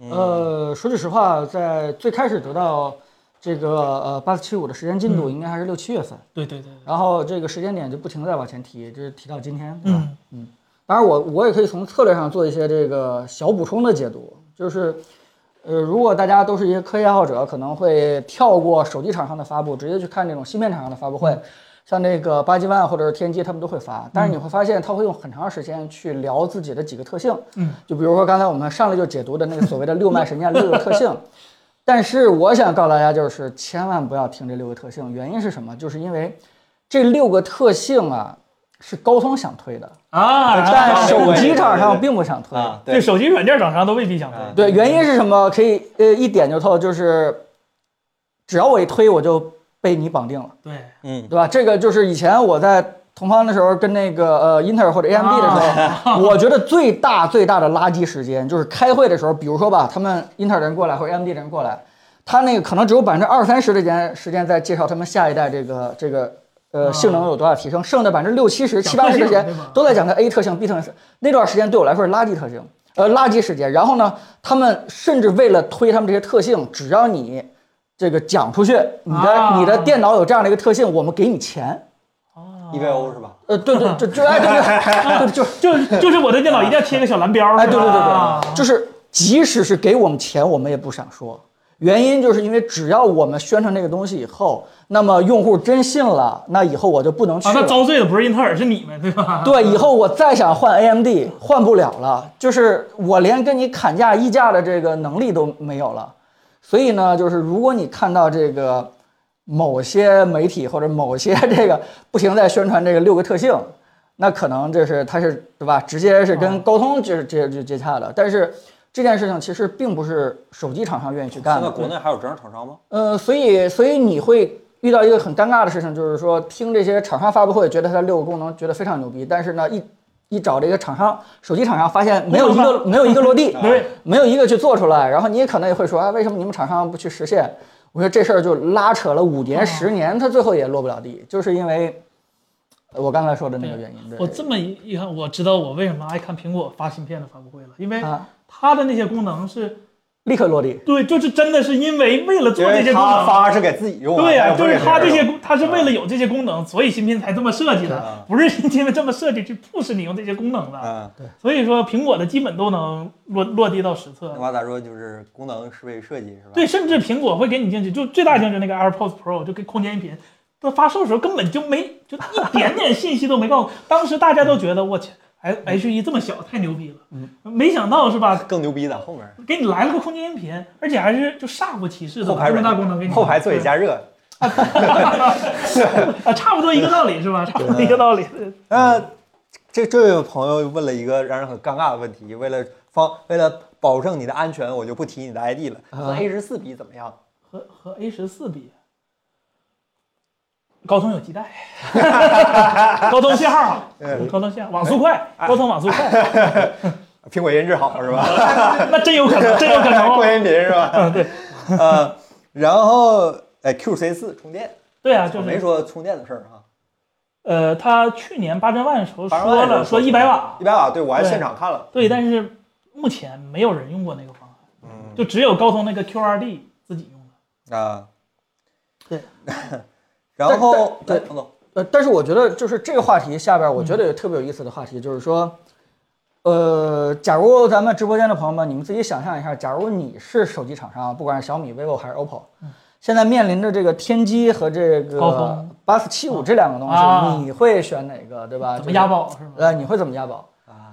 Speaker 1: 嗯，
Speaker 3: 呃，说句实话，在最开始得到这个呃八四七五的时间进度，应该还是六七月份，
Speaker 2: 对对对，
Speaker 3: 然后这个时间点就不停地在往前提，就是提到今天，对吧？
Speaker 2: 嗯
Speaker 3: 当然我，我也可以从策略上做一些这个小补充的解读，就是，呃，如果大家都是一些科技爱好者，可能会跳过手机厂商的发布，直接去看这种芯片厂商的发布会，像那个八极万或者是天玑，他们都会发。但是你会发现，他会用很长时间去聊自己的几个特性，
Speaker 2: 嗯，
Speaker 3: 就比如说刚才我们上来就解读的那个所谓的六脉神剑六个特性。但是我想告诉大家，就是千万不要听这六个特性，原因是什么？就是因为这六个特性啊，是高通想推的，
Speaker 2: 啊，
Speaker 3: 但
Speaker 1: 是
Speaker 3: 手
Speaker 1: 我
Speaker 3: 机厂
Speaker 1: 对对
Speaker 3: 商
Speaker 1: 对
Speaker 3: 并不想推。
Speaker 1: 啊，
Speaker 2: 对，手机软件厂商都未必想推。
Speaker 1: 啊
Speaker 3: 对，原因是什么？可以呃一点就透，就是只要我一推，我就被你绑定了，
Speaker 2: 对，
Speaker 1: 嗯，
Speaker 3: 对吧？这个就是以前我在同方的时候，跟那个呃英特尔或者
Speaker 2: 啊
Speaker 3: AMD 的 时候，我觉得最大最大的垃圾时间就是开会的时候，比如说吧，他们英特尔的人过来或者 AMD 的人过来，他那个可能只有百分之二三十的时间时间在介绍他们下一代这个这个。呃，
Speaker 2: 啊
Speaker 3: 性能有多大提升？剩的百分之六七十、
Speaker 2: 讲
Speaker 3: 七八
Speaker 2: 特
Speaker 3: 十时
Speaker 2: 性
Speaker 3: 间
Speaker 2: 对吧
Speaker 3: 都在讲它 A 特性、B 特性。那段时间对我来说是垃圾特性，呃，垃圾时间。然后呢，他们甚至为了推他们这些特性，只要你这个讲出去，你的、
Speaker 2: 啊
Speaker 3: 你的电脑有这样的一个特性，我们给你钱。
Speaker 2: 哦
Speaker 1: 一百欧是吧？
Speaker 3: 呃，对对，就就哎，对对，对就
Speaker 2: 就就是我的电脑一定要贴个小蓝标儿，
Speaker 3: 哎，
Speaker 2: 是
Speaker 3: 对对
Speaker 2: 吧
Speaker 3: 对对，就是即使是给我们钱，我们也不想说。原因就是因为只要我们宣传这个东西以后，那么用户真信了，那以后我就不能去
Speaker 2: 啊，那
Speaker 3: 了。
Speaker 2: 遭罪的不是英特尔，是你们，对 吧？
Speaker 3: 对，以后我再想换 AMD 换不了了，就是我连跟你砍价议价的这个能力都没有了。所以呢，就是如果你看到这个某些媒体或者某些这个不停在宣传这个六个特性，那可能这是它是对吧？直接是
Speaker 1: 啊
Speaker 3: 跟高通就是直接就接洽的，但是。这件事情其实并不是手机厂商愿意去干
Speaker 1: 现
Speaker 3: 的。
Speaker 1: 在国内还有这样厂商吗？
Speaker 3: 呃，所以所以你会遇到一个很尴尬的事情，就是说听这些厂商发布会，觉得它六个功能觉得非常牛逼，但是呢，一一找这个厂商，手机厂商发现没有一
Speaker 2: 不
Speaker 3: 个没有一个落地，
Speaker 2: 对，
Speaker 3: 没有一个去做出来，然后你也可能也会说，啊，为什么你们厂商不去实现？我说这事儿就拉扯了五
Speaker 2: 哦
Speaker 3: 年、十年，它最后也落不了地，就是因为呃我刚才说的那个原因。对
Speaker 2: 我这么一一看，我知道我为什么爱看苹果发芯片的发布会了，因为
Speaker 3: 啊，
Speaker 2: 它的那些功能是
Speaker 3: 立刻落地。
Speaker 2: 对，就是真的是因为为了
Speaker 1: 因
Speaker 2: 做这
Speaker 1: 为
Speaker 2: 些功
Speaker 1: 他
Speaker 2: 能。
Speaker 1: 发是给自己用的，啊
Speaker 2: 对呀、
Speaker 1: 又不
Speaker 2: 就是
Speaker 1: 给
Speaker 2: 它
Speaker 1: 别
Speaker 2: 这
Speaker 1: 人
Speaker 2: 些
Speaker 1: 用
Speaker 2: 功，它是为
Speaker 3: 啊
Speaker 2: 了有这些功能，所以芯片才这么设计
Speaker 1: 对
Speaker 2: 的
Speaker 1: 啊，
Speaker 2: 不是因为这么设计去 push 你用这些功能
Speaker 3: 啊
Speaker 2: 的。
Speaker 1: 嗯，
Speaker 2: 所以说，苹果的基本都能落落地到实测
Speaker 1: 那。话咋说就是功能是为设计是吧？
Speaker 2: 对，甚至苹果会给你进去，就最大竞争那个 AirPods Pro 就跟空间音频，它发售的时候根本就没就一点点信息都没告诉我，当时大家都觉得我去 H H 一这么小太牛逼了，
Speaker 1: 嗯
Speaker 2: 没想到是吧？
Speaker 1: 更牛逼的后面
Speaker 2: 给你来了个空间音频，而且还是就煞不其事的
Speaker 1: 后
Speaker 2: 把
Speaker 1: 排
Speaker 2: 这么大功能给
Speaker 1: 软
Speaker 2: 你
Speaker 1: 后排座椅加热。
Speaker 2: 啊，差不多一个道理是吧？差不多一个道理。
Speaker 1: 那这这位朋友问了一个让人很尴尬的问题，为了方为了保证你的安全，我就不提你的 ID 了。和
Speaker 3: 啊
Speaker 1: A 十四比怎么样？
Speaker 2: 和和 A 十四比，高通有 基带，高通信号好，
Speaker 1: 嗯
Speaker 2: 高通信号网速快，
Speaker 1: 哎
Speaker 2: 高通网速快，
Speaker 1: 苹果音质好是吧？
Speaker 2: 那真有可能，真有可 能
Speaker 1: 扩
Speaker 2: 哦。
Speaker 1: 音频是
Speaker 3: 啊
Speaker 1: 吧？
Speaker 2: 对，
Speaker 1: 呃，然后哎，QC 四充电，
Speaker 2: 对啊，就
Speaker 1: 没
Speaker 2: 是
Speaker 1: 说充电的事儿啊。
Speaker 2: 呃，他去年八千万的时候
Speaker 1: 八十万
Speaker 2: 说了，说一百瓦
Speaker 1: 一，百瓦，对我还
Speaker 2: 对
Speaker 1: 现场看了。
Speaker 2: 对，但是目前没有人用过那个方案，
Speaker 1: 嗯
Speaker 2: 就只有高通那个 QRD 自己用的。
Speaker 1: 啊，
Speaker 3: 对。
Speaker 1: 然后，
Speaker 3: 但但
Speaker 1: 哎彭总，
Speaker 3: 呃，但是我觉得就是这个话题下边儿，我
Speaker 2: 嗯
Speaker 3: 觉得有特别有意思的话题，就是说，呃，假如咱们直播间的朋友们，你们自己想象一下，假如你是手机厂商，不管是小米、vivo 还是 OPPO，现在面临着这个天玑和这
Speaker 2: 嗯高
Speaker 3: 个
Speaker 2: 通
Speaker 3: 八四七五这两个东
Speaker 2: 啊
Speaker 3: 西，你会选哪个，对
Speaker 1: 啊
Speaker 3: 吧？
Speaker 2: 怎
Speaker 3: 就
Speaker 2: 么
Speaker 3: 是
Speaker 2: 押？宝是吗？
Speaker 3: 呃，你会怎么押宝？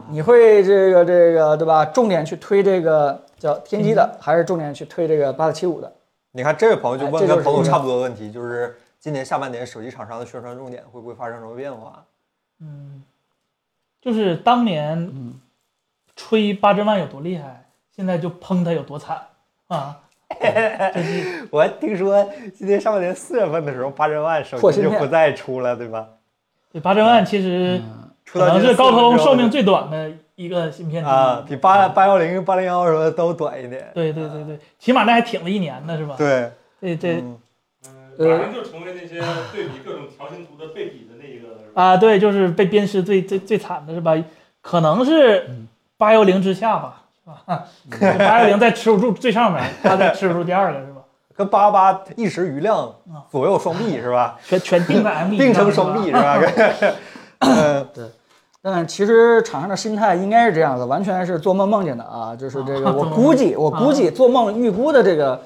Speaker 3: 你会这个这个对吧？重点去推这个叫天玑
Speaker 2: 嗯
Speaker 3: 的，还是重点去推这个八四七五的？
Speaker 1: 你看这位朋友就
Speaker 3: 哎
Speaker 1: 问
Speaker 3: 这就
Speaker 1: 跟
Speaker 3: 是
Speaker 1: 彭总
Speaker 3: 一个
Speaker 1: 差不多的问题，就是今年下半年手机厂商的宣传重点会不会发生什么变化？
Speaker 2: 嗯，就是当年
Speaker 1: 嗯
Speaker 2: 吹八珍万有多厉害，现在就喷它有多惨啊！
Speaker 1: 我还听说今年上半年四月份的时候，八千万手
Speaker 3: 破
Speaker 1: 机
Speaker 3: 芯
Speaker 1: 就
Speaker 3: 片
Speaker 1: 不再出了，对吧？
Speaker 2: 对，八珍
Speaker 1: 嗯
Speaker 2: 万其实
Speaker 1: 出
Speaker 2: 可
Speaker 1: 到
Speaker 2: 能
Speaker 1: 今
Speaker 2: 是
Speaker 1: 年
Speaker 2: 高通
Speaker 1: 4月份之后
Speaker 2: 寿命最短的一个芯片之一
Speaker 1: 啊，比八八幺零、八零幺什么都短一点。
Speaker 2: 对对对对，起码那还挺了一年呢，是吧？
Speaker 1: 对
Speaker 2: 对对
Speaker 1: 嗯
Speaker 4: 嗯，
Speaker 2: 呃
Speaker 4: 马上就成为那些对比各种条形图的对比的那一个。
Speaker 2: 啊，对，就是被鞭尸最最最惨的是吧？可能是八幺零之下吧，是吧？
Speaker 1: 嗯
Speaker 2: 八幺零在耻辱柱最上面，它在耻辱柱第二了，是吧？
Speaker 1: 跟八八一时余量
Speaker 2: 嗯
Speaker 1: 左右双臂是 吧？
Speaker 2: 全全定在 M E
Speaker 1: 并成双臂
Speaker 2: 啊是
Speaker 1: 是
Speaker 2: 吧
Speaker 1: 吧？ 嗯，
Speaker 3: 但其实厂商的心态应该是这样的，完全是做梦梦见的啊！就是这个，我估计，我估
Speaker 2: 啊
Speaker 3: 计做梦预估的这个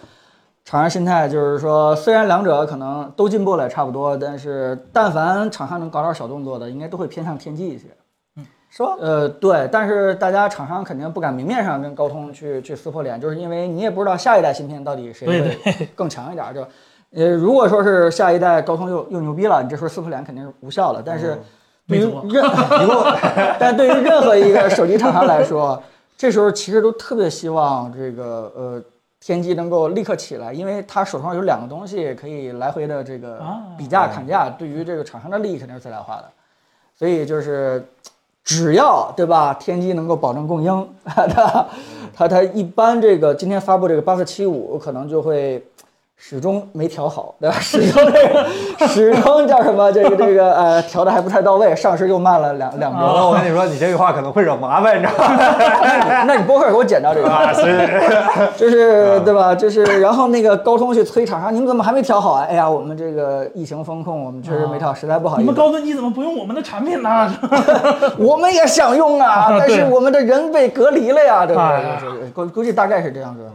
Speaker 3: 厂商心态，就是说，虽然两者可能都进步了差不多，但是但凡厂商能搞点小动作的，应该都会偏向天玑一些。
Speaker 2: 嗯
Speaker 1: 是吧？
Speaker 3: 呃，对，但是大家厂商肯定不敢明面上跟高通去去撕破脸，就是因为你也不知道下一代芯片到底谁
Speaker 2: 对
Speaker 3: 会更强一点儿，就，呃，如果说是下一代高通又又牛逼了，你这时候撕破脸肯定是无效的。但是对于
Speaker 2: 哦没错
Speaker 3: 任， 但对于任何一个手机厂商来说，这时候其实都特别希望这个呃天玑能够立刻起来，因为它手上有两个东西可以来回的这个
Speaker 2: 啊
Speaker 3: 比价砍价，对于这个厂商的利益肯定是最大化的。所以就是只要对吧，天玑能够保证供应， 它它它一般这个今天发布这个八四七五可能就会始终没调好，对吧？始终这个始终叫什么这个这个呃调的还不太到位，上市又慢了两两周。
Speaker 1: 我我跟你说，你这句话可能会惹麻烦，你知道吗？
Speaker 3: 那你播客给我剪掉这个。
Speaker 1: 哎 啊，是是是，
Speaker 3: 就是对吧？就是然后那个高通去催厂商，你们怎么还没调好啊？哎呀，我们这个疫情风控，我们确实没
Speaker 1: 啊
Speaker 3: 调，实在不好
Speaker 2: 你
Speaker 3: 意
Speaker 2: 们
Speaker 3: 思。
Speaker 2: 高端机怎么不用我们的产品呢？ 是吧
Speaker 3: 我们也想用啊，
Speaker 2: 啊
Speaker 3: 但
Speaker 2: 对
Speaker 3: 是我们的人被隔离了呀，对不
Speaker 2: 哎呀
Speaker 1: 嗯
Speaker 3: 对？就是估估计大概是这样子。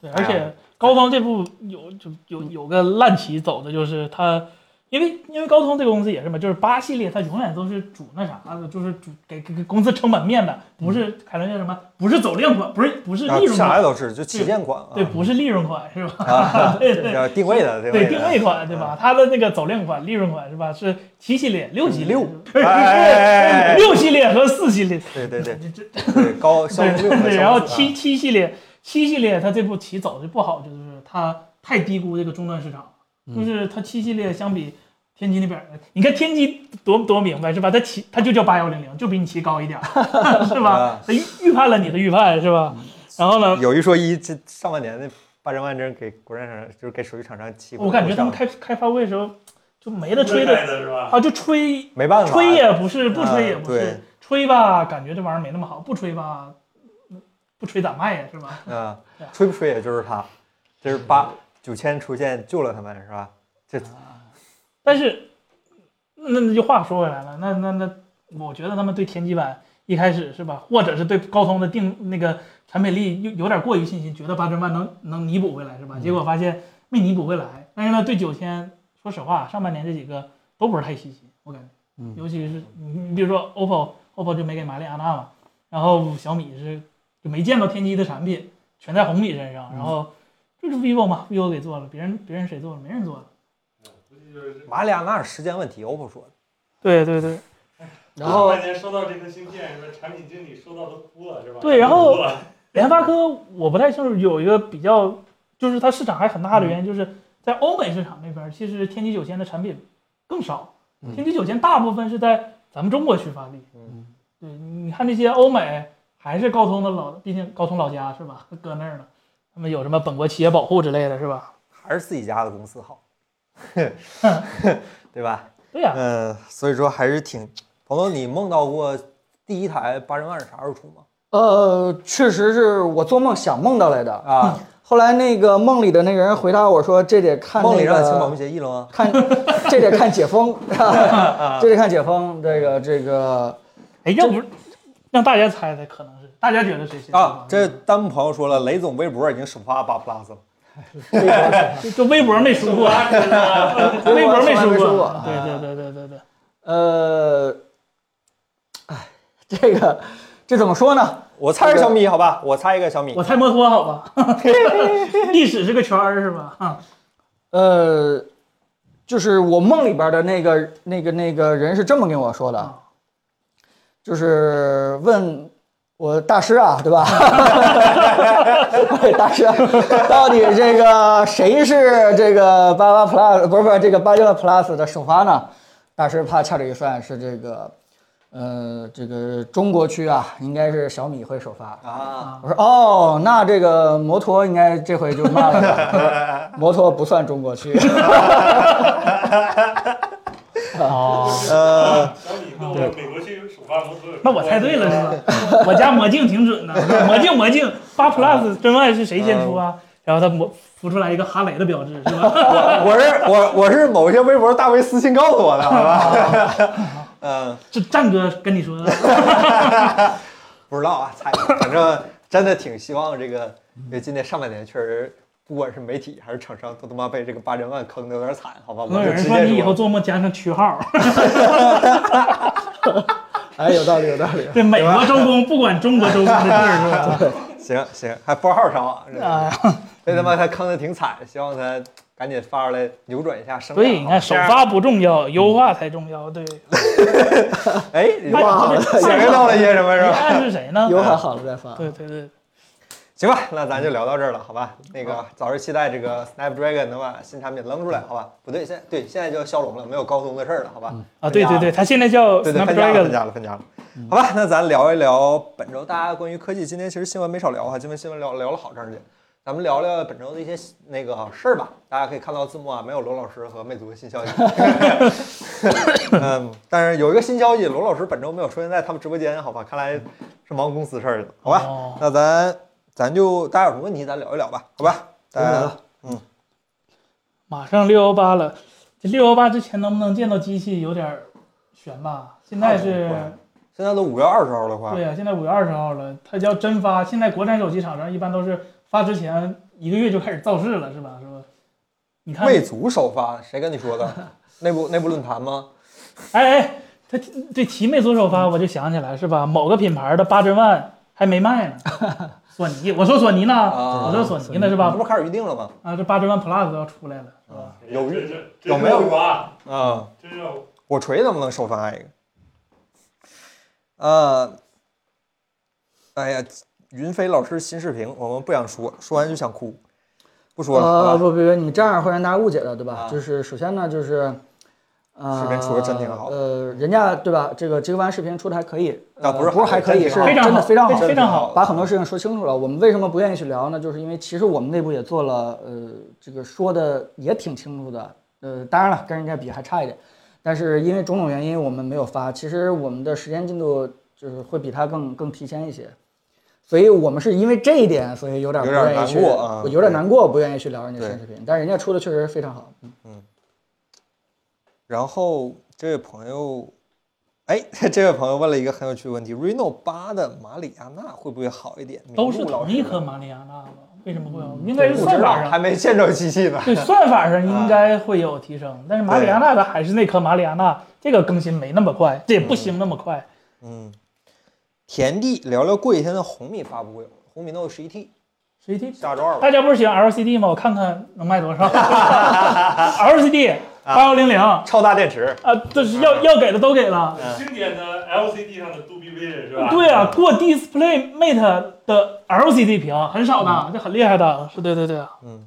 Speaker 2: 对，而且高通这步有就有有个烂棋走的就是它，因为因为高通这个公司也是嘛，就是八系列它永远都是主那啥的，就是主给给给公司撑门面的，不是凯伦叫什么，不是走量款，不是不是
Speaker 1: 啊
Speaker 2: 利，润
Speaker 1: 上
Speaker 2: 款，
Speaker 1: 来都是就旗舰款啊，
Speaker 2: 对，不是利润款是吧？
Speaker 1: 啊，
Speaker 2: 对对
Speaker 1: 要定位的，
Speaker 2: 对
Speaker 1: 的
Speaker 2: 定位款对
Speaker 1: 嗯
Speaker 2: 吧？它的那个走量款、利润款是吧？是七系列、六系列、
Speaker 1: 六
Speaker 2: 不是
Speaker 1: 哎哎哎哎
Speaker 2: 六系列和四系 列，
Speaker 1: 对 对对
Speaker 2: 这这
Speaker 1: 对，高骁龙六和骁龙
Speaker 2: 对，
Speaker 1: 四
Speaker 2: 然后
Speaker 1: 啊
Speaker 2: 七七系列，七系列它这步棋走的不好，就是它太低估这个终端市场，
Speaker 1: 嗯
Speaker 2: 就是它七系列相比天玑那边儿，你看天玑多多明白是吧？它棋它就叫八幺零零，就比你棋高一点儿， 是吧
Speaker 1: 啊？嗯
Speaker 2: 它预预判了你的预判是吧？然后呢，
Speaker 1: 有一说一，这上半年那八针万针给国产厂商，就是给手机厂商气过
Speaker 2: 我感觉他们
Speaker 1: 上
Speaker 2: 开开发会的时候就没得吹
Speaker 4: 的
Speaker 2: 的
Speaker 4: 是吧？
Speaker 2: 啊，就吹
Speaker 1: 没办法，
Speaker 2: 吹也不是，不吹也
Speaker 1: 啊
Speaker 2: 不
Speaker 1: 对
Speaker 2: 是，吹吧感觉这玩意儿没那么好，不吹吧，嗯不吹咋卖呀是吧？
Speaker 1: 嗯
Speaker 2: 对啊，
Speaker 1: 吹不吹也就是他，这是八九千出现救了他们是吧？
Speaker 2: 但是，那那就话说回来了，那那那，我觉得他们对天玑版一开始是吧，或者是对高通的定那个产品力有有点过于信心，觉得八千万能能弥补回来是吧？结果发现没弥补回来。但是呢，对九千，说实话，上半年这几个都不是太稀奇，我感觉，
Speaker 3: 嗯
Speaker 2: 尤其是你你比如说 OPPO，OPPO 就没给马里亚纳嘛，然后小米是就没见到天玑的产品，全在红米身上，然后就是 vivo 嘛，vivo 给做了，别人别人谁做了？没人做了。
Speaker 4: 估计就是
Speaker 1: 马里亚纳尔时间问题，OPPO 说的，
Speaker 2: 对对对，
Speaker 3: 然后
Speaker 4: 半年收到这颗芯片，是吧？产品经理收到都哭了，是吧？
Speaker 2: 对然后
Speaker 4: 哭了
Speaker 2: 联发科我不太清楚，有一个比较，就是它市场还很大的原因，就是在欧美市场那边，其实天玑九千的产品更少，
Speaker 1: 嗯
Speaker 2: 天玑九千大部分是在咱们中国区发力。
Speaker 1: 嗯，
Speaker 2: 对，你看那些欧美还是高通的老，毕竟高通老家是吧，搁那儿呢，他们有什么本国企业保护之类的是吧？
Speaker 1: 还是自己家的公司好， 对吧？
Speaker 2: 对呀、
Speaker 1: 嗯，所以说还是挺，朋友，你梦到过第一台八针万是啥时候出吗？
Speaker 3: 呃，确实是我做梦想梦到来的。
Speaker 1: 啊，
Speaker 3: 后来那个梦里的那个人回答我说：“这得看
Speaker 1: 梦里
Speaker 3: 那
Speaker 1: 让你签保密
Speaker 3: 个
Speaker 1: 协议了吗？
Speaker 3: 看，这得看 解封，这得看解封。这个这个，
Speaker 2: 哎，要不是让大家猜猜，可能是大家觉得谁先
Speaker 1: 啊，
Speaker 2: 说
Speaker 1: 这弹幕朋友说了，雷总微博已经首发八 plus 了。
Speaker 2: 就就微博没输过， 微博没输过，啊对对对对对对。
Speaker 3: 呃，哎，哎这个这怎么说呢？
Speaker 1: 我猜是小米，好吧，我猜一个小米
Speaker 2: 我。猜摩托好吧？历史是个圈儿是吧？ 啊，
Speaker 3: 呃，就是我梦里边的那个那个那个人是这么跟我说的
Speaker 2: 啊，
Speaker 3: 就是问我大师啊，对吧？大师，啊到底这个谁是这个八八 plus 不是不是这个八六 plus 的首发呢？大师怕掐指一算是这个，呃，这个中国区啊，应该是小米会首发。
Speaker 1: 啊，
Speaker 3: 我说哦，那这个摩托应该这回就骂 了吧，摩托不算中国区。啊
Speaker 2: 哦，
Speaker 1: 呃，
Speaker 4: 小米跟我们美国去首发摩托有什
Speaker 2: 那
Speaker 4: 么关系，
Speaker 2: 我猜对了是
Speaker 1: 哦
Speaker 2: 吧？我家魔镜挺 准的，魔镜魔镜八 plus 真爱是谁先出
Speaker 1: 哦
Speaker 2: 啊？然后他模浮出来一个哈雷的标志是吧？
Speaker 1: 我我是我我是某些微博大 V 私信告诉我的，好 吧？嗯，
Speaker 2: 这战哥跟你说的，
Speaker 1: 不知道啊， 猜，反正真的挺希望这个，
Speaker 2: 嗯
Speaker 1: 因为今年上半年确实，不管是媒体还是厂商，都他妈被这个八千万坑的有点惨，好吧？ 我
Speaker 2: 有
Speaker 1: 就
Speaker 2: 人
Speaker 1: 直
Speaker 2: 说你
Speaker 1: 接
Speaker 2: 以后
Speaker 1: 说，
Speaker 2: 做梦加上区号，
Speaker 3: 哎，有道理，有道 理。
Speaker 2: 这美国周公不管中国周公的地儿是吧？
Speaker 1: 行行，还拨号上网，
Speaker 2: 啊，
Speaker 1: 被他妈他坑的挺惨，希望他赶紧发出来扭转一下声
Speaker 2: 所
Speaker 1: 量。
Speaker 2: 以你看
Speaker 1: 好
Speaker 2: 首
Speaker 1: 吧
Speaker 2: 发不重要，优化才重要。 对，
Speaker 1: 这样哎，
Speaker 2: 哇
Speaker 1: 想象到了些什么
Speaker 2: 你
Speaker 1: 是吧？
Speaker 2: 暗 示谁呢？
Speaker 3: 有喊好了再发。
Speaker 2: 对对对，
Speaker 1: 行吧，那咱就聊到这儿了，好吧？那个早日期待这个 Snapdragon 能把新产品扔出来，好吧？不对，现在对现在叫骁龙了，没有高通的事儿了，好吧？
Speaker 2: 啊对对对，他现在叫
Speaker 1: 对对，分家了，
Speaker 2: Snapdragon
Speaker 1: 分家了，分家了。好吧，那咱聊一聊本周大家关于科技，今天其实新闻没少聊哈，啊今天新闻聊聊了好长时间。咱们聊聊本周的一些那个事儿吧。大家可以看到字幕啊，没有罗老师和魅族的新消息。 嗯，但是有一个新消息，罗老师本周没有出现在他们直播间，好吧？看来是忙公司事儿去了，好吧？
Speaker 2: 哦
Speaker 1: 那咱咱就大家有什么问题咱聊一聊吧，好吧？大
Speaker 3: 来
Speaker 1: 家
Speaker 3: 了，
Speaker 2: 马上六幺八了，这六幺八之前能不能见到机器有点儿悬吧？现在是，啊
Speaker 1: 现在都五月二十号了，快
Speaker 2: 对呀、现在五月二十号了，它要真发，现在国产手机厂商一般都是发之前一个月就开始造势了，是吧？是吧？你看，
Speaker 1: 魅族首发，谁跟你说 的？内部内部论坛吗？
Speaker 2: 哎哎，他对提魅族首发，
Speaker 1: 嗯
Speaker 2: 我就想起来是吧？某个品牌的八针万还没卖 呢，索尼，我说索尼呢，
Speaker 1: 啊
Speaker 2: 我说索尼呢是
Speaker 1: 这
Speaker 2: 吧？
Speaker 1: 不是开始预定了吗？
Speaker 2: 啊，这八针万 Plus 要出来了，是吧？
Speaker 1: 有
Speaker 4: 真是
Speaker 1: 有
Speaker 4: 真
Speaker 1: 没有
Speaker 4: 热乎啊？
Speaker 1: 啊，
Speaker 4: 真热乎！
Speaker 1: 火锤能不能首发一个？呃，哎呀，云飞老师新视频，我们不想说，说完就想哭，不说了，
Speaker 3: 呃，
Speaker 1: 好吧？
Speaker 3: 不不不，你这样会让大家误解的，对吧？
Speaker 1: 啊
Speaker 3: 就是首先呢，就是，呃，
Speaker 1: 视频出得真挺好
Speaker 3: 呃，人家对吧？这个这个弯视频出的还可以，
Speaker 1: 啊
Speaker 3: 呃
Speaker 1: 不是啊
Speaker 3: 不是还可以，
Speaker 1: 真
Speaker 3: 是
Speaker 1: 挺好
Speaker 2: 非常
Speaker 3: 真的
Speaker 2: 好，
Speaker 3: 非常好
Speaker 1: 真的
Speaker 2: 非常好。
Speaker 1: 好
Speaker 3: 把很多事情说清楚了。我们为什么不愿意去聊呢？就是因为其实我们内部也做了，呃，这个说的也挺清楚的。呃，当然了，跟人家比还差一点，但是因为种种原因，我们没有发。其实我们的时间进度就是会比他更更提前一些，所以我们是因为这一点，所以有点不
Speaker 1: 有点
Speaker 3: 愿意
Speaker 1: 难
Speaker 3: 去，
Speaker 1: 过啊
Speaker 3: 我有点难过，不愿意去聊人家
Speaker 1: 对
Speaker 3: 新视频。但人家出的确实非常好。
Speaker 1: 然后这位朋友，哎， 这位朋友问了一个很有趣的问题：Reno 八的马里亚纳会不会好一点？
Speaker 2: 都是
Speaker 1: 麋鹿老
Speaker 2: 同
Speaker 1: 师
Speaker 2: 一颗马里亚纳吧？为什么会有？应该
Speaker 1: 对
Speaker 2: 是
Speaker 1: 不
Speaker 2: 算
Speaker 1: 知道
Speaker 2: 法，上
Speaker 1: 还，没见着机器呢。
Speaker 2: 对算法上应该
Speaker 3: 啊
Speaker 2: 会有提升，但是马里亚纳的还是那颗马里亚纳，这个更新没那么快，这也不行那么快。
Speaker 1: 嗯，田地聊聊过几天的红米发布会，红米 Note 十一 T
Speaker 2: 谁提？
Speaker 1: 下周二吧。
Speaker 2: 大家不是喜欢 LCD 吗？我看看能卖 多少。LCD 八幺零零啊，
Speaker 1: 超大电池，
Speaker 2: 这是
Speaker 3: 啊
Speaker 2: 要要给的都给了。
Speaker 1: 嗯
Speaker 4: 经典的 LCD 上的 Dolby Vision 是吧？
Speaker 2: 对啊，
Speaker 3: 嗯
Speaker 2: 过 Display Mate 的 LCD 屏很少
Speaker 3: 嗯
Speaker 2: 的，这很厉害的。是对对啊对，
Speaker 1: 嗯，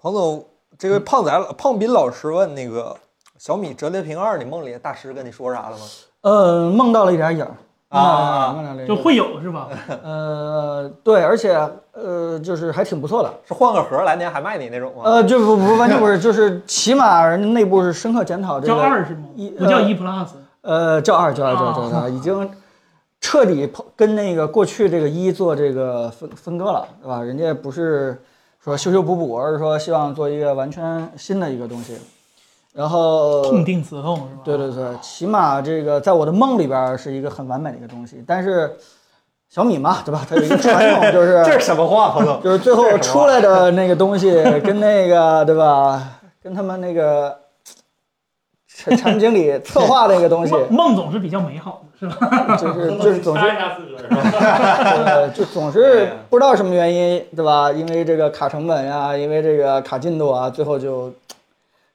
Speaker 1: 彭总，这位胖仔胖斌老师问那个小米折叠屏二，你梦里的大师跟你说啥了吗？
Speaker 3: 呃，梦到了一点影儿
Speaker 1: 啊
Speaker 3: 梦到了一点影儿
Speaker 2: 就会有是吧？
Speaker 3: 呃，对，而且呃，就是还挺不错的。
Speaker 1: 是换个盒儿来年还卖你那种吗？
Speaker 3: 呃，就不不完全不是，就是起码人内部是深刻检讨这
Speaker 2: 叫
Speaker 3: 个，
Speaker 2: 二是吗
Speaker 3: 一？
Speaker 2: 不叫一 Plus。
Speaker 3: 呃，叫二叫二叫二
Speaker 2: 啊
Speaker 3: 叫二叫二，已经彻底抛跟那个过去这个一做这个分分割了，对吧？人家不是说修修补补，而是说希望做一个完全新的一个东西。然后，
Speaker 2: 痛定思痛是吧？
Speaker 3: 对对对，起码这个在我的梦里边儿是一个很完美的一个东西。但是小米嘛，对吧？它有一个传统，就 是
Speaker 1: 这是什么话，彭总？
Speaker 3: 就是最后出来的那个东西跟那个对吧，跟他们那个产产品经理策划那个东西，
Speaker 2: 梦梦总是比较美好的，是吧？
Speaker 3: 就是就是总
Speaker 4: 掐
Speaker 3: 是
Speaker 4: 一下自个儿是吧？
Speaker 3: 呃就总是不知道什么原因对吧？因为这个卡成本呀、因为这个卡进度啊，最后就就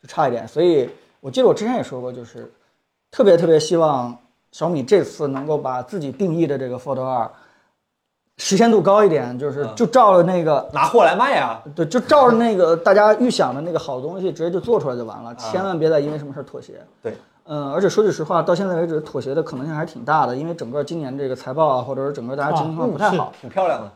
Speaker 3: 差一点。所以我记得我之前也说过，就是特别特别希望小米这次能够把自己定义的这个 Fold 二实现度高一点，就是
Speaker 1: 嗯
Speaker 3: 就照着那个
Speaker 1: 拿货来卖啊！
Speaker 3: 对，就照着那个大家预想的那个好东西，直接就做出来就完了，千万别再因为什么事儿妥协。
Speaker 1: 对，
Speaker 3: 嗯，而且说句实话，到现在为止妥协的可能性还是挺大的，因为整个今年这个财报啊，或者是整个大家经济情况不太好。
Speaker 1: 挺漂亮的。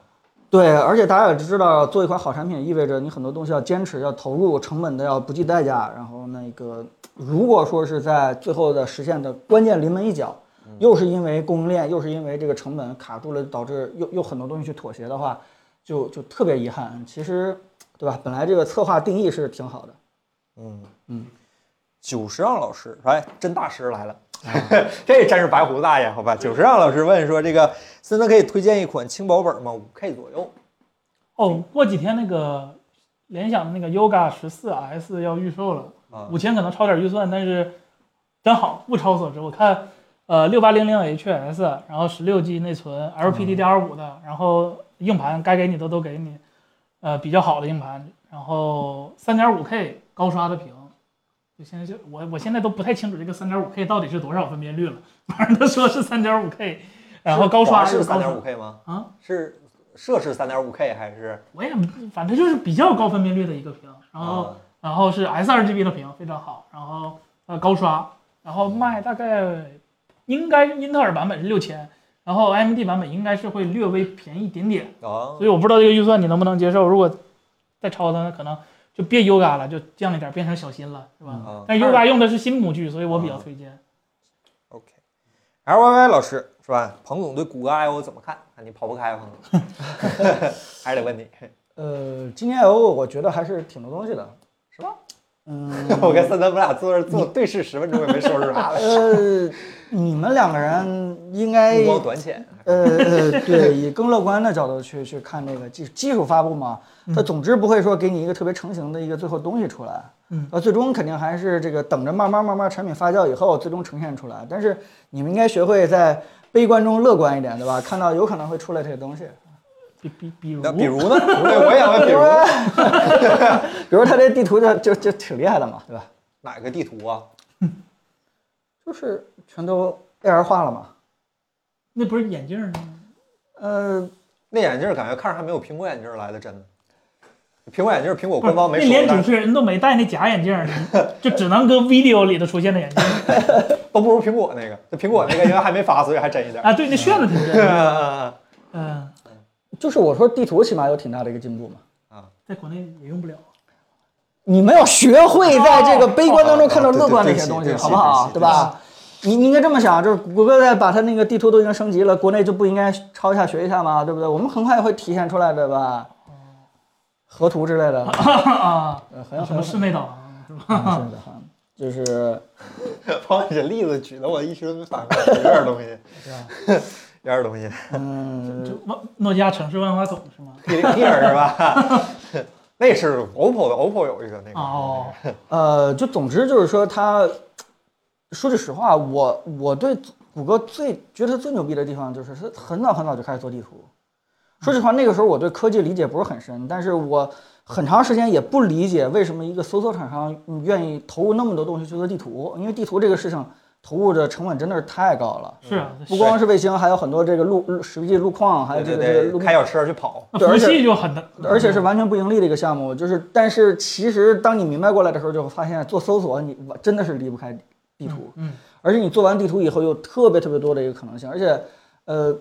Speaker 3: 对，而且大家也知道，做一款好产品意味着你很多东西要坚持、要投入，成本的要不计代价。然后那个，如果说是在最后的实现的关键临门一脚，又是因为供应链，又是因为这个成本卡住了，导致又又很多东西去妥协的话，就就特别遗憾。其实，对吧？本来这个策划定义是挺好的，
Speaker 1: 嗯嗯，九十让老师，哎，真大师来了， 这真是白胡子大爷，好吧？九十让老师问说，这个森森可以推荐一款轻薄本吗？五 K 左右。
Speaker 2: 哦，过几天那个联想的那个 Yoga 十四 S 要预售了
Speaker 1: 啊，
Speaker 2: 五千可能超点预算，但是真好，物超所值。我看，呃，六八零零 HS，然后十六 G 内存，LPDDR 5的，然后硬盘该给你的都给你，呃，比较好的硬盘，然后三点五 K 高刷的屏。就现在就我我现在都不太清楚这个三点五 K 到底是多少分辨率了， 反正他说是三点五 K，然后高刷
Speaker 1: 哦是
Speaker 2: 高
Speaker 1: 三
Speaker 2: 刷
Speaker 1: 点五 K 吗？
Speaker 2: 啊，
Speaker 1: 是摄氏三点五 K 还是？
Speaker 2: 我也反正就是比较高分辨率的一个屏，然后、
Speaker 1: 啊
Speaker 2: 然后是 S 2 GB 的屏，非常好，然后呃高刷，然后卖大概应该英特尔版本是六千，然后 AMD 版本应该是会略微便宜一点点，
Speaker 1: 啊
Speaker 2: 所以我不知道这个预算你能不能接受，如果再超的那可能就别 Yoga 了，就降一点，变成小新了，是吧？
Speaker 1: 啊
Speaker 2: 但 Yoga 用的是新模具，所以我比
Speaker 1: 嗯
Speaker 2: 较推荐。
Speaker 1: OK。L Y Y 老师是吧？彭总对谷歌 I O 怎么看？啊你跑不开，彭总， 还是得问你。
Speaker 3: 呃，今年 O 我觉得还是挺多东西的，
Speaker 1: 是吧？
Speaker 3: 嗯，
Speaker 1: 我跟森森我俩坐这儿坐对视十分钟也没说出啥来，
Speaker 3: 呃，你们两个人应该
Speaker 1: 目光短浅。
Speaker 2: 哎
Speaker 3: 呃呃，对，以更乐观的角度去去看这个技技术发布嘛，它总之不会说给你一个特别成型的一个最后东西出来，
Speaker 2: 嗯，
Speaker 3: 呃，最终肯定还是这个等着慢慢慢慢产品发酵以后，最终呈现出来。但是你们应该学会在悲观中乐观一点，对吧？看到有可能会出来这个东西，
Speaker 2: 比比比如
Speaker 1: 那比如呢？对，我也想问，比如
Speaker 3: 比如它这地图就就就挺厉害的嘛，对吧？
Speaker 1: 哪个地图啊？
Speaker 3: 就是全都 AR 化了嘛，
Speaker 2: 那不是眼镜儿呢吗？
Speaker 3: 呃，
Speaker 1: 那眼镜儿感觉看着还没有苹果眼镜儿来的真的。苹果眼镜儿苹果官方
Speaker 2: 不
Speaker 1: 没
Speaker 2: 是那
Speaker 1: 说，
Speaker 2: 连
Speaker 1: 但
Speaker 2: 主持人都没戴那假眼镜儿，就只能搁 video 里头出现的眼镜儿
Speaker 1: 都不如苹果那个。那苹果那个因为还没发，所以还真一点儿。
Speaker 2: 啊。对，那炫的挺真的。 嗯，
Speaker 3: 就是我说地图起码有挺大的一个进步嘛。
Speaker 2: 在国内也用不了。
Speaker 3: 你们要学会在这个悲观当中看到乐观的一些东
Speaker 1: 哦
Speaker 3: 西，
Speaker 1: 哦哦
Speaker 3: 好不好？
Speaker 1: 对不起对不起
Speaker 3: 对吧？你你应该这么想，就是谷歌在把它那个地图都已经升级了，国内就不应该抄一下学一下吗？对不对？我们很快会体现出来的吧？河图之类的，
Speaker 2: 啊，
Speaker 3: 呃很
Speaker 2: 有什
Speaker 3: 很
Speaker 2: 么
Speaker 3: 很
Speaker 2: 室内啊导航是吧？
Speaker 3: 是的哈，就是
Speaker 1: 朋友，你这例子举的我一时反过来，有点东西，
Speaker 2: 啊
Speaker 1: 有点东西，
Speaker 3: 嗯，
Speaker 2: 就诺诺基亚城市万花筒是吗？
Speaker 1: 一零一是吧？ 那是 OPPO 的，OPPO 有一个那个。
Speaker 2: 哦，
Speaker 3: 呃，就总之就是说它，说句实话，我我对谷歌最觉得它最牛逼的地方就是它很早很早就开始做地图。说实话，那个时候我对科技理解不是很深，但是我很长时间也不理解为什么一个搜索厂商嗯愿意投入那么多东西去做地图，因为地图这个事情投入的成本真的是太高了。
Speaker 2: 是啊，
Speaker 3: 不光是卫星，还有很多这个路路实际路况，还有
Speaker 1: 对
Speaker 3: 这个这个
Speaker 1: 对
Speaker 3: 路
Speaker 1: 对，开小车去跑，
Speaker 2: 那
Speaker 3: 对
Speaker 2: 服
Speaker 3: 而且
Speaker 2: 系就很难，
Speaker 3: 而且是完全不盈利的一个项目，就是，但是其实当你明白过来的时候，就会发现做搜索你完真的是离不开地图，
Speaker 2: 嗯，
Speaker 3: 而且你做完地图以后有特别特别多的一个可能性，而且，呃，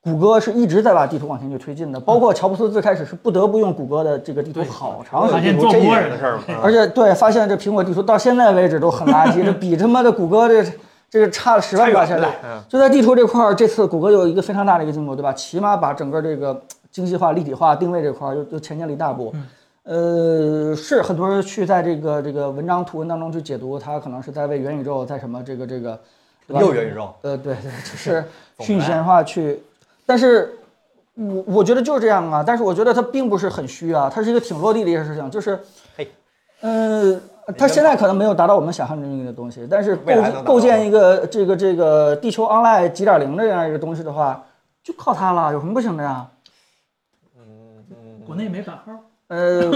Speaker 3: 谷歌是一直在把地图往前去推进的，包括乔布斯最开始是不得不用谷歌的这个地图
Speaker 2: 嗯对
Speaker 3: 好长
Speaker 2: 后
Speaker 3: 时间
Speaker 2: 发，现
Speaker 1: 做
Speaker 2: 做
Speaker 1: 这嗯
Speaker 2: 不
Speaker 1: 一
Speaker 2: 过
Speaker 1: 年
Speaker 2: 人
Speaker 1: 的事儿嘛。
Speaker 3: 而且对，发现这苹果地图到现在为止都很垃 圾，这比他妈的谷歌这这个差了十万八千里。
Speaker 1: 嗯，
Speaker 3: 就在地图这块儿，这次谷歌有一个非常大的一个进步，对吧？起码把整个这个精细化、立体化、定位这块儿又又前进了一大步。
Speaker 1: 嗯
Speaker 3: 呃，是很多人去在这个这个文章图文当中去解读，它可能是在为元宇宙，在什么这个这个，对吧
Speaker 1: 又元宇宙，
Speaker 3: 呃，对 对，就是
Speaker 1: 总
Speaker 3: 去拟
Speaker 1: 来
Speaker 3: 人化去，但是我我觉得就是这样啊，但是我觉得它并不是很虚啊，它是一个挺落地的一个事情，就是
Speaker 1: 嘿，
Speaker 3: 嗯、它现在可能没有达到我们想象中的东西，但是构
Speaker 1: 未来能达到
Speaker 3: 构建一个这个这个地球 online 几点零这样一个东西的话，就靠它了，有什么不行的呀？嗯
Speaker 1: 嗯
Speaker 2: 国内没版号，
Speaker 3: 呃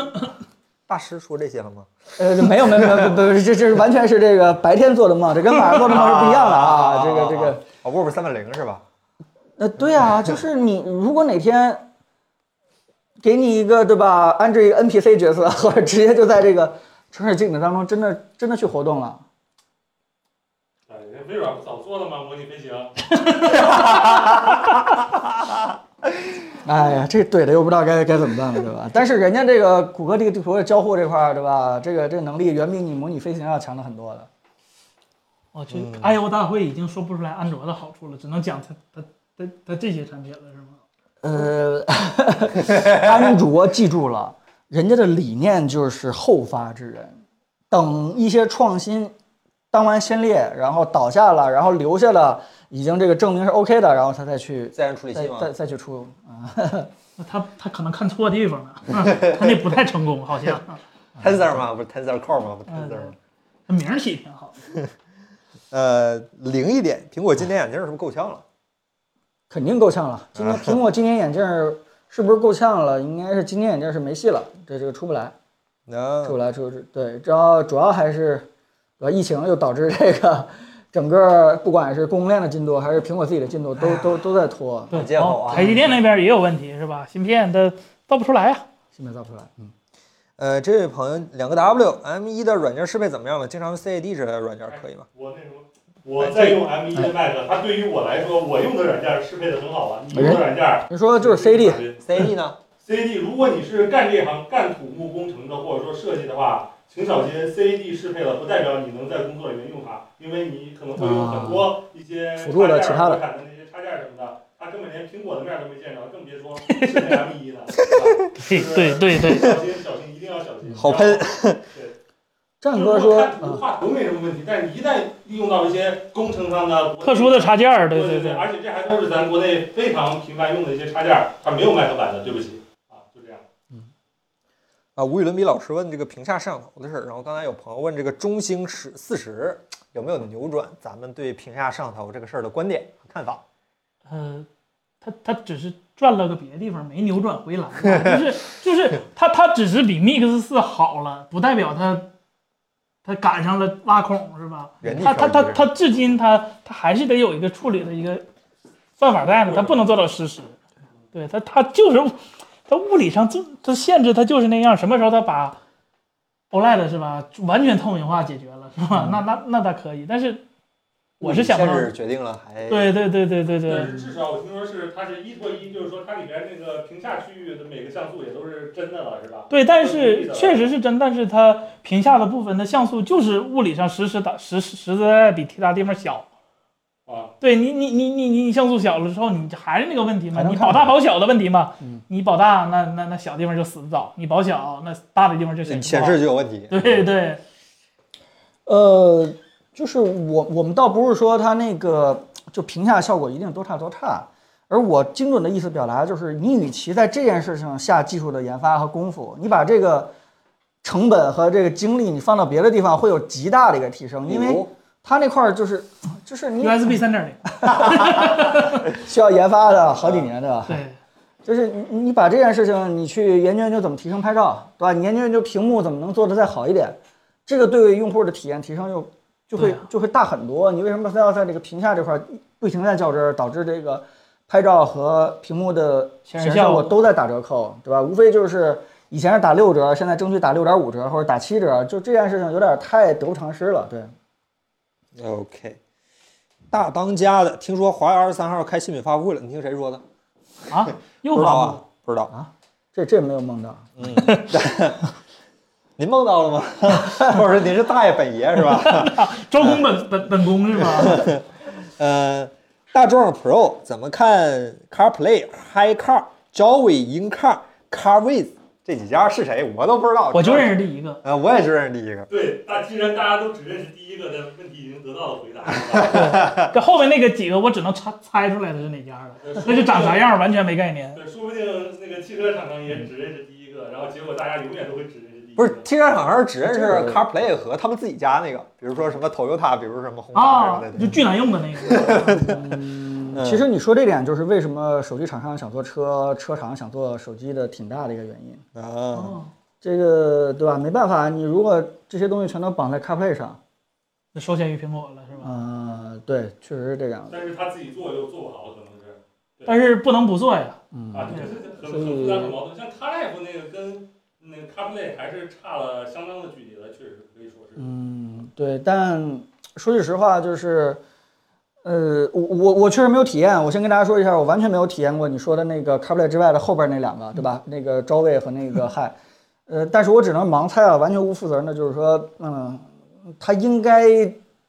Speaker 1: 大师说这些了吗？
Speaker 3: 呃，没有没有没有，不不，这这是完全是这个白天做的梦，这跟晚上做的梦是不一样的啊，这个这个。，
Speaker 1: 哦，Web 三点零是吧？
Speaker 3: 呃，对啊，就是你如果哪天给你一个对吧，安置一个 NPC 角色，或者直接就在这个城市景点当中真的真的去活动了，
Speaker 4: 哎，人微软不早做了吗？模拟飞行，
Speaker 3: 哎呀，这怼的又不知道该该怎么办了，对吧？但是人家这个谷歌这个地图的交互这块儿，对吧？这个这个能力远比你模拟飞行要强的很多的。
Speaker 2: 我去，I 哦 O 大会已经说不出来安卓的好处了，只能讲它它它它这些产品了是吗？
Speaker 3: 呃，安卓记住了，人家的理念就是后发制人，等一些创新当完先烈，然后倒下了，然后留下了，已经这个证明是 OK 的，然后他再去
Speaker 1: 自然处理器
Speaker 3: 再
Speaker 1: 吗？
Speaker 3: 再再去出啊。
Speaker 2: 那他他可能看错地方 了，他那不太成功，好像
Speaker 1: Tensor 吗？不是 Tensor Core 吗？不是
Speaker 2: 嗯
Speaker 1: Tensor 吗
Speaker 2: 对？他名儿起挺好的，
Speaker 1: 呃，零一点，苹果今天眼镜是不是够呛了？
Speaker 3: 肯定够呛了。今年苹果今年眼镜儿是不是够呛了？应该是今年眼镜儿是没戏了，这这个出不来，
Speaker 1: 能
Speaker 3: 出不来，出不对。主要主要还是，主要疫情又导致这个 整个不管是供应链的进度还是苹果自己的进度都都都在拖，
Speaker 1: 有借口啊
Speaker 2: 哦台积电那边也有问题是吧？芯片它造不出来啊。
Speaker 3: 新品造不出来。
Speaker 1: 呃，这位朋友，两个 W M 1的软件适配怎么样了？经常用 CAD 之类的软件可以吗？
Speaker 4: 我那什么，我在用 M1 的 Mac，它对于我来说，我用的软件适配的很好了。你用的软件
Speaker 3: 你说就是 CD，
Speaker 2: 哎
Speaker 1: ？CAD 呢？
Speaker 4: CAD，如果你是干这行、干土木工程的，或者说设计的话，请小心 CAD 适配了，不代表你能在工作里面用它，因为你可能会有很多一些
Speaker 3: 辅助的
Speaker 4: 插件
Speaker 3: 其他的
Speaker 4: 国产的那些插件什么的，它根本连苹果的面儿都没见着，更别说适配 M1 了。对吧
Speaker 2: 对对对对，
Speaker 4: 小心小心，一定要小心。
Speaker 1: 好喷
Speaker 4: 然后。对，
Speaker 3: 战
Speaker 4: 就
Speaker 3: 哥
Speaker 4: 是嗯我
Speaker 3: 说
Speaker 4: 看
Speaker 3: 啊
Speaker 4: 图画图没什么问题，但是一旦利用到一些工程上的
Speaker 2: 特殊的插件儿，
Speaker 4: 对
Speaker 2: 对对
Speaker 4: 对，，而且这还都是咱国内非常频繁用的一些插件儿，它没有麦克版的，对不起啊，就这样。
Speaker 1: 啊，吴宇伦比老师问这个屏下摄像头的事儿，然后刚才有朋友问这个中兴十四十有没有扭转咱们对屏下摄像头这个事儿的观点和看法？
Speaker 2: 呃，它它只是转了个别的地方，没扭转回来， 就是就是它它只是比 Mix 四好了，不代表它它赶上了挖孔是吧？
Speaker 1: 原地
Speaker 2: 它它
Speaker 1: 调
Speaker 2: 它
Speaker 1: 节
Speaker 2: 它至今它它还是得有一个处理的一个算法在的，它不能做到实时。对它它就是它物理上这这限制它就是那样，什么时候它把 OLED 是吧完全透明化解决了是吧？那那那它可以，但是我是想不
Speaker 1: 限
Speaker 2: 到。
Speaker 1: 制决定了还
Speaker 2: 对对对对对对，
Speaker 4: 但是至少我听说是它是一拖一，就是说它里边那个屏下区域的每个像素也都是真的了，是吧？
Speaker 2: 对，但
Speaker 4: 就是
Speaker 2: 是
Speaker 4: 的
Speaker 2: 确实是真，但是它屏下的部分的像素就是物理上实时打实实实在在比其他地方小。
Speaker 4: 啊，
Speaker 2: 对你你你你你像素小了之后，你还是那个问题嘛，
Speaker 3: 还能
Speaker 2: 你
Speaker 3: 看
Speaker 2: 保大保小的问题嘛。
Speaker 3: 嗯
Speaker 2: 你保大，那那那小地方就死得早；你保小，那大的地方就显示
Speaker 1: 显
Speaker 2: 不
Speaker 1: 示就有问题。
Speaker 2: 好。对对，
Speaker 3: 呃，就是我我们倒不是说它那个就评价效果一定多差多差，而我精准的意思表达就是，你与其在这件事情下技术的研发和功夫，你把这个成本和这个精力你放到别的地方，会有极大的一个提升，
Speaker 1: 比
Speaker 3: 因为
Speaker 4: 哦
Speaker 1: 如
Speaker 3: 它那块儿就是就是你
Speaker 2: USB 三 点零，
Speaker 3: 需要研发的好几年
Speaker 4: 啊
Speaker 3: 的，
Speaker 2: 对
Speaker 3: 就是你你把这件事情你去研究研究怎么提升拍照，对吧？你研究研究屏幕怎么能做得再好一点，这个对用户的体验提升就就
Speaker 2: 对
Speaker 3: 会
Speaker 2: 啊
Speaker 3: 就会大很多。你为什么非要在这个屏下这块儿不停在较真儿，导致这个拍照和屏幕的
Speaker 2: 显
Speaker 3: 显
Speaker 2: 示
Speaker 3: 示
Speaker 2: 效
Speaker 3: 效果
Speaker 2: 果
Speaker 3: 都在打折扣，对吧？无非就是以前是打六折，现在争取打六点五折或者打七折，就这件事情有点太得不偿失了。对，
Speaker 2: 嗯
Speaker 1: OK，大当家的，听说华为二十三号开新品发布会了，你听谁说的？
Speaker 2: 啊，又
Speaker 1: 不知
Speaker 2: 发
Speaker 1: 道
Speaker 2: 布了
Speaker 1: 啊，不知道。
Speaker 3: 这这没有梦到。
Speaker 1: 您梦到了吗？ 或者说您是大爷本爷是吧？
Speaker 2: 周公本本本宫是吧？
Speaker 1: 呃，大壮 Pro 怎么看 CarPlay、Hi Car、Joy、In Car、Car With 这几家是谁？我都不知道。
Speaker 2: 我就认识第 一个，
Speaker 1: 呃，我也就认识第一个。
Speaker 4: 对，那既然大家都只认识第一个的问题已经得到了回答，是吧
Speaker 2: 这后面那个几个我只能猜猜出来的是哪家了，那是长啥样完全没概 念。
Speaker 4: 对，说不定那个汽车厂商也只认识第一个，然后结果大家永远都会只认识第一个。
Speaker 1: 不是，汽车厂商只认识
Speaker 3: 这个
Speaker 1: CarPlay 和他们自己家那个，比如说什么 Toyota，比如什么红塔
Speaker 3: 哦
Speaker 2: 啊
Speaker 1: 什么，
Speaker 2: 就
Speaker 1: 的。
Speaker 2: 巨难用的那个。
Speaker 1: 嗯
Speaker 3: 其实你说这点，就是为什么手机厂商想做车，车厂想做手机的挺大的一个原因。
Speaker 1: 啊，
Speaker 2: 哦
Speaker 3: 这个对吧？没办法，你如果这些东西全都绑在 CarPlay 上，
Speaker 2: 那受限于苹果了是吧？
Speaker 3: 啊、对，确实是这样的。
Speaker 4: 但是他自己做又做不好，可能是。
Speaker 2: 但是不能不做呀。
Speaker 3: 嗯，
Speaker 4: 啊，对，很很复杂很矛盾。像 CarLife 那个跟那个 CarPlay 还是差了相当的距离了，确实可以说是。
Speaker 3: 嗯，对。但说句实话，就是，呃，我我我确实没有体验。我先跟大家说一下，我完全没有体验过你说的那个 CarPlay 之外的后边那两个，对吧？那个招位和那个 Hi，呃，但是我只能盲猜啊，完全无负责任的，就是说，嗯，它应该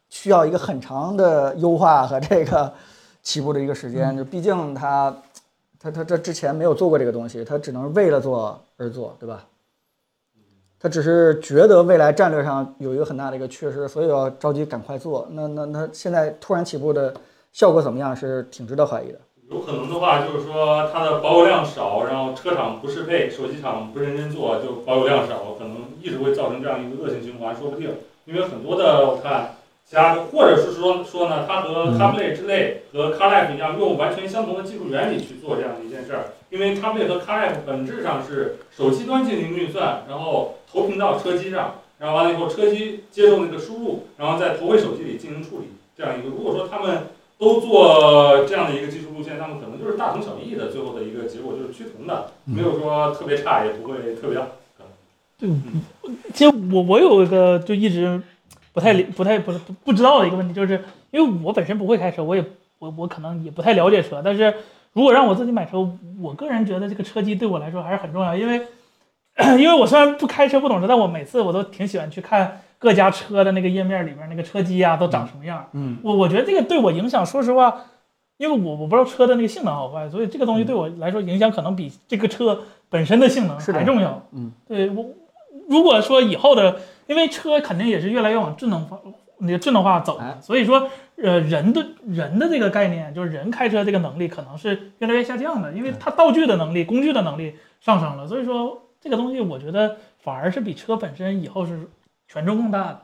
Speaker 3: 需要一个很长的优化和这个起步的一个时间，就毕竟它。它它这之前没有做过这个东西，它只能为了做而做，对吧？他只是觉得未来战略上有一个很大的一个缺失，所以要着急赶快做。那那那现在突然起步的效果怎么样，是挺值得怀疑的。
Speaker 4: 有可能的话，就是说它的保有量少，然后车厂不适配，手机厂不认真做，就保有量少，可能一直会造成这样一个恶性循环，说不定。因为很多的我看其他的，或者是说说呢，它和 CarPlay 之类和 CarLife 一样，用完全相同的技术原理去做这样的一件事儿。因为 CarPlay 和 CarLife 本质上是手机端进行运算，然后投屏到车机上，然后完了以后车机接受那个输入，然后再投回手机里进行处理，这样一个。如果说他们都做这样的一个技术路线，那么可能就是大同小异的，最后的一个结果就是趋同的，
Speaker 1: 嗯
Speaker 4: 没有说特别差，也不会特别 好。
Speaker 2: 其实我我有一个就一直不太理不太不不不知道的一个问题，就是因为我本身不会开车，我也我我可能也不太了解车，但是如果让我自己买车，我个人觉得这个车机对我来说还是很重要，因为因为我虽然不开车不懂车，但我每次我都挺喜欢去看各家车的那个页面里边那个车机啊都长什么样。
Speaker 3: 嗯，
Speaker 2: 我我觉得这个对我影响，说实话，因为我我不知道车的那个性能好坏，所以这个
Speaker 3: 嗯
Speaker 2: 东西对我来说影响可能比这个车本身的性能
Speaker 3: 是的
Speaker 2: 还重要。
Speaker 3: 嗯，
Speaker 2: 对我如果说以后的，因因为车肯定也是越来越往智能化、那个智能化走
Speaker 3: 哎
Speaker 2: 的，所以说，呃，人的人的这个概念，就是人开车这个能力可能是越来越下降的，因为它道具的能力、工具的能力上升了，所以说这个东西我觉得反而是比车本身以后是权重更大的，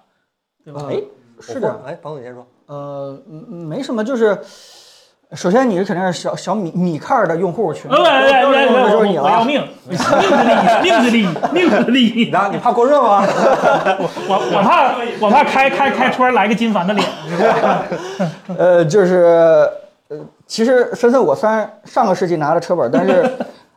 Speaker 2: 对吧？
Speaker 3: 呃
Speaker 1: 哎
Speaker 3: 是这样
Speaker 1: 我。哎，彭总先说，
Speaker 3: 呃，嗯嗯没什么，就是首先你肯定是小小米米卡尔的用户群，
Speaker 2: 来呃来来
Speaker 3: 我
Speaker 2: 来来，
Speaker 3: 就
Speaker 2: 哎我
Speaker 3: 是
Speaker 1: 啊
Speaker 3: 你
Speaker 2: 我要
Speaker 3: 了。
Speaker 2: 命！命之利益，命之利益，命之利
Speaker 1: 你
Speaker 2: 益！
Speaker 1: 呢？你怕过热 吗？
Speaker 2: 我我怕我怕开开开，突然来个金凡的脸，
Speaker 3: 呃，就是呃，其实森森，我虽然上个世纪拿了车本，但是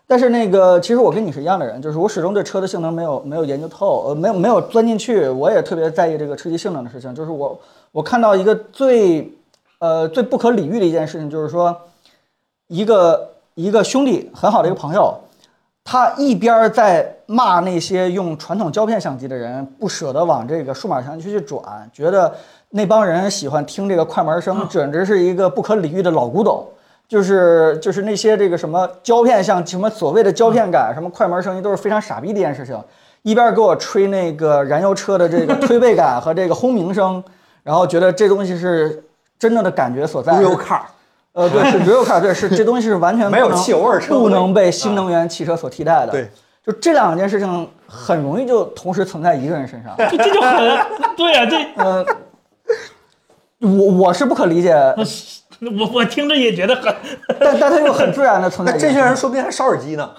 Speaker 3: 但是那个其实我跟你是一样的人，就是我始终对车的性能没有没有研究透，呃，没有没有钻进去，我也特别在意这个车机性能的事情。就是我我看到一个最呃最不可理喻的一件事情，就是说一个一个兄弟很好的一个朋友。他一边儿在骂那些用传统胶片相机的人不舍得往这个数码相机去转，觉得那帮人喜欢听这个快门声，简直是一个不可理喻的老古董。就是就是那些这个什么胶片像什么所谓的胶片感，什么快门声音都是非常傻逼的一件事情。一边儿给我吹那个燃油车的这个推背感和这个轰鸣声，然后觉得这东西是真正的感觉所在。
Speaker 1: 油卡，
Speaker 3: 呃，对，是 real car，对，是这东西是完全不
Speaker 1: 没有
Speaker 3: 能
Speaker 1: 汽油味儿车
Speaker 3: 不
Speaker 1: 味
Speaker 3: 能被
Speaker 1: 啊
Speaker 3: 新能源汽车所替代的。
Speaker 1: 对，
Speaker 3: 就这两件事情很容易就同时存在一个人身上。
Speaker 2: 这这就很对啊，这
Speaker 3: 呃，我我是不可理解，
Speaker 2: 呃我我听着也觉得很，
Speaker 3: 但但它又很自然的存在
Speaker 1: 那
Speaker 3: 一
Speaker 1: 这
Speaker 3: 个身
Speaker 1: 些
Speaker 3: 上。
Speaker 1: 人说不定还烧耳机呢。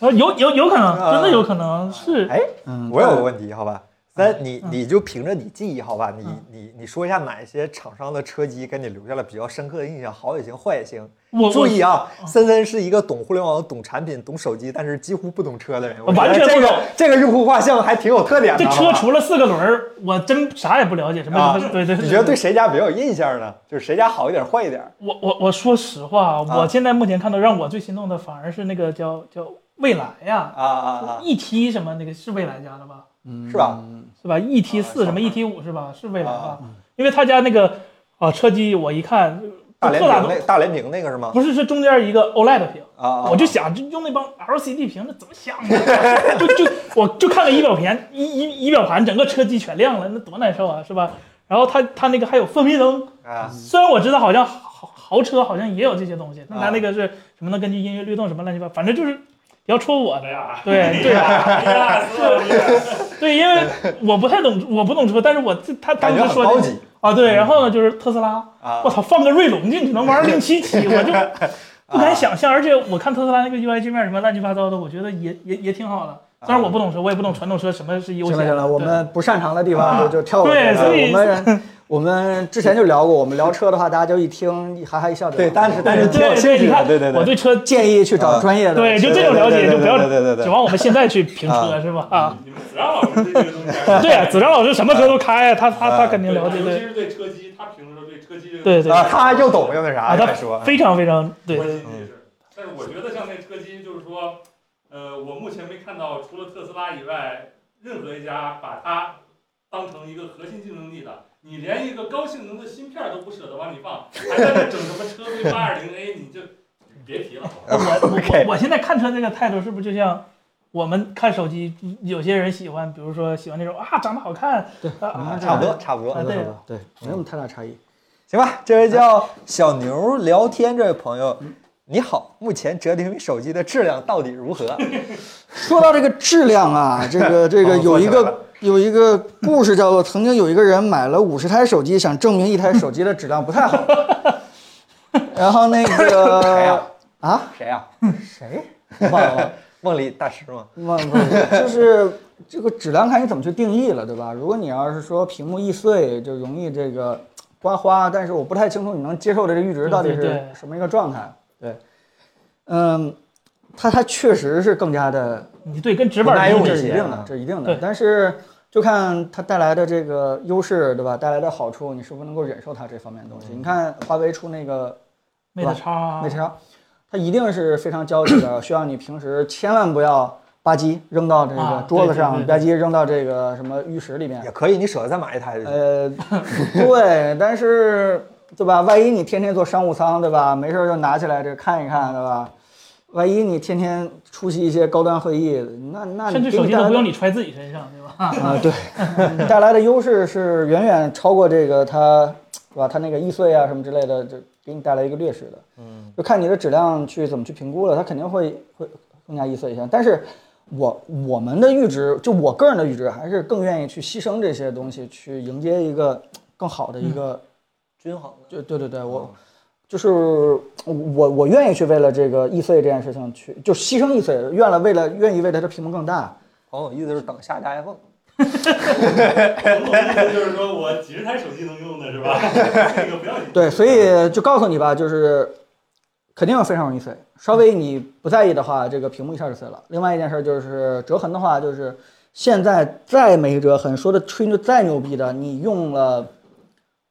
Speaker 2: 呃有有有可能，真的有可能是
Speaker 1: 哎，
Speaker 3: 嗯
Speaker 1: 我有个问题，好吧？三，你你就凭着你记忆，好吧？你你你说一下哪一些厂商的车机给你留下了比较深刻的印象，好也行，坏也行。
Speaker 2: 我
Speaker 1: 注意
Speaker 2: 啊，
Speaker 1: 啊，森森是一个懂互联网、懂产品、懂手机，但是几乎不懂车的人。我觉得
Speaker 2: 完全不
Speaker 1: 这个
Speaker 2: 懂
Speaker 1: 这个用户画像还挺有特点的。
Speaker 2: 这
Speaker 1: 好
Speaker 2: 车
Speaker 1: 吧
Speaker 2: 除了四个轮儿，我真啥也不了解，什么
Speaker 1: 啊
Speaker 2: 什么对对，
Speaker 1: 你觉得对谁家比较有印象呢？就是谁家好一点，坏一点？
Speaker 2: 我我我说实话，啊
Speaker 1: 啊
Speaker 2: 我现在目前看到让我最心动的反而是那个叫叫蔚来呀、
Speaker 1: 啊啊啊！
Speaker 2: e T 什么那个是蔚来家的吧？
Speaker 3: 嗯
Speaker 1: 是吧？
Speaker 2: 是吧？E T
Speaker 1: 啊
Speaker 2: 四什么 E T 五是吧？是蔚来
Speaker 1: 啊？
Speaker 2: 吧因为他家那个啊车机我一看，就
Speaker 1: 大
Speaker 2: 特
Speaker 1: 连
Speaker 2: 大
Speaker 1: 屏
Speaker 2: 的
Speaker 1: 那大连屏那个是吗？
Speaker 2: 不是是中间一个 OLED 屏，
Speaker 1: 啊啊！
Speaker 2: 我就想就用那帮 L C D 屏，那怎么想的？ 就就我就看个仪表盘，仪仪仪表盘整个车机全亮了，那多难受啊，是吧？然后它它那个还有氛围灯，
Speaker 1: 啊
Speaker 2: 虽然我知道好像豪豪车好像也有这些东西，但
Speaker 1: 啊
Speaker 2: 它那个是什么呢？根据音乐律动什么乱七八，糟，反正就是比较戳我的
Speaker 4: 哎。呀，
Speaker 2: 对对
Speaker 4: 哎呀，是我
Speaker 2: 对，因为我不太懂，我不懂车，但是我这他当
Speaker 1: 感觉很
Speaker 2: 时说
Speaker 1: 高
Speaker 2: 的
Speaker 1: 级
Speaker 2: 啊，对，然后呢就是特斯拉，
Speaker 1: 啊
Speaker 2: 我！操，放个锐龙进去能玩零七七， 我就不
Speaker 1: 啊
Speaker 2: 敢想象。而且我看特斯拉那个 UI 界面什么乱七八糟的，我觉得也也也挺好的。虽然我不懂车，我也不懂传动车什么是优
Speaker 3: 行
Speaker 2: 先
Speaker 3: 了
Speaker 2: 的。
Speaker 3: 行了，我
Speaker 2: 对
Speaker 3: 们不擅长的地方就就跳过去。
Speaker 2: 对所以
Speaker 3: 我们我们之前就聊过，我们聊车的话，大家就一听一哈哈一笑就
Speaker 1: 对，
Speaker 3: 好
Speaker 1: 但是但是挺呃有
Speaker 2: 对
Speaker 1: 兴
Speaker 2: 对，
Speaker 1: 趣
Speaker 2: 你
Speaker 1: 的，
Speaker 2: 看
Speaker 1: 对对对。
Speaker 2: 我对车
Speaker 3: 建议去找专业的车。
Speaker 2: 对就这种
Speaker 1: 对
Speaker 2: 了
Speaker 1: 对
Speaker 2: 解
Speaker 1: 对
Speaker 2: 就不要
Speaker 1: 对对对对
Speaker 2: 指望我们现在去评车
Speaker 1: 啊
Speaker 2: 是吧？啊，
Speaker 4: 你们子让老师对这个东西还 是，
Speaker 2: 对啊，子章老师什么车都开，啊他
Speaker 1: 啊
Speaker 2: 他他肯定了解，
Speaker 4: 尤其
Speaker 2: 对
Speaker 4: 是对车机，他平时对车机这个
Speaker 2: 对对
Speaker 1: 啊，他又懂又那啥，
Speaker 2: 啊
Speaker 1: 再说
Speaker 2: 非常非常对
Speaker 4: 关。心这事儿。但是我觉得像那车机，就是说，呃，我目前没看到除了特斯拉以外，任何一家把它当成一个核心竞争力的。你连一个高性能的芯片都不舍得往里放，还在那整什么车规八二零 A，你就别提了。
Speaker 2: 我我
Speaker 1: OK
Speaker 2: 我我现在看车这个态度是不是就像我们看手机，有些人喜欢，比如说喜欢那种啊长得好看，啊啊
Speaker 3: 嗯
Speaker 1: 差不多差不多
Speaker 3: 差。
Speaker 2: 啊
Speaker 3: 不多，差
Speaker 2: 对
Speaker 3: 不多对，没什么太大差异。
Speaker 1: 行吧，这位叫小牛聊天这位朋友，你好，目前折叠屏手机的质量到底如何？
Speaker 3: 嗯说到这个质 量啊，这个这个
Speaker 1: 哦
Speaker 3: 有一
Speaker 1: 做起来了
Speaker 3: 个有一个故事叫做，曾经有一个人买了五十台手机，想证明一台手机的质量不太 好。然后那
Speaker 1: 谁呀
Speaker 3: 个啊，
Speaker 1: 谁呀？
Speaker 3: 谁忘了
Speaker 1: 梦里大师吗？
Speaker 3: 忘了，就是这个质量看你怎么去定易了，对吧？如果你要是说屏幕易碎，就容易这个刮花，但是我不太清楚你能接受的这阈值到底
Speaker 2: 对
Speaker 3: 是
Speaker 2: 对
Speaker 3: 什么一个状态。对，嗯，它它确实是更加的
Speaker 2: 你对跟直
Speaker 1: 不耐
Speaker 2: 板
Speaker 1: 用
Speaker 2: 一
Speaker 1: 这
Speaker 2: 致
Speaker 3: 这
Speaker 1: 一
Speaker 3: 是
Speaker 1: 些
Speaker 3: 一定的
Speaker 1: 啊，
Speaker 3: 这是一定的
Speaker 2: 对。
Speaker 3: 但是就看它带来的这个优势，对吧？带来的好处，你是否能够忍受它这方面的东
Speaker 2: 嗯
Speaker 3: 西？你看华为出那个
Speaker 2: Mate 叉啊
Speaker 3: Mate 叉，它一定是非常焦急的，需要你平时千万不要吧唧扔到这个
Speaker 2: 啊
Speaker 3: 桌子
Speaker 2: 对对
Speaker 3: 上，
Speaker 2: 对
Speaker 3: 吧唧扔到这个什么浴室里面
Speaker 1: 也。可以，你舍得再买一台就行。
Speaker 3: 呃，对，但是对吧？万一你天天坐商务舱，对吧？没事儿就拿起来这看一看，对吧？万一你天天出席一些高端会议，那那
Speaker 2: 甚
Speaker 3: 你
Speaker 2: 至
Speaker 3: 给
Speaker 2: 手
Speaker 3: 你
Speaker 2: 机
Speaker 3: 带
Speaker 2: 都
Speaker 3: 来
Speaker 2: 不
Speaker 3: 的
Speaker 2: 用你揣自己身上，对吧？
Speaker 3: 啊，对，你带来的优势是远远超过这个它，是吧？它那个易碎啊什么之类的，就给你带来一个劣势的。
Speaker 1: 嗯，
Speaker 3: 就看你的质量去怎么去评估了，它肯定会会更加易碎一些。但是我我们的阈值，就我个人的阈值，还是更愿意去牺牲这些东西，去迎接一个更好的一个。
Speaker 1: 均衡的。
Speaker 3: 就对对对，我就是我我愿意去为了这个易碎这件事情去，就牺牲易碎，愿了为了愿意为它的屏幕更大。
Speaker 1: 朋友意思是等下一代 iPhone。
Speaker 4: 就是说我几十台手机能用的是吧？这个不要紧。
Speaker 3: 对，所以就告诉你吧，就是肯定非常容易碎。稍微你不在意的话，这个屏幕一下就碎了。另外一件事儿就是折痕的话，就是现在再没折痕，说的吹牛再牛逼的，你用了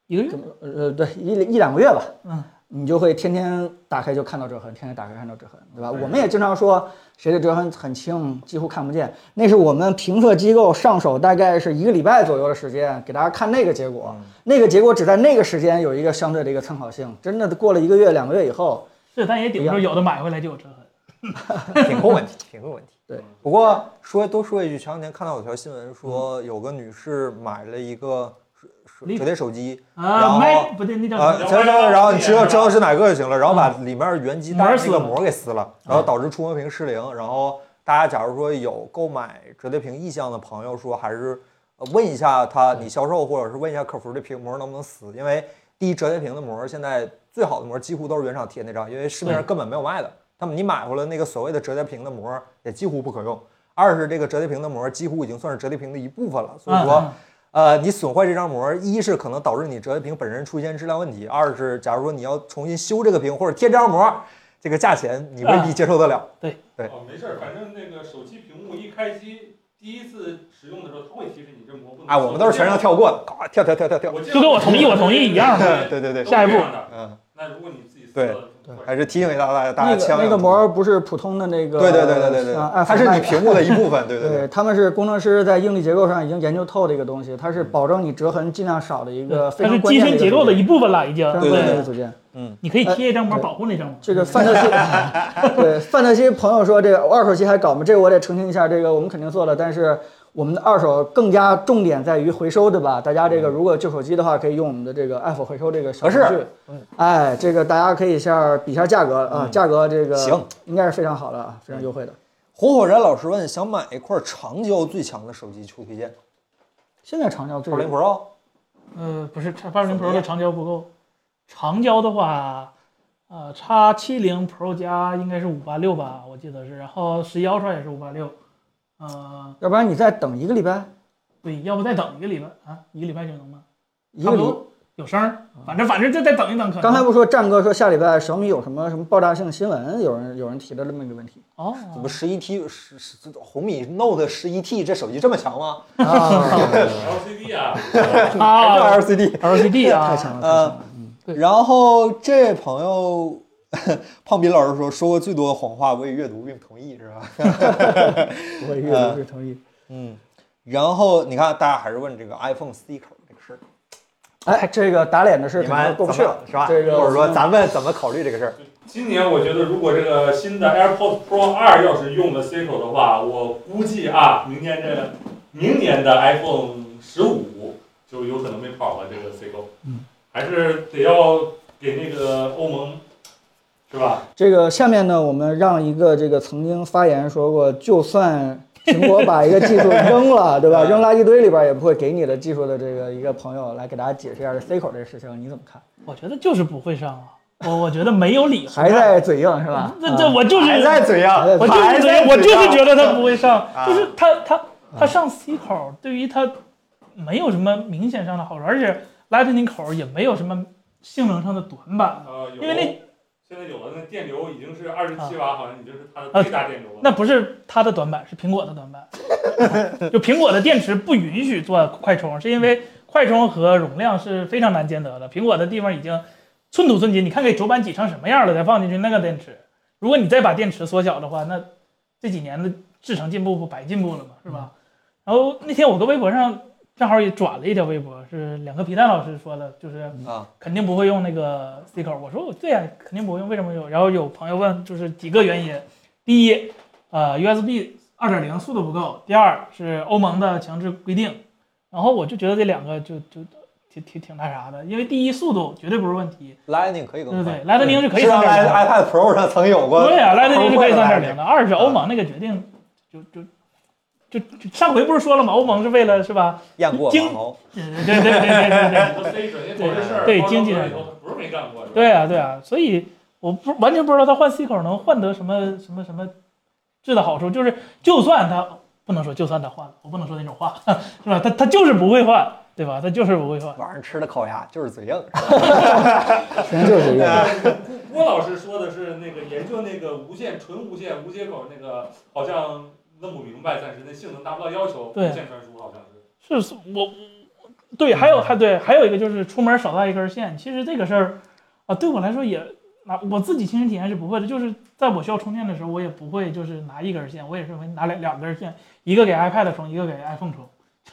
Speaker 2: 一个月
Speaker 3: 怎么呃对一一两个月吧，
Speaker 2: 嗯，
Speaker 3: 你就会天天打开就看到折痕，天天打开看到折痕，对吧？我们也经常说谁的折痕很轻，几乎看不见，那是我们评测机构上手大概是一个礼拜左右的时间，给大家看那个结果，
Speaker 1: 嗯
Speaker 3: 那个结果只在那个时间有一个相对的一个参考性，真的过了一个月、两个月以后，
Speaker 2: 是，但也顶不住有的买回来就有折痕。
Speaker 1: 品控 问题，品控问题。
Speaker 3: 对，
Speaker 1: 不过说多说一句，前两天看到有条新闻
Speaker 3: 嗯
Speaker 1: 说，有个女士买了一个折折折叠手机，然
Speaker 2: 啊，
Speaker 1: 后
Speaker 2: 卖不对，那叫
Speaker 1: 啊，
Speaker 2: 什
Speaker 4: 呃
Speaker 2: 么？
Speaker 1: 前两天然后你知道知道是哪个就行了，然后
Speaker 2: 嗯
Speaker 1: 把里面原机带
Speaker 2: 膜
Speaker 1: 的那
Speaker 2: 撕
Speaker 1: 个
Speaker 2: 了
Speaker 1: 膜给撕了，然后导致触摸屏失灵。然后大家假如说有购买折叠屏意向的朋友，说还是呃问一下他，你销售或者是问一下客服这屏膜能不能撕，因为第一折叠屏的膜现在最好的膜几乎都是原厂贴那张，因为市面上根本没有卖的。那么你买回来那个所谓的折叠屏的膜也几乎不可用。二是这个折叠屏的膜几乎已经算是折叠屏的一部分了，所以说。
Speaker 2: 啊，
Speaker 1: 呃，你损坏这张膜，一是可能导致你折叠屏本身出现质量问题，二是假如说你要重新修这个屏或者贴这张膜，这个价钱你未
Speaker 3: 啊
Speaker 1: 必接受得了。对
Speaker 4: 哦，没事儿，反正那个手机屏幕一开机，第一次使用的时候，它会提示你这膜不能。
Speaker 1: 哎，我们都是全程。跳过的，嘎跳跳跳跳跳。
Speaker 4: 我记得
Speaker 2: 就跟我同意我同意一样
Speaker 1: 的对对对
Speaker 4: 都是
Speaker 2: 下一步
Speaker 4: 这样的
Speaker 1: 嗯，
Speaker 4: 那如果你自己撕
Speaker 1: 对
Speaker 4: 了怎么办
Speaker 1: 还是提醒一下大家，大
Speaker 3: 那
Speaker 1: 家
Speaker 3: 个
Speaker 1: 千万要
Speaker 3: 那个
Speaker 1: 注意。
Speaker 3: 膜不是普通的那个，啊
Speaker 1: 对对对对对对
Speaker 3: 像
Speaker 1: 对，
Speaker 3: iPhone
Speaker 1: 它是
Speaker 3: 那
Speaker 1: 你
Speaker 3: 个
Speaker 1: 屏幕的一部 分，对对对
Speaker 3: 对，他们是工程师在应力结构上已经研究透的一个东西，
Speaker 1: 嗯
Speaker 3: 它是保证你折痕尽量少的一个呃
Speaker 2: 嗯
Speaker 3: 非
Speaker 2: 它是
Speaker 3: 常关
Speaker 2: 机
Speaker 3: 键
Speaker 2: 身
Speaker 3: 的一
Speaker 2: 结
Speaker 3: 个
Speaker 2: 构的
Speaker 3: 组件
Speaker 2: 一部分了，已经。
Speaker 3: 非常
Speaker 1: 对
Speaker 3: 关
Speaker 1: 对
Speaker 3: 键
Speaker 1: 对
Speaker 3: 的组件。
Speaker 2: 你可以贴一张膜
Speaker 3: 哎对
Speaker 2: 保护那张膜。
Speaker 3: 这个范特西，对范特西朋友说这个二手机还搞吗？这个我得澄清一下，这个我们肯定做了，但是我们的二手更加重点在于回收，对吧？大家这个如果旧手机的话，可以用我们的这个 App 回收这个小程
Speaker 1: 合
Speaker 3: 序
Speaker 1: 适。嗯
Speaker 3: 哎，这个大家可以一下比一下价格啊，价格这个
Speaker 1: 行，
Speaker 3: 应该是非常好的啊，非常优惠的。
Speaker 1: 火火然老师问，想买一块长焦最强的手机，求推荐。
Speaker 3: 现在长焦最
Speaker 1: 二零 Pro，
Speaker 2: 呃，不是，八零 Pro 的长焦不够。长焦的话，呃，x 七零 Pro 加应该是五八六吧，我记得是，然后十一 Ultra 也是五八六。呃，
Speaker 3: 要不然你再等一个礼拜，
Speaker 2: 对，要不再等一个礼拜啊？一个礼拜就能吗？
Speaker 3: 一
Speaker 2: 差不
Speaker 3: 个礼。啊
Speaker 2: 多嗯有声儿，反正反正就再等一等可能。
Speaker 3: 刚才不说战哥说下礼拜小米有什么什么爆炸性新闻，有人有人提了这么一个问题
Speaker 2: 哦，
Speaker 1: 怎么十一 T 十十红米 Note 十一 T 这手机这么强吗？
Speaker 3: 啊，
Speaker 4: LCD 啊，
Speaker 2: 啊
Speaker 1: 还是 LCD？
Speaker 2: ，LCD 啊
Speaker 3: 太，强了，太强了。
Speaker 1: 呃，
Speaker 2: 嗯
Speaker 1: 然后这位朋友 胖斌老师说，说过最多的谎话，我也阅读并同意，是吧？
Speaker 3: 我阅读是同意。
Speaker 1: 嗯。然后你看，大家还是问这个 iPhone C 口这个事儿，
Speaker 3: 哎，这个打脸的事
Speaker 1: 你
Speaker 3: 可能
Speaker 1: 们
Speaker 3: 过不去
Speaker 1: 怎么
Speaker 3: 了，
Speaker 1: 是吧？
Speaker 3: 这个
Speaker 1: 或者说咱们怎么考虑这个事儿？
Speaker 4: 今年我觉得如果这个新的 AirPods Pro 二要是用了 C 口的话，我估计啊，明年这明年的 iPhone 十五就有可能没跑了。这个 C 口，
Speaker 3: 嗯，
Speaker 4: 还是得要给那个欧盟，是吧？
Speaker 3: 这个下面呢，我们让一个这个曾经发言说过，就算苹果把一个技术扔 了，对
Speaker 1: 嗯
Speaker 3: 吧？扔垃圾堆里边也不会给你的技术的这个一个朋友来给大家解释一下这 C 口这个事情，你怎么看？
Speaker 2: 我觉得就是不会上啊，我我觉得没有理由。
Speaker 3: 还在嘴硬是吧？
Speaker 1: 嗯
Speaker 2: 这
Speaker 3: 啊
Speaker 2: 这我就是
Speaker 1: 啊还在嘴呀，
Speaker 2: 我就是
Speaker 1: 还
Speaker 2: 觉得
Speaker 1: 在
Speaker 2: 我就
Speaker 1: 嘴呀
Speaker 2: 是觉得他不会上，
Speaker 1: 啊
Speaker 2: 就是他他他上 C 口，对于他没有什么明显上的好处，而且 Lightning 口也没有什么性能上的短板，
Speaker 4: 呃，有
Speaker 2: 啊因为那
Speaker 4: 现在有了那电流已经是二十七
Speaker 2: 啊
Speaker 4: 瓦，好像已经是它的最大电流了。
Speaker 2: 那不是他的短板，是苹果的短板。 就苹果的电池不允许做快充，是因为快充和容量是非常难兼得的。苹果的地方已经寸土寸金，你看给主板挤成什么样了，再放进去那个电池。如果你再把电池缩小的话，那这几年的制程进步不白进步了吗？是吧？然后那天我搁微博上正好也转了一条微博，是两个皮蛋老师说的，就是
Speaker 1: 啊，
Speaker 2: 肯定不会用那个 C 口。我说我对呀、肯定不会用，为什么用？然后有朋友问，就是几个原因：第一，呃，USB 二点零速度不够；第二是欧盟的强制规定。然后我就觉得这两个就就挺挺挺那啥的，因为第一速度绝对不是问题，
Speaker 1: Lightning 可以更快，
Speaker 2: 对对，Lightning 是可以
Speaker 1: 上
Speaker 2: 更快的
Speaker 1: iPad Pro 上曾有过，
Speaker 2: 对啊呀、来 l
Speaker 1: 超
Speaker 2: 是可
Speaker 1: 快
Speaker 2: 以
Speaker 1: 的
Speaker 2: 三点
Speaker 1: Lightning
Speaker 2: 零的。二是欧盟那个决定，就就就就上回不是说了吗？欧盟是为了是吧？
Speaker 1: 雁过
Speaker 2: 经
Speaker 1: 马头，
Speaker 2: 对对对对对对对。
Speaker 4: 都塞准那头这事儿，
Speaker 2: 对
Speaker 4: 包装
Speaker 2: 经济
Speaker 4: 盒
Speaker 2: 上
Speaker 4: 里头不是没干过，是吧
Speaker 2: 对啊，对啊，所以我不完全不知道他换 C 口能换得什么什么什么质的好处，就是就算他不能说就算他换了，我不能说那种话， 是吧？他他就是不会换，对吧？他就是不会换。
Speaker 1: 晚上吃的烤鸭就是嘴硬，
Speaker 3: 全就是一个。
Speaker 4: 郭郭老师说的是那个研究那个无线纯无线无接口那个，好像弄不明白，暂时那性能达不到要求，无
Speaker 2: 对
Speaker 4: 线传输好像是。
Speaker 2: 是是我我对，还有还对，还有一个就是出门少带一根线。其实这个事儿啊，对我来说也拿我自己亲身体验是不会的，就是在我需要充电的时候，我也不会就是拿一根线，我也是会拿两两根线，一个给 iPad 充，一个给 iPhone 充。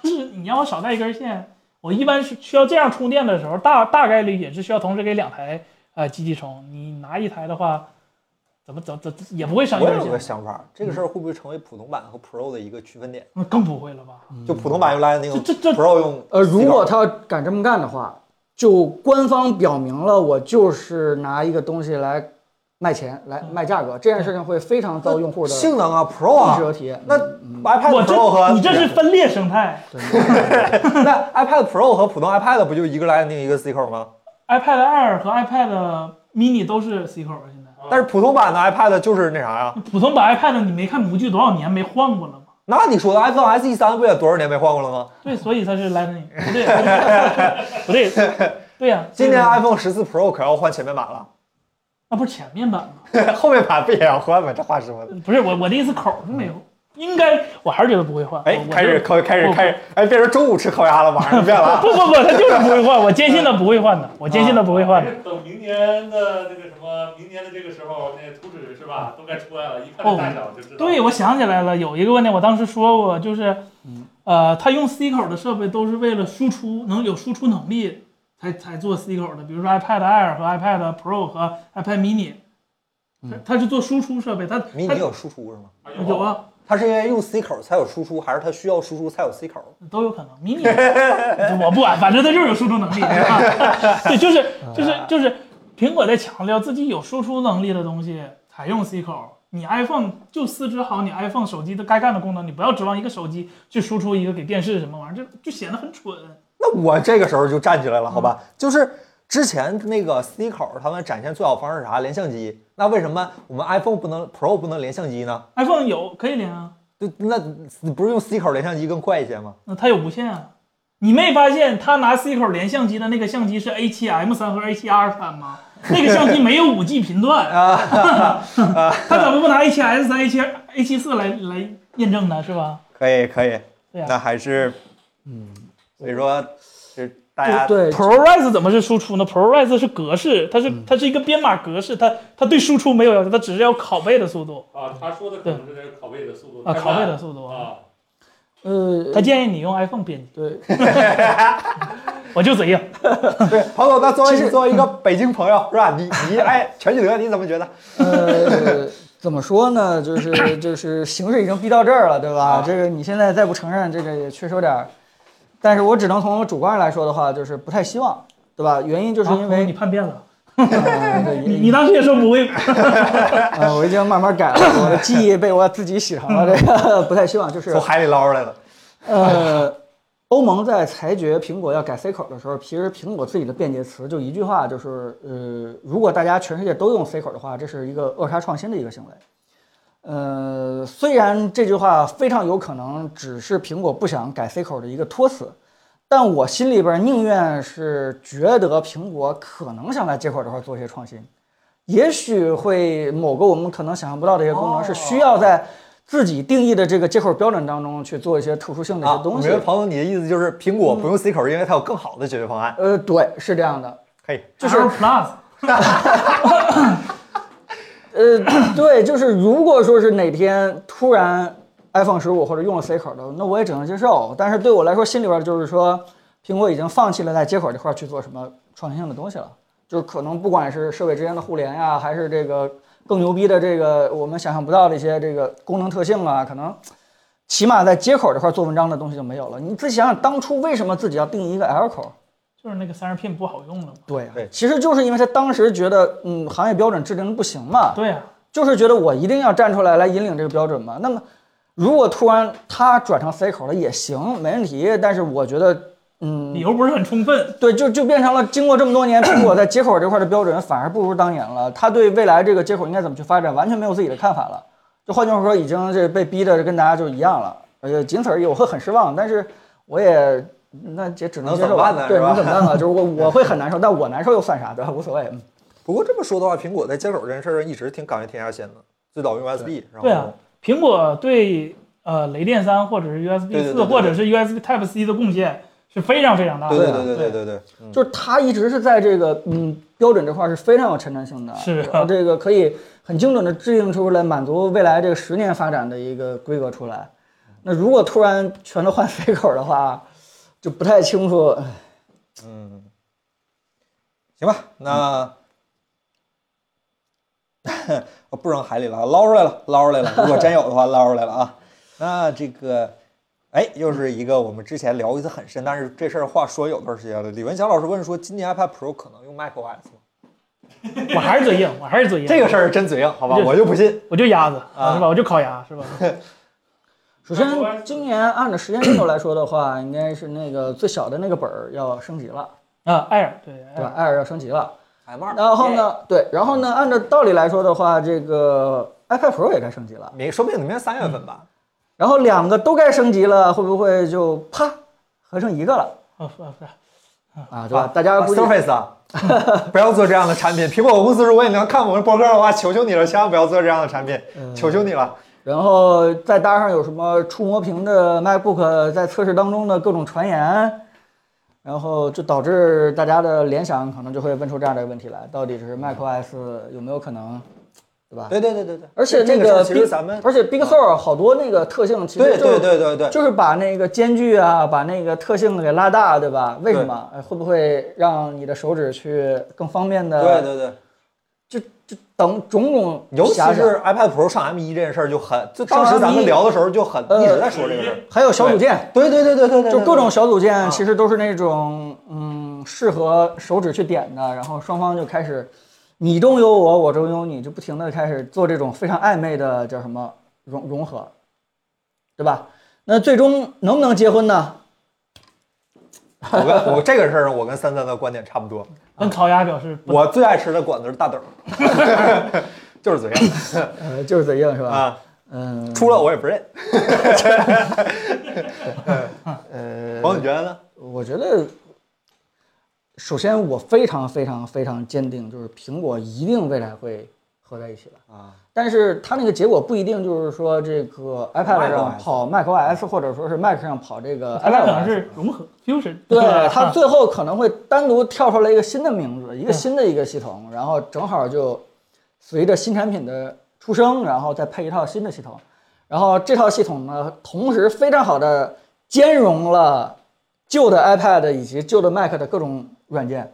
Speaker 2: 就是你让我少带一根线，我一般是需要这样充电的时候，大大概率也是需要同时给两台呃机器充。你拿一台的话，怎么怎么怎么也不会上一
Speaker 1: 我
Speaker 2: 根
Speaker 1: 有个
Speaker 2: 线，
Speaker 1: 想法，这个事儿会不会成为普通版和 Pro 的一个区分点？
Speaker 2: 那更不会了吧？
Speaker 1: 就普通版用 Lightning，
Speaker 2: 这这这
Speaker 1: Pro 用
Speaker 3: 呃，如
Speaker 1: C 口
Speaker 3: 果他要敢这么干的话，就官方表明了，我就是拿一个东西来卖钱，来
Speaker 1: 嗯
Speaker 3: 卖价格，这件事情会非常遭用户的
Speaker 1: 性能啊，Pro
Speaker 3: 认知
Speaker 1: 啊
Speaker 3: 和体验。
Speaker 1: 那
Speaker 3: 嗯
Speaker 2: 我
Speaker 1: ，iPad
Speaker 2: 这
Speaker 1: Pro 和
Speaker 2: 你这是分裂生态。
Speaker 1: 那 iPad Pro 和普通 iPad 不就一个 Lightning 一个 C 口吗？
Speaker 2: iPad Air 和 iPad Mini 都是 C 口啊了，现在
Speaker 1: 但是普通版的 iPad 就是那啥呀？
Speaker 2: 普通版 iPad 你没看模具多少年没换过了吗？
Speaker 1: 那你说的 iPhone SE 三不也多少年没换过了吗？
Speaker 2: 对，所以它是 Lightning，不对，啊不对，对呀、
Speaker 1: 今啊年
Speaker 2: 所以
Speaker 1: iPhone 十四 Pro 可要换前面版了，
Speaker 2: 那不是前面版吗？
Speaker 1: 后面版不也要换吗？这话说的。
Speaker 2: 不是我我的意思口是没有，应该我还是觉得不会换。
Speaker 1: 哎
Speaker 2: 我，
Speaker 1: 开始。烤，开始开始，哎，变成中午吃烤鸭了，晚上就变了
Speaker 2: 我
Speaker 1: 啊。
Speaker 2: 就不不不，他就是不会换，我坚信他不会换的，我坚信他不会换的。
Speaker 4: 等明年的那个什么，明年的这个时候，那图纸是吧，都该出来了，一看这大小就知道。
Speaker 2: 嗯哦对，，我想起来了，有一个问题我当时说过，就是，呃，他用 C 口的设备都是为了输出能有输出能力才才做 C 口的，比如说 iPad Air 和 iPad Pro 和 iPad Mini，它它是做输出设备，它
Speaker 1: 迷
Speaker 2: 它
Speaker 1: 你有输出是吗？
Speaker 4: 哎
Speaker 2: 有
Speaker 4: 呦，
Speaker 2: 啊，
Speaker 1: 它是因为用 C 口才有输出，还是它需要输出才有 C 口？
Speaker 2: 都有可能。迷你我不管，反正它就是有输出能力，对吧 对，就是就是就是苹果在强调自己有输出能力的东西采用 C 口。你 iPhone 就四肢好，你 iPhone 手机的该干的功能，你不要指望一个手机去输出一个给电视什么玩意儿，这就显得很蠢。
Speaker 1: 那我这个时候就站起来
Speaker 3: 嗯
Speaker 1: 了，好吧？就是之前那个 C 口，他们展现最好方式是啥？连相机。那为什么我们 iPhone 不能 Pro 不能连相机呢？
Speaker 2: iPhone 有可以连啊，
Speaker 1: 就那不是用 C 口连相机更快一些吗？
Speaker 2: 那它有无线啊。你没发现他拿 C 口连相机的那个相机是 A7M 三和 A7R 三吗？那个相机没有 5G 频段啊，
Speaker 3: 啊
Speaker 2: 他怎么不拿 A7S 三、A7 A7 四来来验证呢？是吧？
Speaker 1: 可以可以，
Speaker 3: 啊
Speaker 2: 对呀
Speaker 1: 那还是嗯，所以说就是大家
Speaker 3: 对
Speaker 2: ProRes 怎么是输出呢？ProRes 是格式，它是
Speaker 3: 嗯
Speaker 2: 它是一个编码格式，它它对输出没有要求，它只是要拷贝的速度
Speaker 4: 啊，他说的可能是这个拷贝的速度
Speaker 2: 啊，
Speaker 4: 太
Speaker 2: 拷贝
Speaker 4: 慢
Speaker 2: 的速度。
Speaker 4: 啊，
Speaker 3: 呃，
Speaker 2: 他建议你用 iPhone 编辑，
Speaker 3: 对，
Speaker 2: 我就嘴硬。
Speaker 1: 对彭总，那作
Speaker 3: 其
Speaker 1: 为
Speaker 3: 实
Speaker 1: 作为一个北京朋友是吧？你你 哎，全聚德你怎么觉得？
Speaker 3: 呃， 怎么说呢？就是就是形势已经逼到这儿了，对吧？这个你现在再不承认，这个也确实有点儿。但是我只能从我主观上来说的话，就是不太希望，对吧？原因就是因
Speaker 2: 啊
Speaker 3: 为
Speaker 2: 你叛变了，
Speaker 3: 呃 对
Speaker 2: 你你当时也说不会，
Speaker 3: 呃，我已经慢慢改了，我的记忆被我自己洗成了这个不太希望，就是
Speaker 1: 从海里捞出来的。
Speaker 3: 呃，欧盟在裁决苹果要改 C 口的时候，其实苹果自己的辩解词就一句话，就是呃，如果大家全世界都用 C 口的话，这是一个扼杀创新的一个行为。呃，虽然这句话非常有可能只是苹果不想改 C 口的一个托词，但我心里边宁愿是觉得苹果可能想在接口这块做一些创新，也许会某个我们可能想象不到的一些功
Speaker 1: 哦
Speaker 3: 能是需要在自己定义的这个接口标准当中去做一些特殊性的一
Speaker 1: 啊
Speaker 3: 些，
Speaker 1: 我
Speaker 3: 东西
Speaker 1: 觉。得彭总你的意思就是苹果不用 C 口，因为它有更好的解决方案。
Speaker 3: 呃，对，是这样的。
Speaker 1: 可以，
Speaker 3: 就是
Speaker 2: Arrow Plus。
Speaker 3: 呃，对，就是如果说是哪天突然 iPhone 十五或者用了 C 口的，那我也只能接受。但是对我来说，心里边就是说，苹果已经放弃了在接口这块去做什么创新性的东西了。就是可能不管是设备之间的互联呀，还是这个更牛逼的这个我们想象不到的一些这个功能特性啊，可能起码在接口这块做文章的东西就没有了。你自己想想，当初为什么自己要定一个 L 口？
Speaker 2: 就是那个散热片不好用了嘛。
Speaker 3: 对啊
Speaker 1: 对
Speaker 3: 其实就是因为他当时觉得，嗯，行业标准制定的不行嘛，
Speaker 2: 对啊呀、
Speaker 3: 就是觉得我一定要站出来来引领这个标准嘛。那么，如果突然他转成 C 口了也行，没问题。但是我觉得，嗯，
Speaker 2: 理由不是很充分。
Speaker 3: 对，就就变成了经过这么多年，苹果在接口这块的标准反而不如当年了。他对未来这个接口应该怎么去发展，完全没有自己的看法了。就换句话说，已经这被逼的跟大家就一样了，而且仅此而已。我会很失望，但是我也那也只能接受吧
Speaker 1: 能怎么办呢
Speaker 3: 对，
Speaker 1: 是吧
Speaker 3: 能怎么办呢？就是 我我会很难受，但我难受又算啥，对吧？无所谓。嗯
Speaker 1: 不过这么说的话，苹果在接口这件事儿上一直挺敢于天下先的，最早用 USB，然后
Speaker 2: 对啊，苹果对呃雷电三或者是 USB
Speaker 1: 对对对
Speaker 2: 四
Speaker 1: 对
Speaker 2: 或者是 USB Type C 的贡献是非常非常大的。
Speaker 1: 对对
Speaker 3: 对啊
Speaker 1: 对对对对，嗯
Speaker 3: 就是他一直是在这个嗯标准这块是非常有前瞻性的，
Speaker 2: 是啊
Speaker 3: 然后这个可以很精准的制定出来满足未来这个十年发展的一个规格出来。那如果突然全都换 C 口的话，就不太清楚。唉
Speaker 1: 嗯，行吧，那、 我不扔海里了，捞出来了，捞出来了。如果真有的话，捞出来了啊。 那这个，哎，又是一个我们之前聊一次很深，但是这事儿话说有段时间了。李文祥老师问说，今年 iPad Pro 可能用 macOS 吗？
Speaker 2: 我还是嘴硬，我还是嘴硬。
Speaker 1: 这个事儿真嘴硬，好吧，
Speaker 2: 这
Speaker 1: 我就不信。
Speaker 2: 我就鸭子、
Speaker 1: 啊
Speaker 2: 是吧？我就烤鸭 是吧？
Speaker 3: 首先，今年按照时间进度来说的话，应该是那个最小的那个本儿要升级了，
Speaker 2: 啊，艾尔对，艾
Speaker 3: 对
Speaker 2: 尔
Speaker 3: 吧？艾尔要升级了。
Speaker 1: M 二，
Speaker 3: 然后？
Speaker 2: 哎
Speaker 3: 呢，对，然后呢，按照道理来说的话，这个 iPad Pro 也该升级了。
Speaker 1: 明哎说不定明年三月份吧。
Speaker 3: 然后两个都该升级了，会不会就啪合成一个了
Speaker 2: 啊不是
Speaker 3: 啊？对吧？大家
Speaker 1: 啊
Speaker 3: 估计
Speaker 1: Surface 啊， 不要做这样的产品。苹果公司，如果你能看我们博客的话，求求你了，千万不要做这样的产品，
Speaker 3: 嗯
Speaker 1: 求求你了。
Speaker 3: 然后再搭上有什么触摸屏的 MacBook 在测试当中的各种传言，然后就导致大家的联想可能就会问出这样的问题来：到底是
Speaker 1: 嗯
Speaker 3: macOS 有没有可能，对吧？
Speaker 1: 对对对对对，
Speaker 3: 而且
Speaker 1: 这
Speaker 3: 那
Speaker 1: 这
Speaker 3: 个
Speaker 1: 事儿其实
Speaker 3: Big-
Speaker 1: 咱们嗯
Speaker 3: 而且 Big Sur 好多那个特性其实
Speaker 1: 对
Speaker 3: 就是
Speaker 1: 对对对对，
Speaker 3: 就是把那个间距啊，把那个特性给拉大，对吧？为什么？呃会不会让你的手指去更方便的？
Speaker 1: 对对对，
Speaker 3: 等种种
Speaker 1: 尤其
Speaker 3: 遐想
Speaker 1: 是 iPad Pro 上 M 一这件事儿就很，就当时
Speaker 3: 上
Speaker 1: 咱
Speaker 3: M1
Speaker 1: 们聊的时候就很
Speaker 3: 呃
Speaker 1: 一直在说这个事儿。
Speaker 3: 还有小组件，
Speaker 1: 对对对对对对，
Speaker 3: 就
Speaker 1: 对
Speaker 3: 各种小组件
Speaker 1: 啊
Speaker 3: 其实都是那种嗯适合手指去点的，然后双方就开始你中有我，我中有你，就不停的开始做这种非常暧昧的叫什么融融合，对吧？那最终能不能结婚呢？
Speaker 1: 我跟我这个事儿，我跟三三的观点差不多。
Speaker 2: 跟烤鸭表示
Speaker 3: 嗯
Speaker 2: 不
Speaker 1: 我最爱吃的馆子是大 豆，就是嘴硬
Speaker 3: 呃，就是嘴硬是吧？
Speaker 1: 啊，
Speaker 3: 嗯，
Speaker 1: 出了我也不 认。呃
Speaker 3: 嗯
Speaker 1: 王子娟呢？
Speaker 3: 我觉得，首先我非常非常非常坚定，就是苹果一定未来会合在一起的。
Speaker 1: 啊，
Speaker 3: 但是它那个结果不一定就是说这个 iPad 上
Speaker 1: macOS
Speaker 3: 跑 macOS，或者说是 Mac 上跑这个
Speaker 2: 它俩可能
Speaker 3: iPad。
Speaker 2: 是融合 fusion，
Speaker 3: 对
Speaker 2: 吧
Speaker 3: 它
Speaker 2: 啊
Speaker 3: 最后可能会单独跳出来一个新的名字，一个新的一个系统，然后正好就随着新产品的出生，然后再配一套新的系统，然后这套系统呢，同时非常好的兼容了旧的 iPad 以及旧的 Mac 的各种软 件。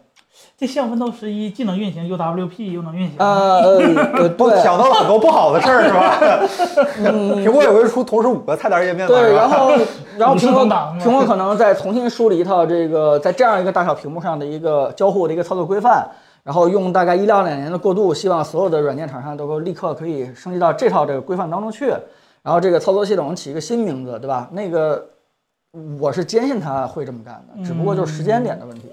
Speaker 2: 这像 Windows 十一既能运行 UWP 又能运
Speaker 1: 啊
Speaker 2: 行，
Speaker 3: 呃呃，呃
Speaker 1: 不
Speaker 3: 对，
Speaker 1: 想到了很多不好的事儿是 吧？
Speaker 3: 嗯
Speaker 1: 苹果也会出同时五个菜单页面嘛，
Speaker 3: 对，
Speaker 1: 是吧
Speaker 3: 然后然后
Speaker 2: 你是
Speaker 3: 苹果
Speaker 2: 同党是吧
Speaker 3: 苹果可能再重新梳理一套这个在这样一个大小屏幕上的一个交互的一个操作规范，然后用大概一到两年的过渡，希望所有的软件厂商都够立刻可以升级到这套这个规范当中去，然后这个操作系统起一个新名字，对吧？那个我是坚信他会这么干的，只不过就是时间点的问题。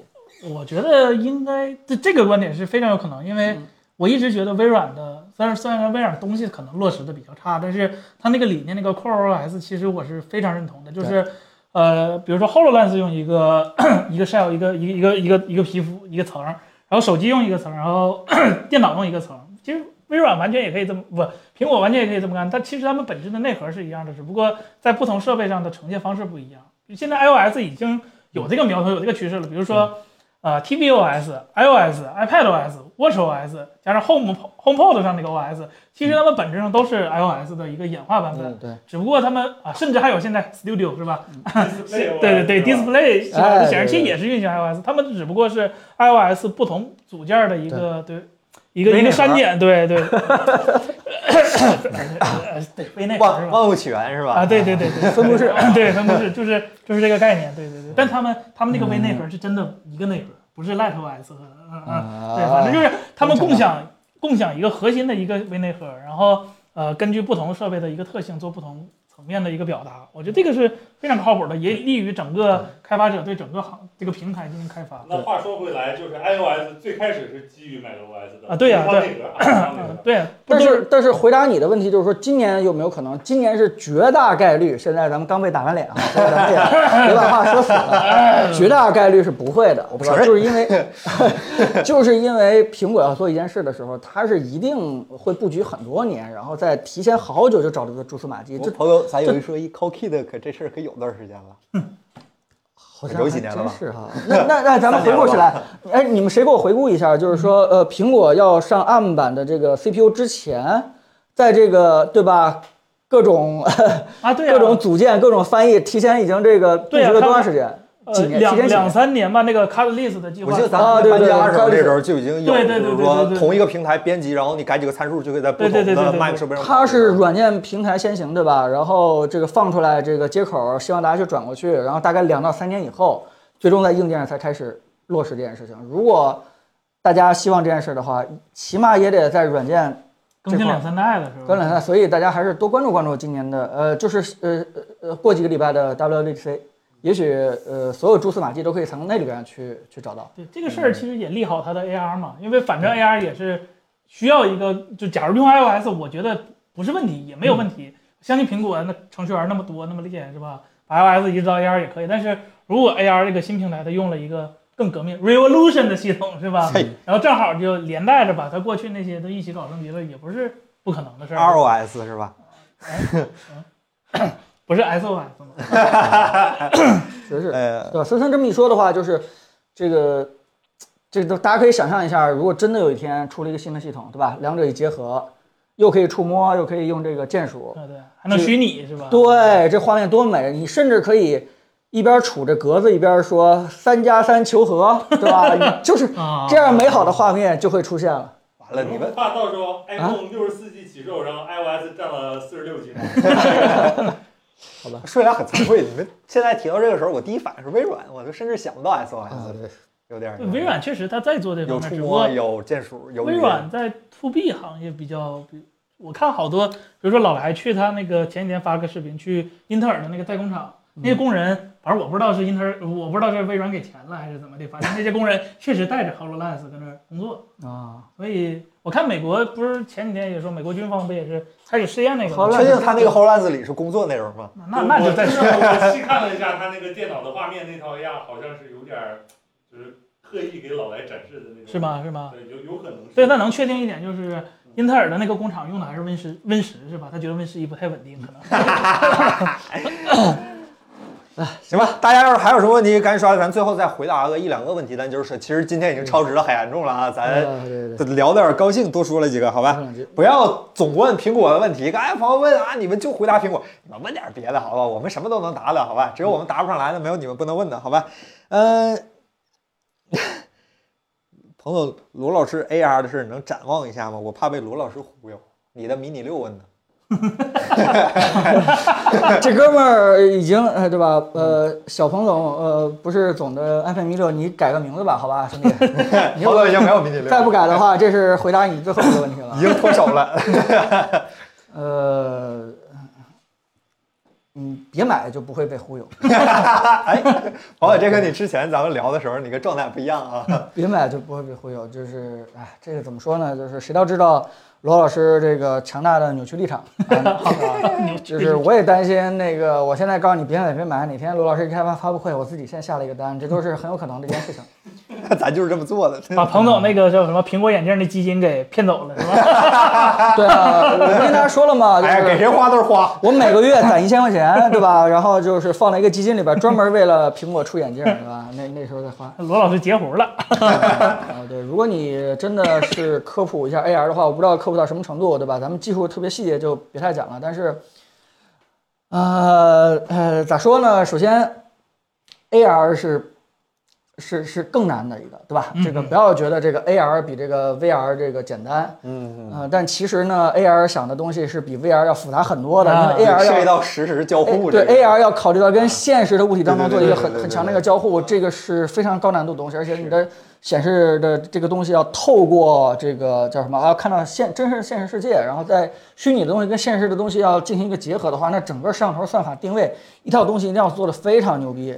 Speaker 2: 我觉得应该这这个观点是非常有可能，因为我一直觉得微软的，虽然虽然微软东西可能落实的比较差，但是它那个理念那个 CoreOS 其实我是非常认同的，就是呃，比如说 HoloLens 用一个一个 shell 一个一个一个一个一个皮肤一个层，然后手机用一个层，然后 电脑用一个层，其实。微软完全也可以这么不，苹果完全也可以这么干，但其实它们本质的内核是一样的，只不过在不同设备上的呈现方式不一样。现在 iOS 已经有这个苗头，有这个趋势了。比如说，呃 tvOS、iOS、iPadOS、watchOS，加上 Home HomePod 上那个 OS，其实它们本质上都是 iOS 的一个演化版本，
Speaker 3: 嗯，对，
Speaker 2: 只不过它们啊，甚至还有现在 Studio 是吧？
Speaker 4: 啊 对
Speaker 2: 对对对，display 是吧
Speaker 3: 哎
Speaker 2: 显示器
Speaker 3: 对对
Speaker 2: 也是运行 iOS，他们只不过是 iOS 不同组件的一个对一个
Speaker 1: 微
Speaker 2: 一
Speaker 1: 内
Speaker 2: 个
Speaker 1: 核
Speaker 2: 删减，对对，呃 对微内核 是
Speaker 1: 万
Speaker 2: 吧？
Speaker 1: 万物起源是吧？
Speaker 2: 啊，对对对对，
Speaker 3: 分布式，
Speaker 2: 对分布式就是就是这个概念，对对对，但他们他们那个微内核是真的一个内核，不是 LightOS 和嗯嗯
Speaker 3: 啊
Speaker 2: 对，反正就是他们
Speaker 3: 共
Speaker 2: 共
Speaker 3: 享
Speaker 2: 享共享一个核心的一个微内核，然后呃根据不同设备的一个特性做不同层面的一个表达，我觉得这个是非常靠谱的，也利于整个开发者对整个行这个平台进行开发。
Speaker 4: 那话说回来，就是 iOS 最开始是基于 macOS 的
Speaker 2: 啊对呀
Speaker 4: 不知道哪个啊不知道哪
Speaker 2: 嗯，
Speaker 4: 个
Speaker 2: 对，不
Speaker 3: 但
Speaker 2: 都
Speaker 3: 是但是回答你的问题就是说，今年有没有可能？今年是绝大概率。现在咱们刚被打完脸啊，所以咱们也别把话说死 了。绝大概率是不会的，我不
Speaker 1: 承认
Speaker 3: 就是因为 就是因为苹果要做一件事的时候，它是一定会布局很多年，然后再提前好久就找这个蛛丝马迹。
Speaker 1: 我
Speaker 3: 这
Speaker 1: 朋友，咱有一说一，Cokid 可这事儿可有段时间了。
Speaker 3: 好像
Speaker 1: 有
Speaker 3: 还
Speaker 1: 几年了
Speaker 3: 真
Speaker 1: 吧
Speaker 3: 是哈。啊那那那咱们回顾起来，哎，你们谁给我回顾一下？就是说，呃，苹果要上 ARM 版的这个 CPU 之前，在这个对吧？各种
Speaker 2: 啊对啊，
Speaker 3: 各种组件、各种翻译，提前已经这个布
Speaker 2: 对
Speaker 3: 局
Speaker 2: 啊
Speaker 3: 了
Speaker 2: 他
Speaker 3: 多
Speaker 2: 们
Speaker 3: 长时间？
Speaker 2: 呃
Speaker 3: 几年？
Speaker 2: 两
Speaker 3: 提前几
Speaker 2: 两
Speaker 3: 年？
Speaker 2: 三年吧，那个 Cut List 的计
Speaker 1: 我
Speaker 2: 划
Speaker 1: 记得咱
Speaker 3: 啊
Speaker 1: 们
Speaker 3: 对
Speaker 1: 搬
Speaker 3: 对
Speaker 1: 家
Speaker 3: 对
Speaker 1: 时候
Speaker 3: 对
Speaker 1: 那时候就已经有，
Speaker 2: 对对对
Speaker 1: 就是
Speaker 2: 对
Speaker 1: 说
Speaker 2: 对对
Speaker 1: 同一个平台编辑，然后你改几个参数就可以在不
Speaker 2: 对
Speaker 1: 同
Speaker 2: 对对
Speaker 1: 的
Speaker 2: 对对
Speaker 1: Mac 设备上跑。
Speaker 3: 它是软件平台先行，对吧？然后这个放出来这个接口，希望大家去转过去，然后大概两到三年以后，最终在硬件上才开始落实这件事情。如果大家希望这件事的话，起码也得在软件
Speaker 2: 更新两三代了是
Speaker 3: 观
Speaker 2: 吧？
Speaker 3: 两下，所呃以大家还是多关注关注今年的，呃，就是呃呃呃，过几个礼拜的 WWDC，也许呃所有蛛丝马迹都可以从那里边去去找到。
Speaker 2: 对这个
Speaker 1: 嗯
Speaker 2: 事儿其实也利好它的 AR 嘛，因为反正 AR 也是需要一个，就假如用 iOS，我觉得不是问题，也
Speaker 1: 嗯
Speaker 2: 没有问题。相信苹果那程序员那么多，那么厉害是吧？把 iOS 移植到 AR 也可以。但是如果 AR 这个新平台它用了一个更革命 Revolution 的系统是吧
Speaker 1: 嘿？
Speaker 2: 然后正好就连带着把它过去那些都一起搞升级了，也不是不可能的事儿。
Speaker 1: ROS 是吧？
Speaker 2: 不是 SOS 吗？
Speaker 3: 确实是，
Speaker 1: 呃，
Speaker 3: 对吧？森森这么一说的话，就是这个这个都大家可以想象一下，如果真的有一天出了一个新的系统，对吧？两者一结合，又可以触摸，又可以用这个键
Speaker 1: 哦
Speaker 3: 鼠，
Speaker 2: 对对，还能虚拟
Speaker 3: 嗯
Speaker 2: 是吧？
Speaker 3: 对，这画面多美！你甚至可以一边杵着格子，一边说“三加三求和”，对吧？ 你就是
Speaker 2: 啊，
Speaker 3: 这样美好的画面就会出现了。
Speaker 1: 完了，你们
Speaker 4: 怕到时
Speaker 2: 啊
Speaker 4: 候 iPhone 六十四 G 起售，然后 iOS 占了四十六 G。
Speaker 1: 说起来很惭愧，你们现在提到这个时候，我第一反应是微软，我就甚至想不到 SOS，
Speaker 3: 对，
Speaker 1: 有点儿
Speaker 2: 对微软确实它在做这
Speaker 1: 有
Speaker 2: 方面，
Speaker 1: 触
Speaker 2: 只不过
Speaker 1: 摸，有键鼠，有语
Speaker 2: 微
Speaker 1: 音
Speaker 2: 软在 to B 行业比较，比我看好多，比如说老来去他那个前几天发个视频，去英特尔的那个代工厂，那
Speaker 1: 嗯
Speaker 2: 些工人，反正我不知道是英特尔，我不知道是微软给钱了还是怎么的，反正那些 工人确实带着 HoloLens 跟那儿工作，
Speaker 3: 啊，
Speaker 2: 所以我看美国不是前几天也说美国军方不也是开始试验那个吗
Speaker 3: HoloLens
Speaker 1: 确定他那个 HoloLens 里是工作内容吗？
Speaker 2: 那那那就再说，
Speaker 4: 我细看了一下他那个电脑的画面，那套 AR 好像是有点儿，就是刻意给老来展示的那种。
Speaker 2: 是？吗？是吗？
Speaker 4: 对，有有可能是。
Speaker 2: 对，那能确定一点就是。英特尔的那个工厂用的还是 Win 十，Win 十是吧？他觉得 Win 十一不太稳定，可能。
Speaker 1: 行吧，大家要是还有什么问题，赶紧刷，咱最后再回答个一两个问题。咱就是，其实今天已经超时了，很严重了啊，咱
Speaker 3: 对对对，
Speaker 1: 聊点儿高兴，多说了几个，好吧？
Speaker 3: 两句。
Speaker 1: 不要总问苹果的问题，刚才朋友问啊，你们就回答苹果，你们问点别的好吧？我们什么都能答的好吧？只有我们答不上来的，没有你们不能问的好吧？嗯、彭总，罗老师 AR 的事儿能展望一下吗？我怕被罗老师忽悠。你的迷你六问的，
Speaker 3: 这哥们儿已经呃，对吧？呃，小彭总，呃，不是总的 iPad mini 六，你改个名字吧，好吧，兄弟。你
Speaker 1: 彭总已经没有迷你六，
Speaker 3: 再不改的话，这是回答你最后一个问题 了
Speaker 1: 已。经脱手了。
Speaker 3: 呃，嗯，别买就不会被忽悠，
Speaker 1: 彭总，这跟你之前咱们聊的时候，你个状态不一样啊。
Speaker 3: 别买就不会被忽悠。就是，哎，这个怎么说呢？就是谁都知道罗老师这个强大的扭曲 立场，啊就是我也担心那个，我现 在告诉你别买别买，哪天罗老师一开发发布会，我自己先下了一个单，这都是很有可能的一件事情。
Speaker 1: 咱就是这么 做的。
Speaker 3: 啊
Speaker 2: 把彭总那个叫什么苹果眼镜的基金给骗走了是吧？
Speaker 3: 对啊，我跟大家说了嘛，就
Speaker 1: 哎呀，给
Speaker 3: 是
Speaker 1: 谁花都是花。
Speaker 3: 我每个月攒一千块钱， 对吧？然后就是放在一个基金里边，专门为了苹果出眼镜，对 吧？那那时候再花。
Speaker 2: 罗老师截胡了，
Speaker 3: 啊，对，如果你真的是科普一下 AR 的话，我不知道科普到什么程度，对吧？咱们技术特别细节就别太讲了。但是，呃呃，咋说呢？首先，AR 是是是更难的一个，对
Speaker 1: 嗯
Speaker 3: 吧？这个不要觉得这个 AR 比这个 VR 这个简单，
Speaker 1: 嗯，
Speaker 3: 呃，但其实呢，AR 想的东西是比 VR 要复杂很多的，因为
Speaker 1: 啊对
Speaker 3: AR
Speaker 1: 涉及
Speaker 3: 要
Speaker 1: 到实时交互这
Speaker 3: 哎对
Speaker 1: 个。啊
Speaker 3: AR 要考虑到跟现实的物体当中
Speaker 1: 对
Speaker 3: 做
Speaker 1: 对
Speaker 3: 一
Speaker 1: 对
Speaker 3: 个
Speaker 1: 对
Speaker 3: 很
Speaker 1: 对对
Speaker 3: 很
Speaker 1: 对
Speaker 3: 强的一个交互，这个是非常高难度的东西，而且你的显示的这个东西要透过这个叫什么啊，要看到现真实现实世界，然后在虚拟的东西跟现实的东西要进行一个结合的话，那整个摄像头算法定位一套东西一定要做的非常牛逼。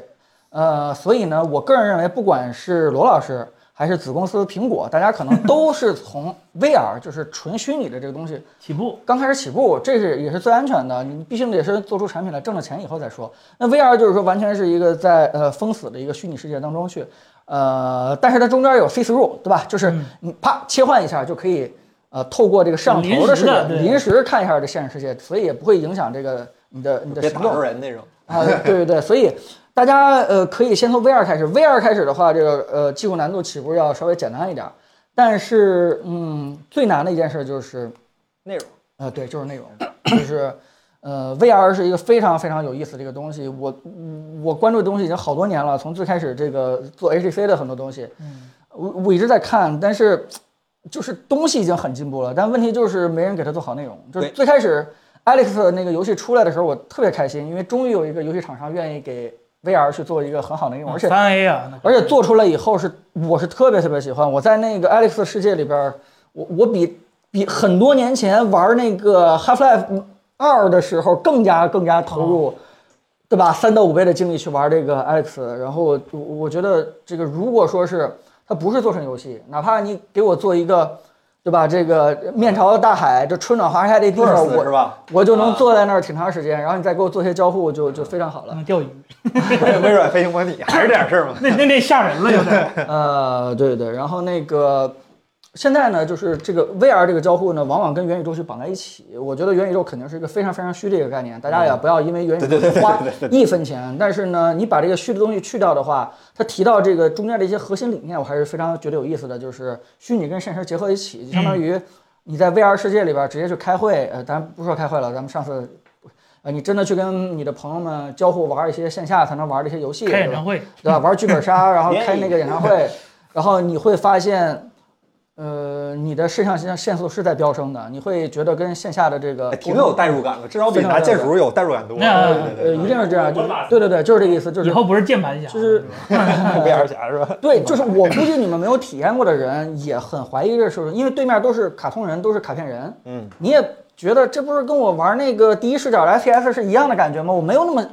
Speaker 3: 呃，所以呢，我个人认为，不管是罗老师还是子公司苹果，大家可能都是从 VR 就是纯虚拟的这个东西
Speaker 2: 起步
Speaker 3: 刚开始起步，这是也是最安全的，你必须得是做出产品来，挣了钱以后再说。那 VR 就是说完全是一个在呃封死的一个虚拟世界当中去，呃，但是它中间有 see through，对
Speaker 2: 嗯
Speaker 3: 吧？就是你啪切换一下就可以，呃，透过这个摄像头的
Speaker 2: 临时
Speaker 3: 视角
Speaker 2: 的对
Speaker 3: 临时看一下这现实世界，所以也不会影响这个你 的你的
Speaker 1: 别
Speaker 3: 行
Speaker 1: 打
Speaker 3: 动
Speaker 1: 着。人那种。
Speaker 3: 啊，对对对，所以大家呃可以先从 VR 开始，VR 开始的话，这个呃技术难度起步要稍微简单一点儿，但是嗯，最难的一件事就是
Speaker 1: 内容。
Speaker 3: 呃，对，就是内容，就是呃，VR 是一个非常非常有意思的一个东西。我我关注的东西已经好多年了，从最开始这个做 HTC 的很多东西，我我一直在看，但是就是东西已经很进步了，但问题就是没人给它做好内容。就是
Speaker 1: 对
Speaker 3: 最开始 Alex 的那个游戏出来的时候，我特别开心，因为终于有一个游戏厂商愿意给 VR 去做一个很好的内 容，而且
Speaker 2: 三 A 啊，那可
Speaker 3: 而且做出来以后是，我是特别特别喜欢。我在那个 Alex 的世界里边儿，我我比比很多年前玩那个 Half Life 二的时候更加更加投入，
Speaker 1: 哦
Speaker 3: 对吧？三到五倍的精力去玩这个 Alex，然后我我我觉得这个如果说是它不是做成游戏，哪怕你给我做一个，对吧？这个面朝大海，这春暖花开的地方，
Speaker 1: Verse 是
Speaker 3: 我
Speaker 1: 吧？
Speaker 3: 我就能
Speaker 1: 啊
Speaker 3: 坐在那儿挺长时间，然后你再给我做些交互，就就非常好了。
Speaker 2: 能嗯钓鱼，
Speaker 1: 微微软飞行模拟还是这点事儿吗？
Speaker 2: 那那那吓人了有 点。
Speaker 3: 呃，对对，然后那个现在呢，就是这个 VR 这个交互呢，往往跟元宇宙去绑在一起。我觉得元宇宙肯定是一个非常非常虚的一个概念，大家也不要因为元宇宙花一分钱。但是呢，你把这个虚的东西去掉的话，它提到这个中间的一些核心理念，我还是非常觉得有意思的，就是虚拟跟现实结合一起，就相当于你在 VR 世界里边直接去开会。呃，咱不说开会了，咱们上次。呃，你真的去跟你的朋友们交互玩一些线下才能玩的一些游戏，
Speaker 2: 开演
Speaker 3: 对吧
Speaker 2: 唱会，
Speaker 3: 对吧？玩剧本杀，然后
Speaker 1: 耶
Speaker 3: 开那个演 唱会，然后你会发现，呃，你的肾上腺腺素是在飙升的，你会觉得跟线下的这个
Speaker 1: 哎挺有代入感的，至少比拿键鼠有代入感多。
Speaker 2: 那
Speaker 1: 对
Speaker 3: 呃，
Speaker 1: 对
Speaker 3: 一定是这样，就
Speaker 4: 我
Speaker 3: 是
Speaker 4: 打
Speaker 3: 对对对，就是这个意思，就
Speaker 2: 以
Speaker 3: 是
Speaker 2: 后不是键盘侠了，
Speaker 3: 就是
Speaker 2: 吧
Speaker 1: 对，VR 侠是吧？
Speaker 3: 对，就是我估计你们没有体验过的人也很怀疑这事儿，因为对面都是卡通人，都是卡片人，
Speaker 1: 嗯，
Speaker 3: 你也觉得这不是跟我玩那个第一视角的 FPS 是一样的感觉吗？我没有那么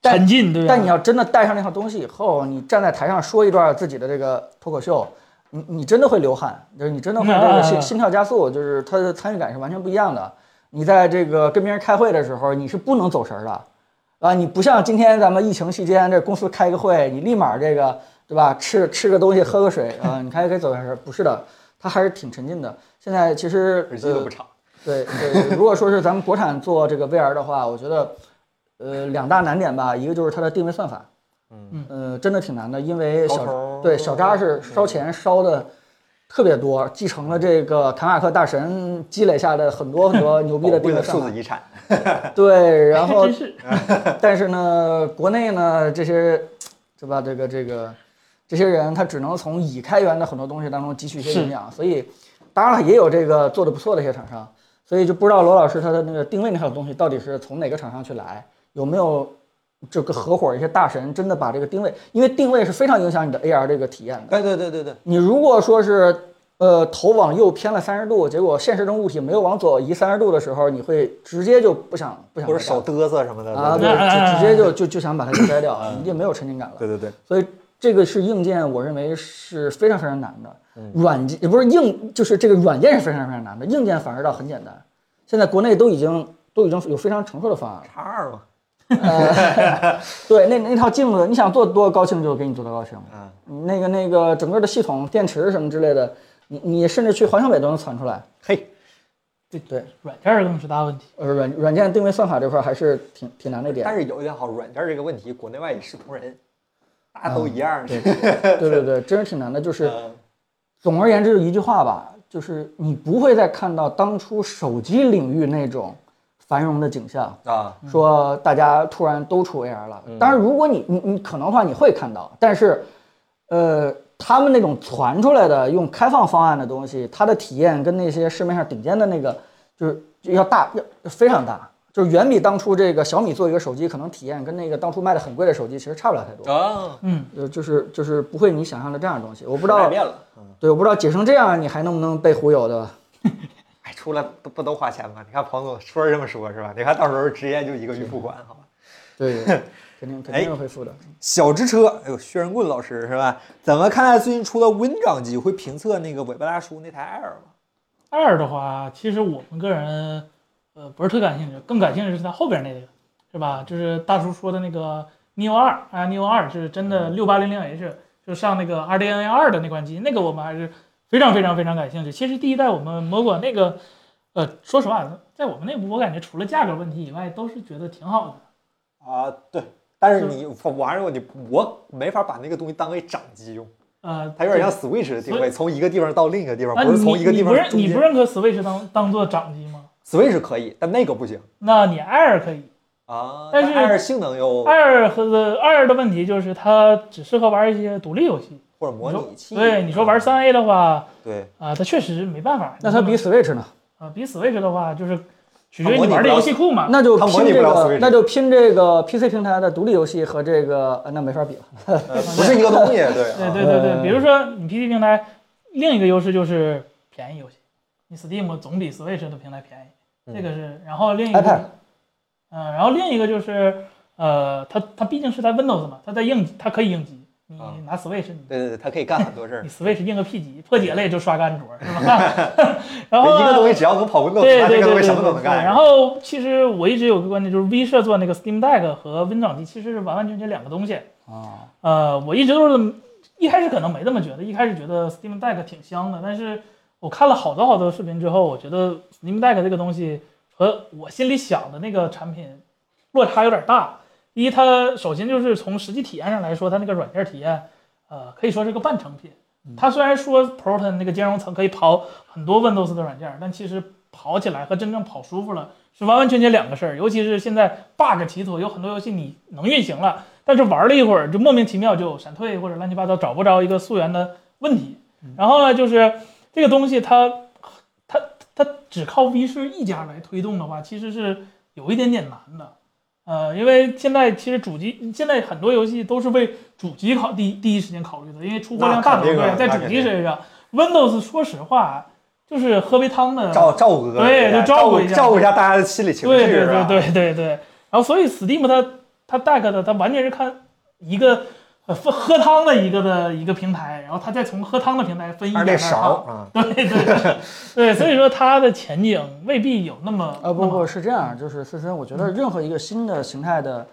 Speaker 3: 但
Speaker 2: 沉浸对啊吧？
Speaker 3: 但你要真的带上那套东西以后，你站在台上说一段自己的这个脱口秀，你你真的会流汗，就是你真的会这个
Speaker 2: 嗯
Speaker 3: 心心跳加速，就是它的参与感是完全不一样的。你在这个跟别人开会的时候，你是不能走神儿的，啊，你不像今天咱们疫情期间这公司开个会，你立马这个对吧？吃吃个东西，喝个水啊，你还可以走神儿，不是的，它还是挺沉浸的。现在其实
Speaker 1: 耳机都
Speaker 3: 呃
Speaker 1: 不差。
Speaker 3: 对呃对，如果说是咱们国产做这个 VR 的话，我觉得，呃，两大难点吧，一个就是它的定位算法，
Speaker 2: 嗯
Speaker 3: 呃，真的挺难的，因为
Speaker 1: 高嗯头
Speaker 3: 小对小扎是烧钱烧的特别多，继承了这个卡马克大神积累下的很多很多呃牛逼
Speaker 1: 宝
Speaker 3: 的
Speaker 1: 贵
Speaker 3: 定位
Speaker 1: 的
Speaker 3: 算
Speaker 1: 哦数
Speaker 3: 法
Speaker 1: 字，遗产，
Speaker 3: 对，然后
Speaker 2: 真是
Speaker 3: 但是呢，国内呢这些，对吧？这个这个，这些人他只能从已开源的很多东西当中汲取一些营养，所以当然了，也有这个做的不错的一些厂商，所以就不知道罗老师他的那个定位那套东西到底是从哪个厂商去来，有没有这个合伙一些大神真的把这个定位，因为定位是非常影响你的 AR 这个体验的。
Speaker 1: 哎，对对对对，
Speaker 3: 你如果说是呃头往右偏了三十度，结果现实中物体没有往左移三十度的时候，你会直接就不想不想
Speaker 1: 或者
Speaker 3: 再干
Speaker 1: 手嘚瑟什么的
Speaker 3: 啊，
Speaker 1: 对
Speaker 3: 对，
Speaker 2: 哎哎哎
Speaker 3: 就直接就就就想把它给摘掉， 你就没有沉浸感了。
Speaker 1: 对对对，
Speaker 3: 所以这个是硬件，我认为是非常非常难的。
Speaker 1: 嗯
Speaker 3: 软件也不是硬，就是这个软件是非常非常难 的，硬件反而倒很简单。现在国内都已经都已经有非常成熟的方案了。
Speaker 1: 叉二嘛，
Speaker 3: 呃，对，那那套镜子，你想做多高清就给你做多高清。
Speaker 1: 嗯，
Speaker 3: 你那个那个整个的系统、电池什么之类的，你你甚至去环小北都能传出来。
Speaker 1: 嘿，
Speaker 3: 对对，
Speaker 2: 软件儿更是大问题。
Speaker 3: 呃，软软件定位算法这块还是挺挺难的一点
Speaker 1: 但。是有一点好，软件这个问题国内外一视同仁，大家都一样。
Speaker 3: 啊对 对对对，真是挺难的。就是
Speaker 1: 嗯
Speaker 3: 总而言之，一句话吧，就是你不会再看到当初手机领域那种繁荣的景象。
Speaker 1: 啊，
Speaker 3: 说大家突然都出 AR 了。当然，如果你你你可能的话，你会看到，但是，呃，他们那种传出来的用开放方案的东西，它的体验跟那些市面上顶尖的那个就是就要大，要非常大，就是远比当初这个小米做一个手机，可能体验跟那个当初卖的很贵的手机其实差不了太多。
Speaker 1: 啊，
Speaker 2: 嗯，
Speaker 3: 呃，就是就是不会你想象的这样的东西。我不知
Speaker 1: 改
Speaker 3: 道，
Speaker 1: 变了。嗯，
Speaker 3: 对，我不知道解成这样，你还能不能被忽悠，对吧？
Speaker 1: 哎，出来都不都花钱吗？你看彭总说是这么说，是吧？你看到时候直接就一个月付款，好吧？
Speaker 3: 对， 对对肯定肯定会付的。
Speaker 1: 小之车，哎呦，薛仁棍老师是吧？怎么看待最近出的 Win 掌机？会评测那个尾巴大叔那台 Air 吗？
Speaker 2: 二的话，其实我们个人呃不是特感兴趣，更感兴趣是它后边那个，是吧？就是大叔说的那个 neo 二啊，neo 二是真的
Speaker 1: 嗯
Speaker 2: 六八零零 H，就上那个 RDNA 二的那款机，那个我们还是非常非常非常感兴趣。其实第一代我们魔管那个，呃，说实话，在我们内部我感觉除了价格问题以外，都是觉得挺好的。
Speaker 1: 啊，对。但是
Speaker 2: 是
Speaker 1: 你玩我，你我没法把那个东西当为掌机用，
Speaker 2: 呃，
Speaker 1: 它有点像 Switch 的定
Speaker 2: 所
Speaker 1: 位，从一个地方到另一个地方，
Speaker 2: 啊，
Speaker 1: 不是
Speaker 2: 你
Speaker 1: 从一个地
Speaker 2: 你
Speaker 1: 方
Speaker 2: 不认
Speaker 1: 中
Speaker 2: 你不
Speaker 1: 间。
Speaker 2: 认可 Switch 当当做掌机吗？
Speaker 1: Switch 可以，但那个不行
Speaker 2: 那你 Air 可以。
Speaker 1: 啊。
Speaker 2: 但是
Speaker 1: Air 性能又
Speaker 2: 二和二的问题就是它只适合玩一些独立游戏。
Speaker 1: 或者模拟器，
Speaker 2: 对，你说玩三 A 的话，
Speaker 1: 对，
Speaker 2: 啊、它确实没办法。
Speaker 3: 那它比
Speaker 2: 啊、
Speaker 3: Switch 呢？
Speaker 2: 比 Switch 的话，就是取
Speaker 1: 它
Speaker 2: 决于
Speaker 1: 模
Speaker 2: 你
Speaker 1: 拟
Speaker 2: 玩
Speaker 1: 不
Speaker 2: 的
Speaker 1: 了
Speaker 2: 游戏库嘛。
Speaker 3: 那就
Speaker 1: 它模
Speaker 3: 拼
Speaker 1: 拟不
Speaker 3: 这
Speaker 1: 了 Switch
Speaker 3: 个，那就拼这个 PC 平台的独立游戏和这个，呃那没法比了。
Speaker 1: 呃不是一个东西， 对
Speaker 2: 对
Speaker 1: 啊
Speaker 2: 对对对，
Speaker 3: 呃
Speaker 2: 比如说你 PC 平台另一个优势就是便宜游戏，你 Steam 总比 Switch 的平台便宜，
Speaker 1: 嗯
Speaker 2: 这个是。然后另一个
Speaker 3: iPad
Speaker 2: 嗯、然后另一个就是呃，它它毕竟是在 Windows 嘛，它在硬它可以硬机，你
Speaker 1: 啊
Speaker 2: 拿 Switch 你
Speaker 1: 对对对，它可以干很多事儿
Speaker 2: 你。Switch 硬个屁级，破解了也就刷个安卓，是吧？ 然后
Speaker 1: 一
Speaker 2: 呢
Speaker 1: 个东西只要能跑 Windows，
Speaker 2: 对
Speaker 1: 它
Speaker 2: 对
Speaker 1: 这
Speaker 2: 对
Speaker 1: 个东
Speaker 2: 对对
Speaker 1: 西什么都能干。
Speaker 2: 然后其实我一直有个观点，就是 V 社做那个 Steam Deck 和 Win 掌机其实是完完全全两个东西。
Speaker 1: 哦
Speaker 3: 啊，
Speaker 2: 呃，我一直都是一开始可能没这么觉得，一开始觉得 Steam Deck 挺香的，但是我看了好多好多视频之后，我觉得 Steam Deck 这个东西和我心里想的那个产品落差有点大。一，它首先就是从实际体验上来说，它那个软件体验，呃，可以说是个半成品。
Speaker 1: 嗯
Speaker 2: 它虽然说 Proton 那个兼容层可以跑很多 Windows 的软件，但其实跑起来和真正跑舒服了是完完全全两个事儿。尤其是现在 bug 齐头，有很多游戏你能运行了，但是玩了一会儿就莫名其妙就闪退或者乱七八糟找不着一个溯源的问题。
Speaker 1: 嗯
Speaker 2: 然后呢，就是这个东西它它它只靠 V 社一家来推动的话，其实是有一点点难的。呃，因为现在其实主机现在很多游戏都是为主机考第一第一时间考虑的，因为出货量大头
Speaker 1: 那肯定啊
Speaker 2: 对，在
Speaker 1: 那
Speaker 2: 主
Speaker 1: 肯
Speaker 2: 机
Speaker 1: 定
Speaker 2: 身上，Windows 说实话就是喝杯汤的
Speaker 1: 照照顾个啊
Speaker 2: 对就
Speaker 1: 照
Speaker 2: 照
Speaker 1: 顾
Speaker 2: 顾一下
Speaker 1: 照顾一下大家的心理情绪，啊
Speaker 2: 对对
Speaker 1: 是吧
Speaker 2: 对对对对。然后所以 Steam 它它 Deck 的它完全是看一个呃分喝汤的一个的一个平台，然后它再从喝汤的平台分一
Speaker 1: 还是那
Speaker 2: 点点
Speaker 1: 勺
Speaker 2: 汤。
Speaker 1: 啊，
Speaker 2: 对对对对，所以说它的前景未必有那么
Speaker 3: 呃，不
Speaker 2: 那么
Speaker 3: 不是这样，就是思森，我觉得任何一个新的形态的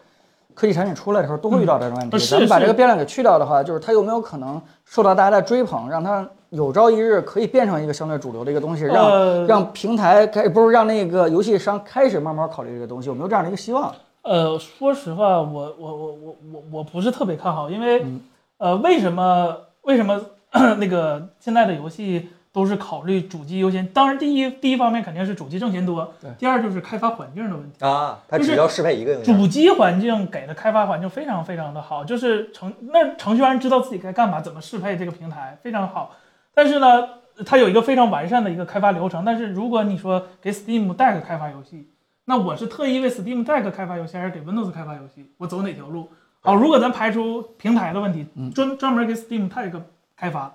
Speaker 3: 科技产品出来的时候，都会遇到这种问题。
Speaker 2: 嗯是
Speaker 3: 咱们把
Speaker 2: 是
Speaker 3: 这个变量给去掉的话，就是它有没有可能受到大家的追捧，让它有朝一日可以变成一个相对主流的一个东西，让、
Speaker 2: 呃
Speaker 3: 让平台开不是让那个游戏商开始慢慢考虑这个东西，有没有这样的一个希望？
Speaker 2: 呃，说实话，我我我我我我不是特别看好，因为、
Speaker 1: 嗯
Speaker 2: 呃，为什么为什么 那个现在的游戏都是考虑主机优先？当然，第一第一方面肯定是主机挣钱多
Speaker 3: 对，
Speaker 2: 第二就是开发环境的问题。
Speaker 1: 啊，它
Speaker 2: 就
Speaker 1: 只
Speaker 2: 是
Speaker 1: 要适配一个硬件
Speaker 2: 主机环境给的开发环境非常非常的好，就是程那程序员知道自己该干嘛，怎么适配这个平台非常好。但是呢，它有一个非常完善的一个开发流程。但是如果你说给 Steam Deck 开发游戏，那我是特意为 Steam Deck 开发游戏，还是给 Windows 开发游戏？我走哪条路？好，哦如果咱排除平台的问题，
Speaker 3: 嗯
Speaker 2: 专专门给 Steam Deck 开发，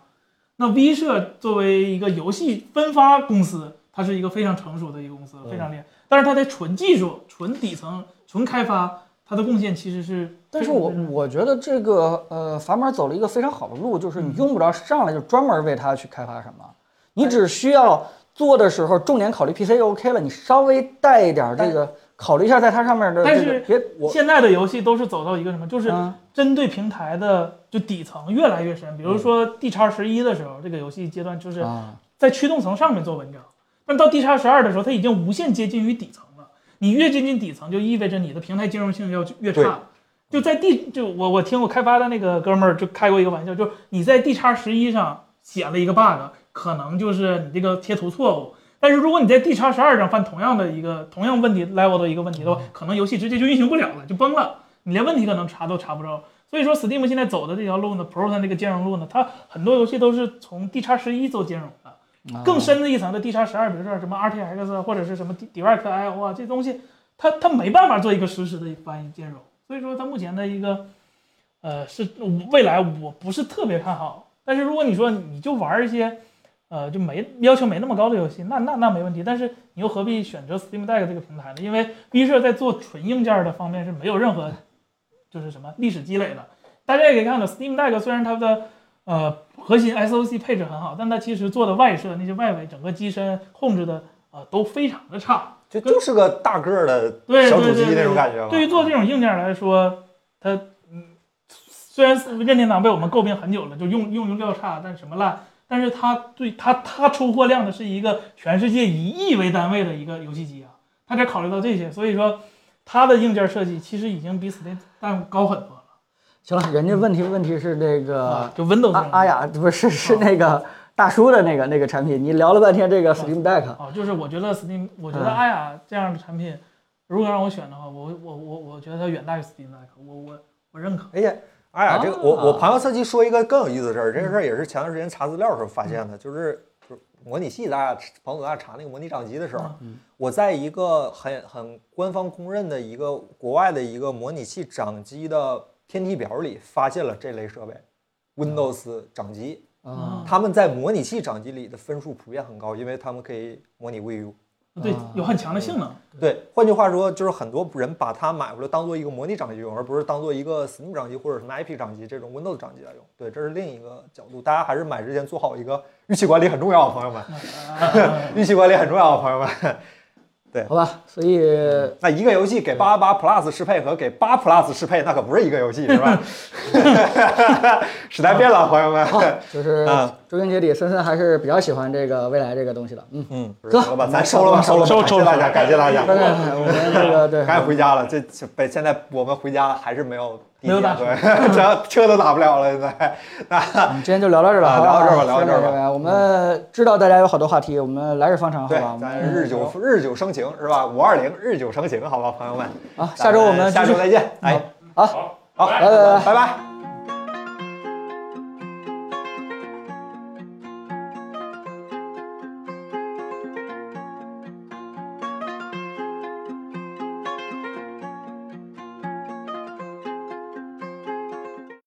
Speaker 2: 那 V 社作为一个游戏分发公司，它是一个非常成熟的一个公司，非常厉害。但是它在纯技术、纯底层、纯开发，它的贡献其实是非常，
Speaker 3: 但是我
Speaker 2: 嗯
Speaker 3: 我觉得这个呃，阀门走了一个非常好的路，就是
Speaker 2: 嗯
Speaker 3: 你用不着上来就专门为它去开发什么，你只需要做的时候重点考虑 PC 就 OK 了，你稍微带一点这个考虑一下在它上面的
Speaker 2: 但
Speaker 3: 这个
Speaker 2: 是
Speaker 3: 别
Speaker 1: 我
Speaker 2: 现在的游戏都是走到一个什么，就是
Speaker 3: 嗯
Speaker 2: 针对平台的就底层越来越深。比如说 D 叉十一的时候，这个游戏阶段就是
Speaker 3: 嗯啊
Speaker 2: 在驱动层上面做文章，但到 D 叉十二的时候，它已经无限接近于底层了。你越接近底层，就意味着你的平台兼容性要越
Speaker 1: 对
Speaker 2: 差。就在 D 就我我听我开发的那个哥们儿就开过一个玩笑，就是你在 D 叉十一上写了一个 bug，可能就是你这个贴图错误。但是如果你在 D 叉十二上犯同样的一个同样问题 level 的一个问题的话，可能游戏直接就运行不了了，就崩了，你连问题可能查都查不着。所以说，Steam 现在走的这条路呢，Pro 它那个兼容路呢，它很多游戏都是从 D 叉十一做兼容的。
Speaker 3: 啊
Speaker 2: 更深的一层的 D 叉十二，比如说什么 RTX 啊，或者是什么 Direct IO 啊，这东西它它没办法做一个实时的翻译兼容，所以说它目前的一个呃是未来我不是特别看好。但是如果你说你就玩一些呃就没要求没那么高的游戏，那那那没问题。但是你又何必选择 Steam Deck 这个平台呢？因为 B 社在做纯硬件的方面是没有任何就是什么历史积累的。大家也可以看到，Steam Deck 虽然它的呃，核心 SOC 配置很好，但它其实做的外设那些外围整个机身控制的呃都非常的差。
Speaker 1: 就就是个大个儿的
Speaker 2: 对
Speaker 1: 小
Speaker 2: 对
Speaker 1: 主
Speaker 2: 对
Speaker 1: 机那
Speaker 2: 对
Speaker 1: 种
Speaker 2: 对
Speaker 1: 感觉嘛。
Speaker 2: 对于做这种硬件来说，它嗯，虽然是任天堂被我们诟病很久了，就用用用料差，但什么烂，但是它对它它出货量的是一个全世界以亿为单位的一个游戏机啊，它得考虑到这些，所以说它的硬件设计其实已经比 Steam 但高很多了
Speaker 3: 行了，人家问题问题是这个
Speaker 2: 啊，就 Windows
Speaker 3: 阿阿雅不是是那个大叔的那个那个产品，你聊了半天这个 Steam Deck，啊
Speaker 2: 哦，就是我觉得 Steam，我觉得
Speaker 3: 嗯
Speaker 2: 阿雅这样的产品，如果让我选的话，我我我我觉得它远大于 Steam Deck，我我我认可。
Speaker 1: 哎呀，哎呀，这个我
Speaker 3: 啊
Speaker 1: 我旁敲侧击说一个更有意思的事儿，这个事儿也是前段时间查资料的时候发现的，就是就是模拟器，大家彭总大家查那个模拟掌机的时候，我在一个很很官方公认的一个国外的一个模拟器掌机的天梯表里发现了这类设备，Windows 掌机，
Speaker 2: 嗯
Speaker 3: 啊
Speaker 1: 他们在模拟器掌机里的分数普遍很高，因为他们可以模拟 VU。
Speaker 2: 对
Speaker 3: 啊，
Speaker 2: 有很强的性能。
Speaker 1: 对，换句话说，就是很多人把它买回来当做一个模拟掌机用，而不是当做一个 Steam 掌机或者什么 IP 掌机这种 Windows 掌机来用。对，这是另一个角度，大家还是买之前做好一个预期管理很重要，朋友们，
Speaker 2: 啊
Speaker 1: 预期管理很重要，朋友们。
Speaker 3: 好吧，所以
Speaker 1: 那一个游戏给八八 Plus 适配和给八 Plus 适配，那可不是一个游戏，是吧？ 时代变了，朋友 们。
Speaker 3: 就是
Speaker 1: 啊
Speaker 3: 追根结底，森森还是比较喜欢这个未来这个东西的，嗯。
Speaker 1: 嗯，
Speaker 3: 哥
Speaker 1: 收了吧，咱收了吧，收了吧，感谢大家，感谢大家。
Speaker 3: 刚才我们这个对，
Speaker 1: 赶紧回家了，这这北现在我们回家还是没有地铁，
Speaker 2: 没有打
Speaker 1: 对，这 车都打不了了，现在。
Speaker 3: 我们今天就聊到这儿吧，
Speaker 1: 啊聊到这儿吧
Speaker 3: 好吧
Speaker 1: 聊到这儿吧
Speaker 3: 谢谢各位我们知道大家有好多话题，我们来日方长，好
Speaker 1: 对
Speaker 3: 吧？我，
Speaker 1: 咱
Speaker 3: 们
Speaker 1: 日久日久生情是吧？五二零日久生情，好吧，朋友们，
Speaker 3: 啊，下周我们
Speaker 1: 下
Speaker 3: 继续
Speaker 1: 周再见，哎，
Speaker 3: 好，
Speaker 4: 好，
Speaker 1: 好，
Speaker 3: 拜拜
Speaker 1: 拜拜。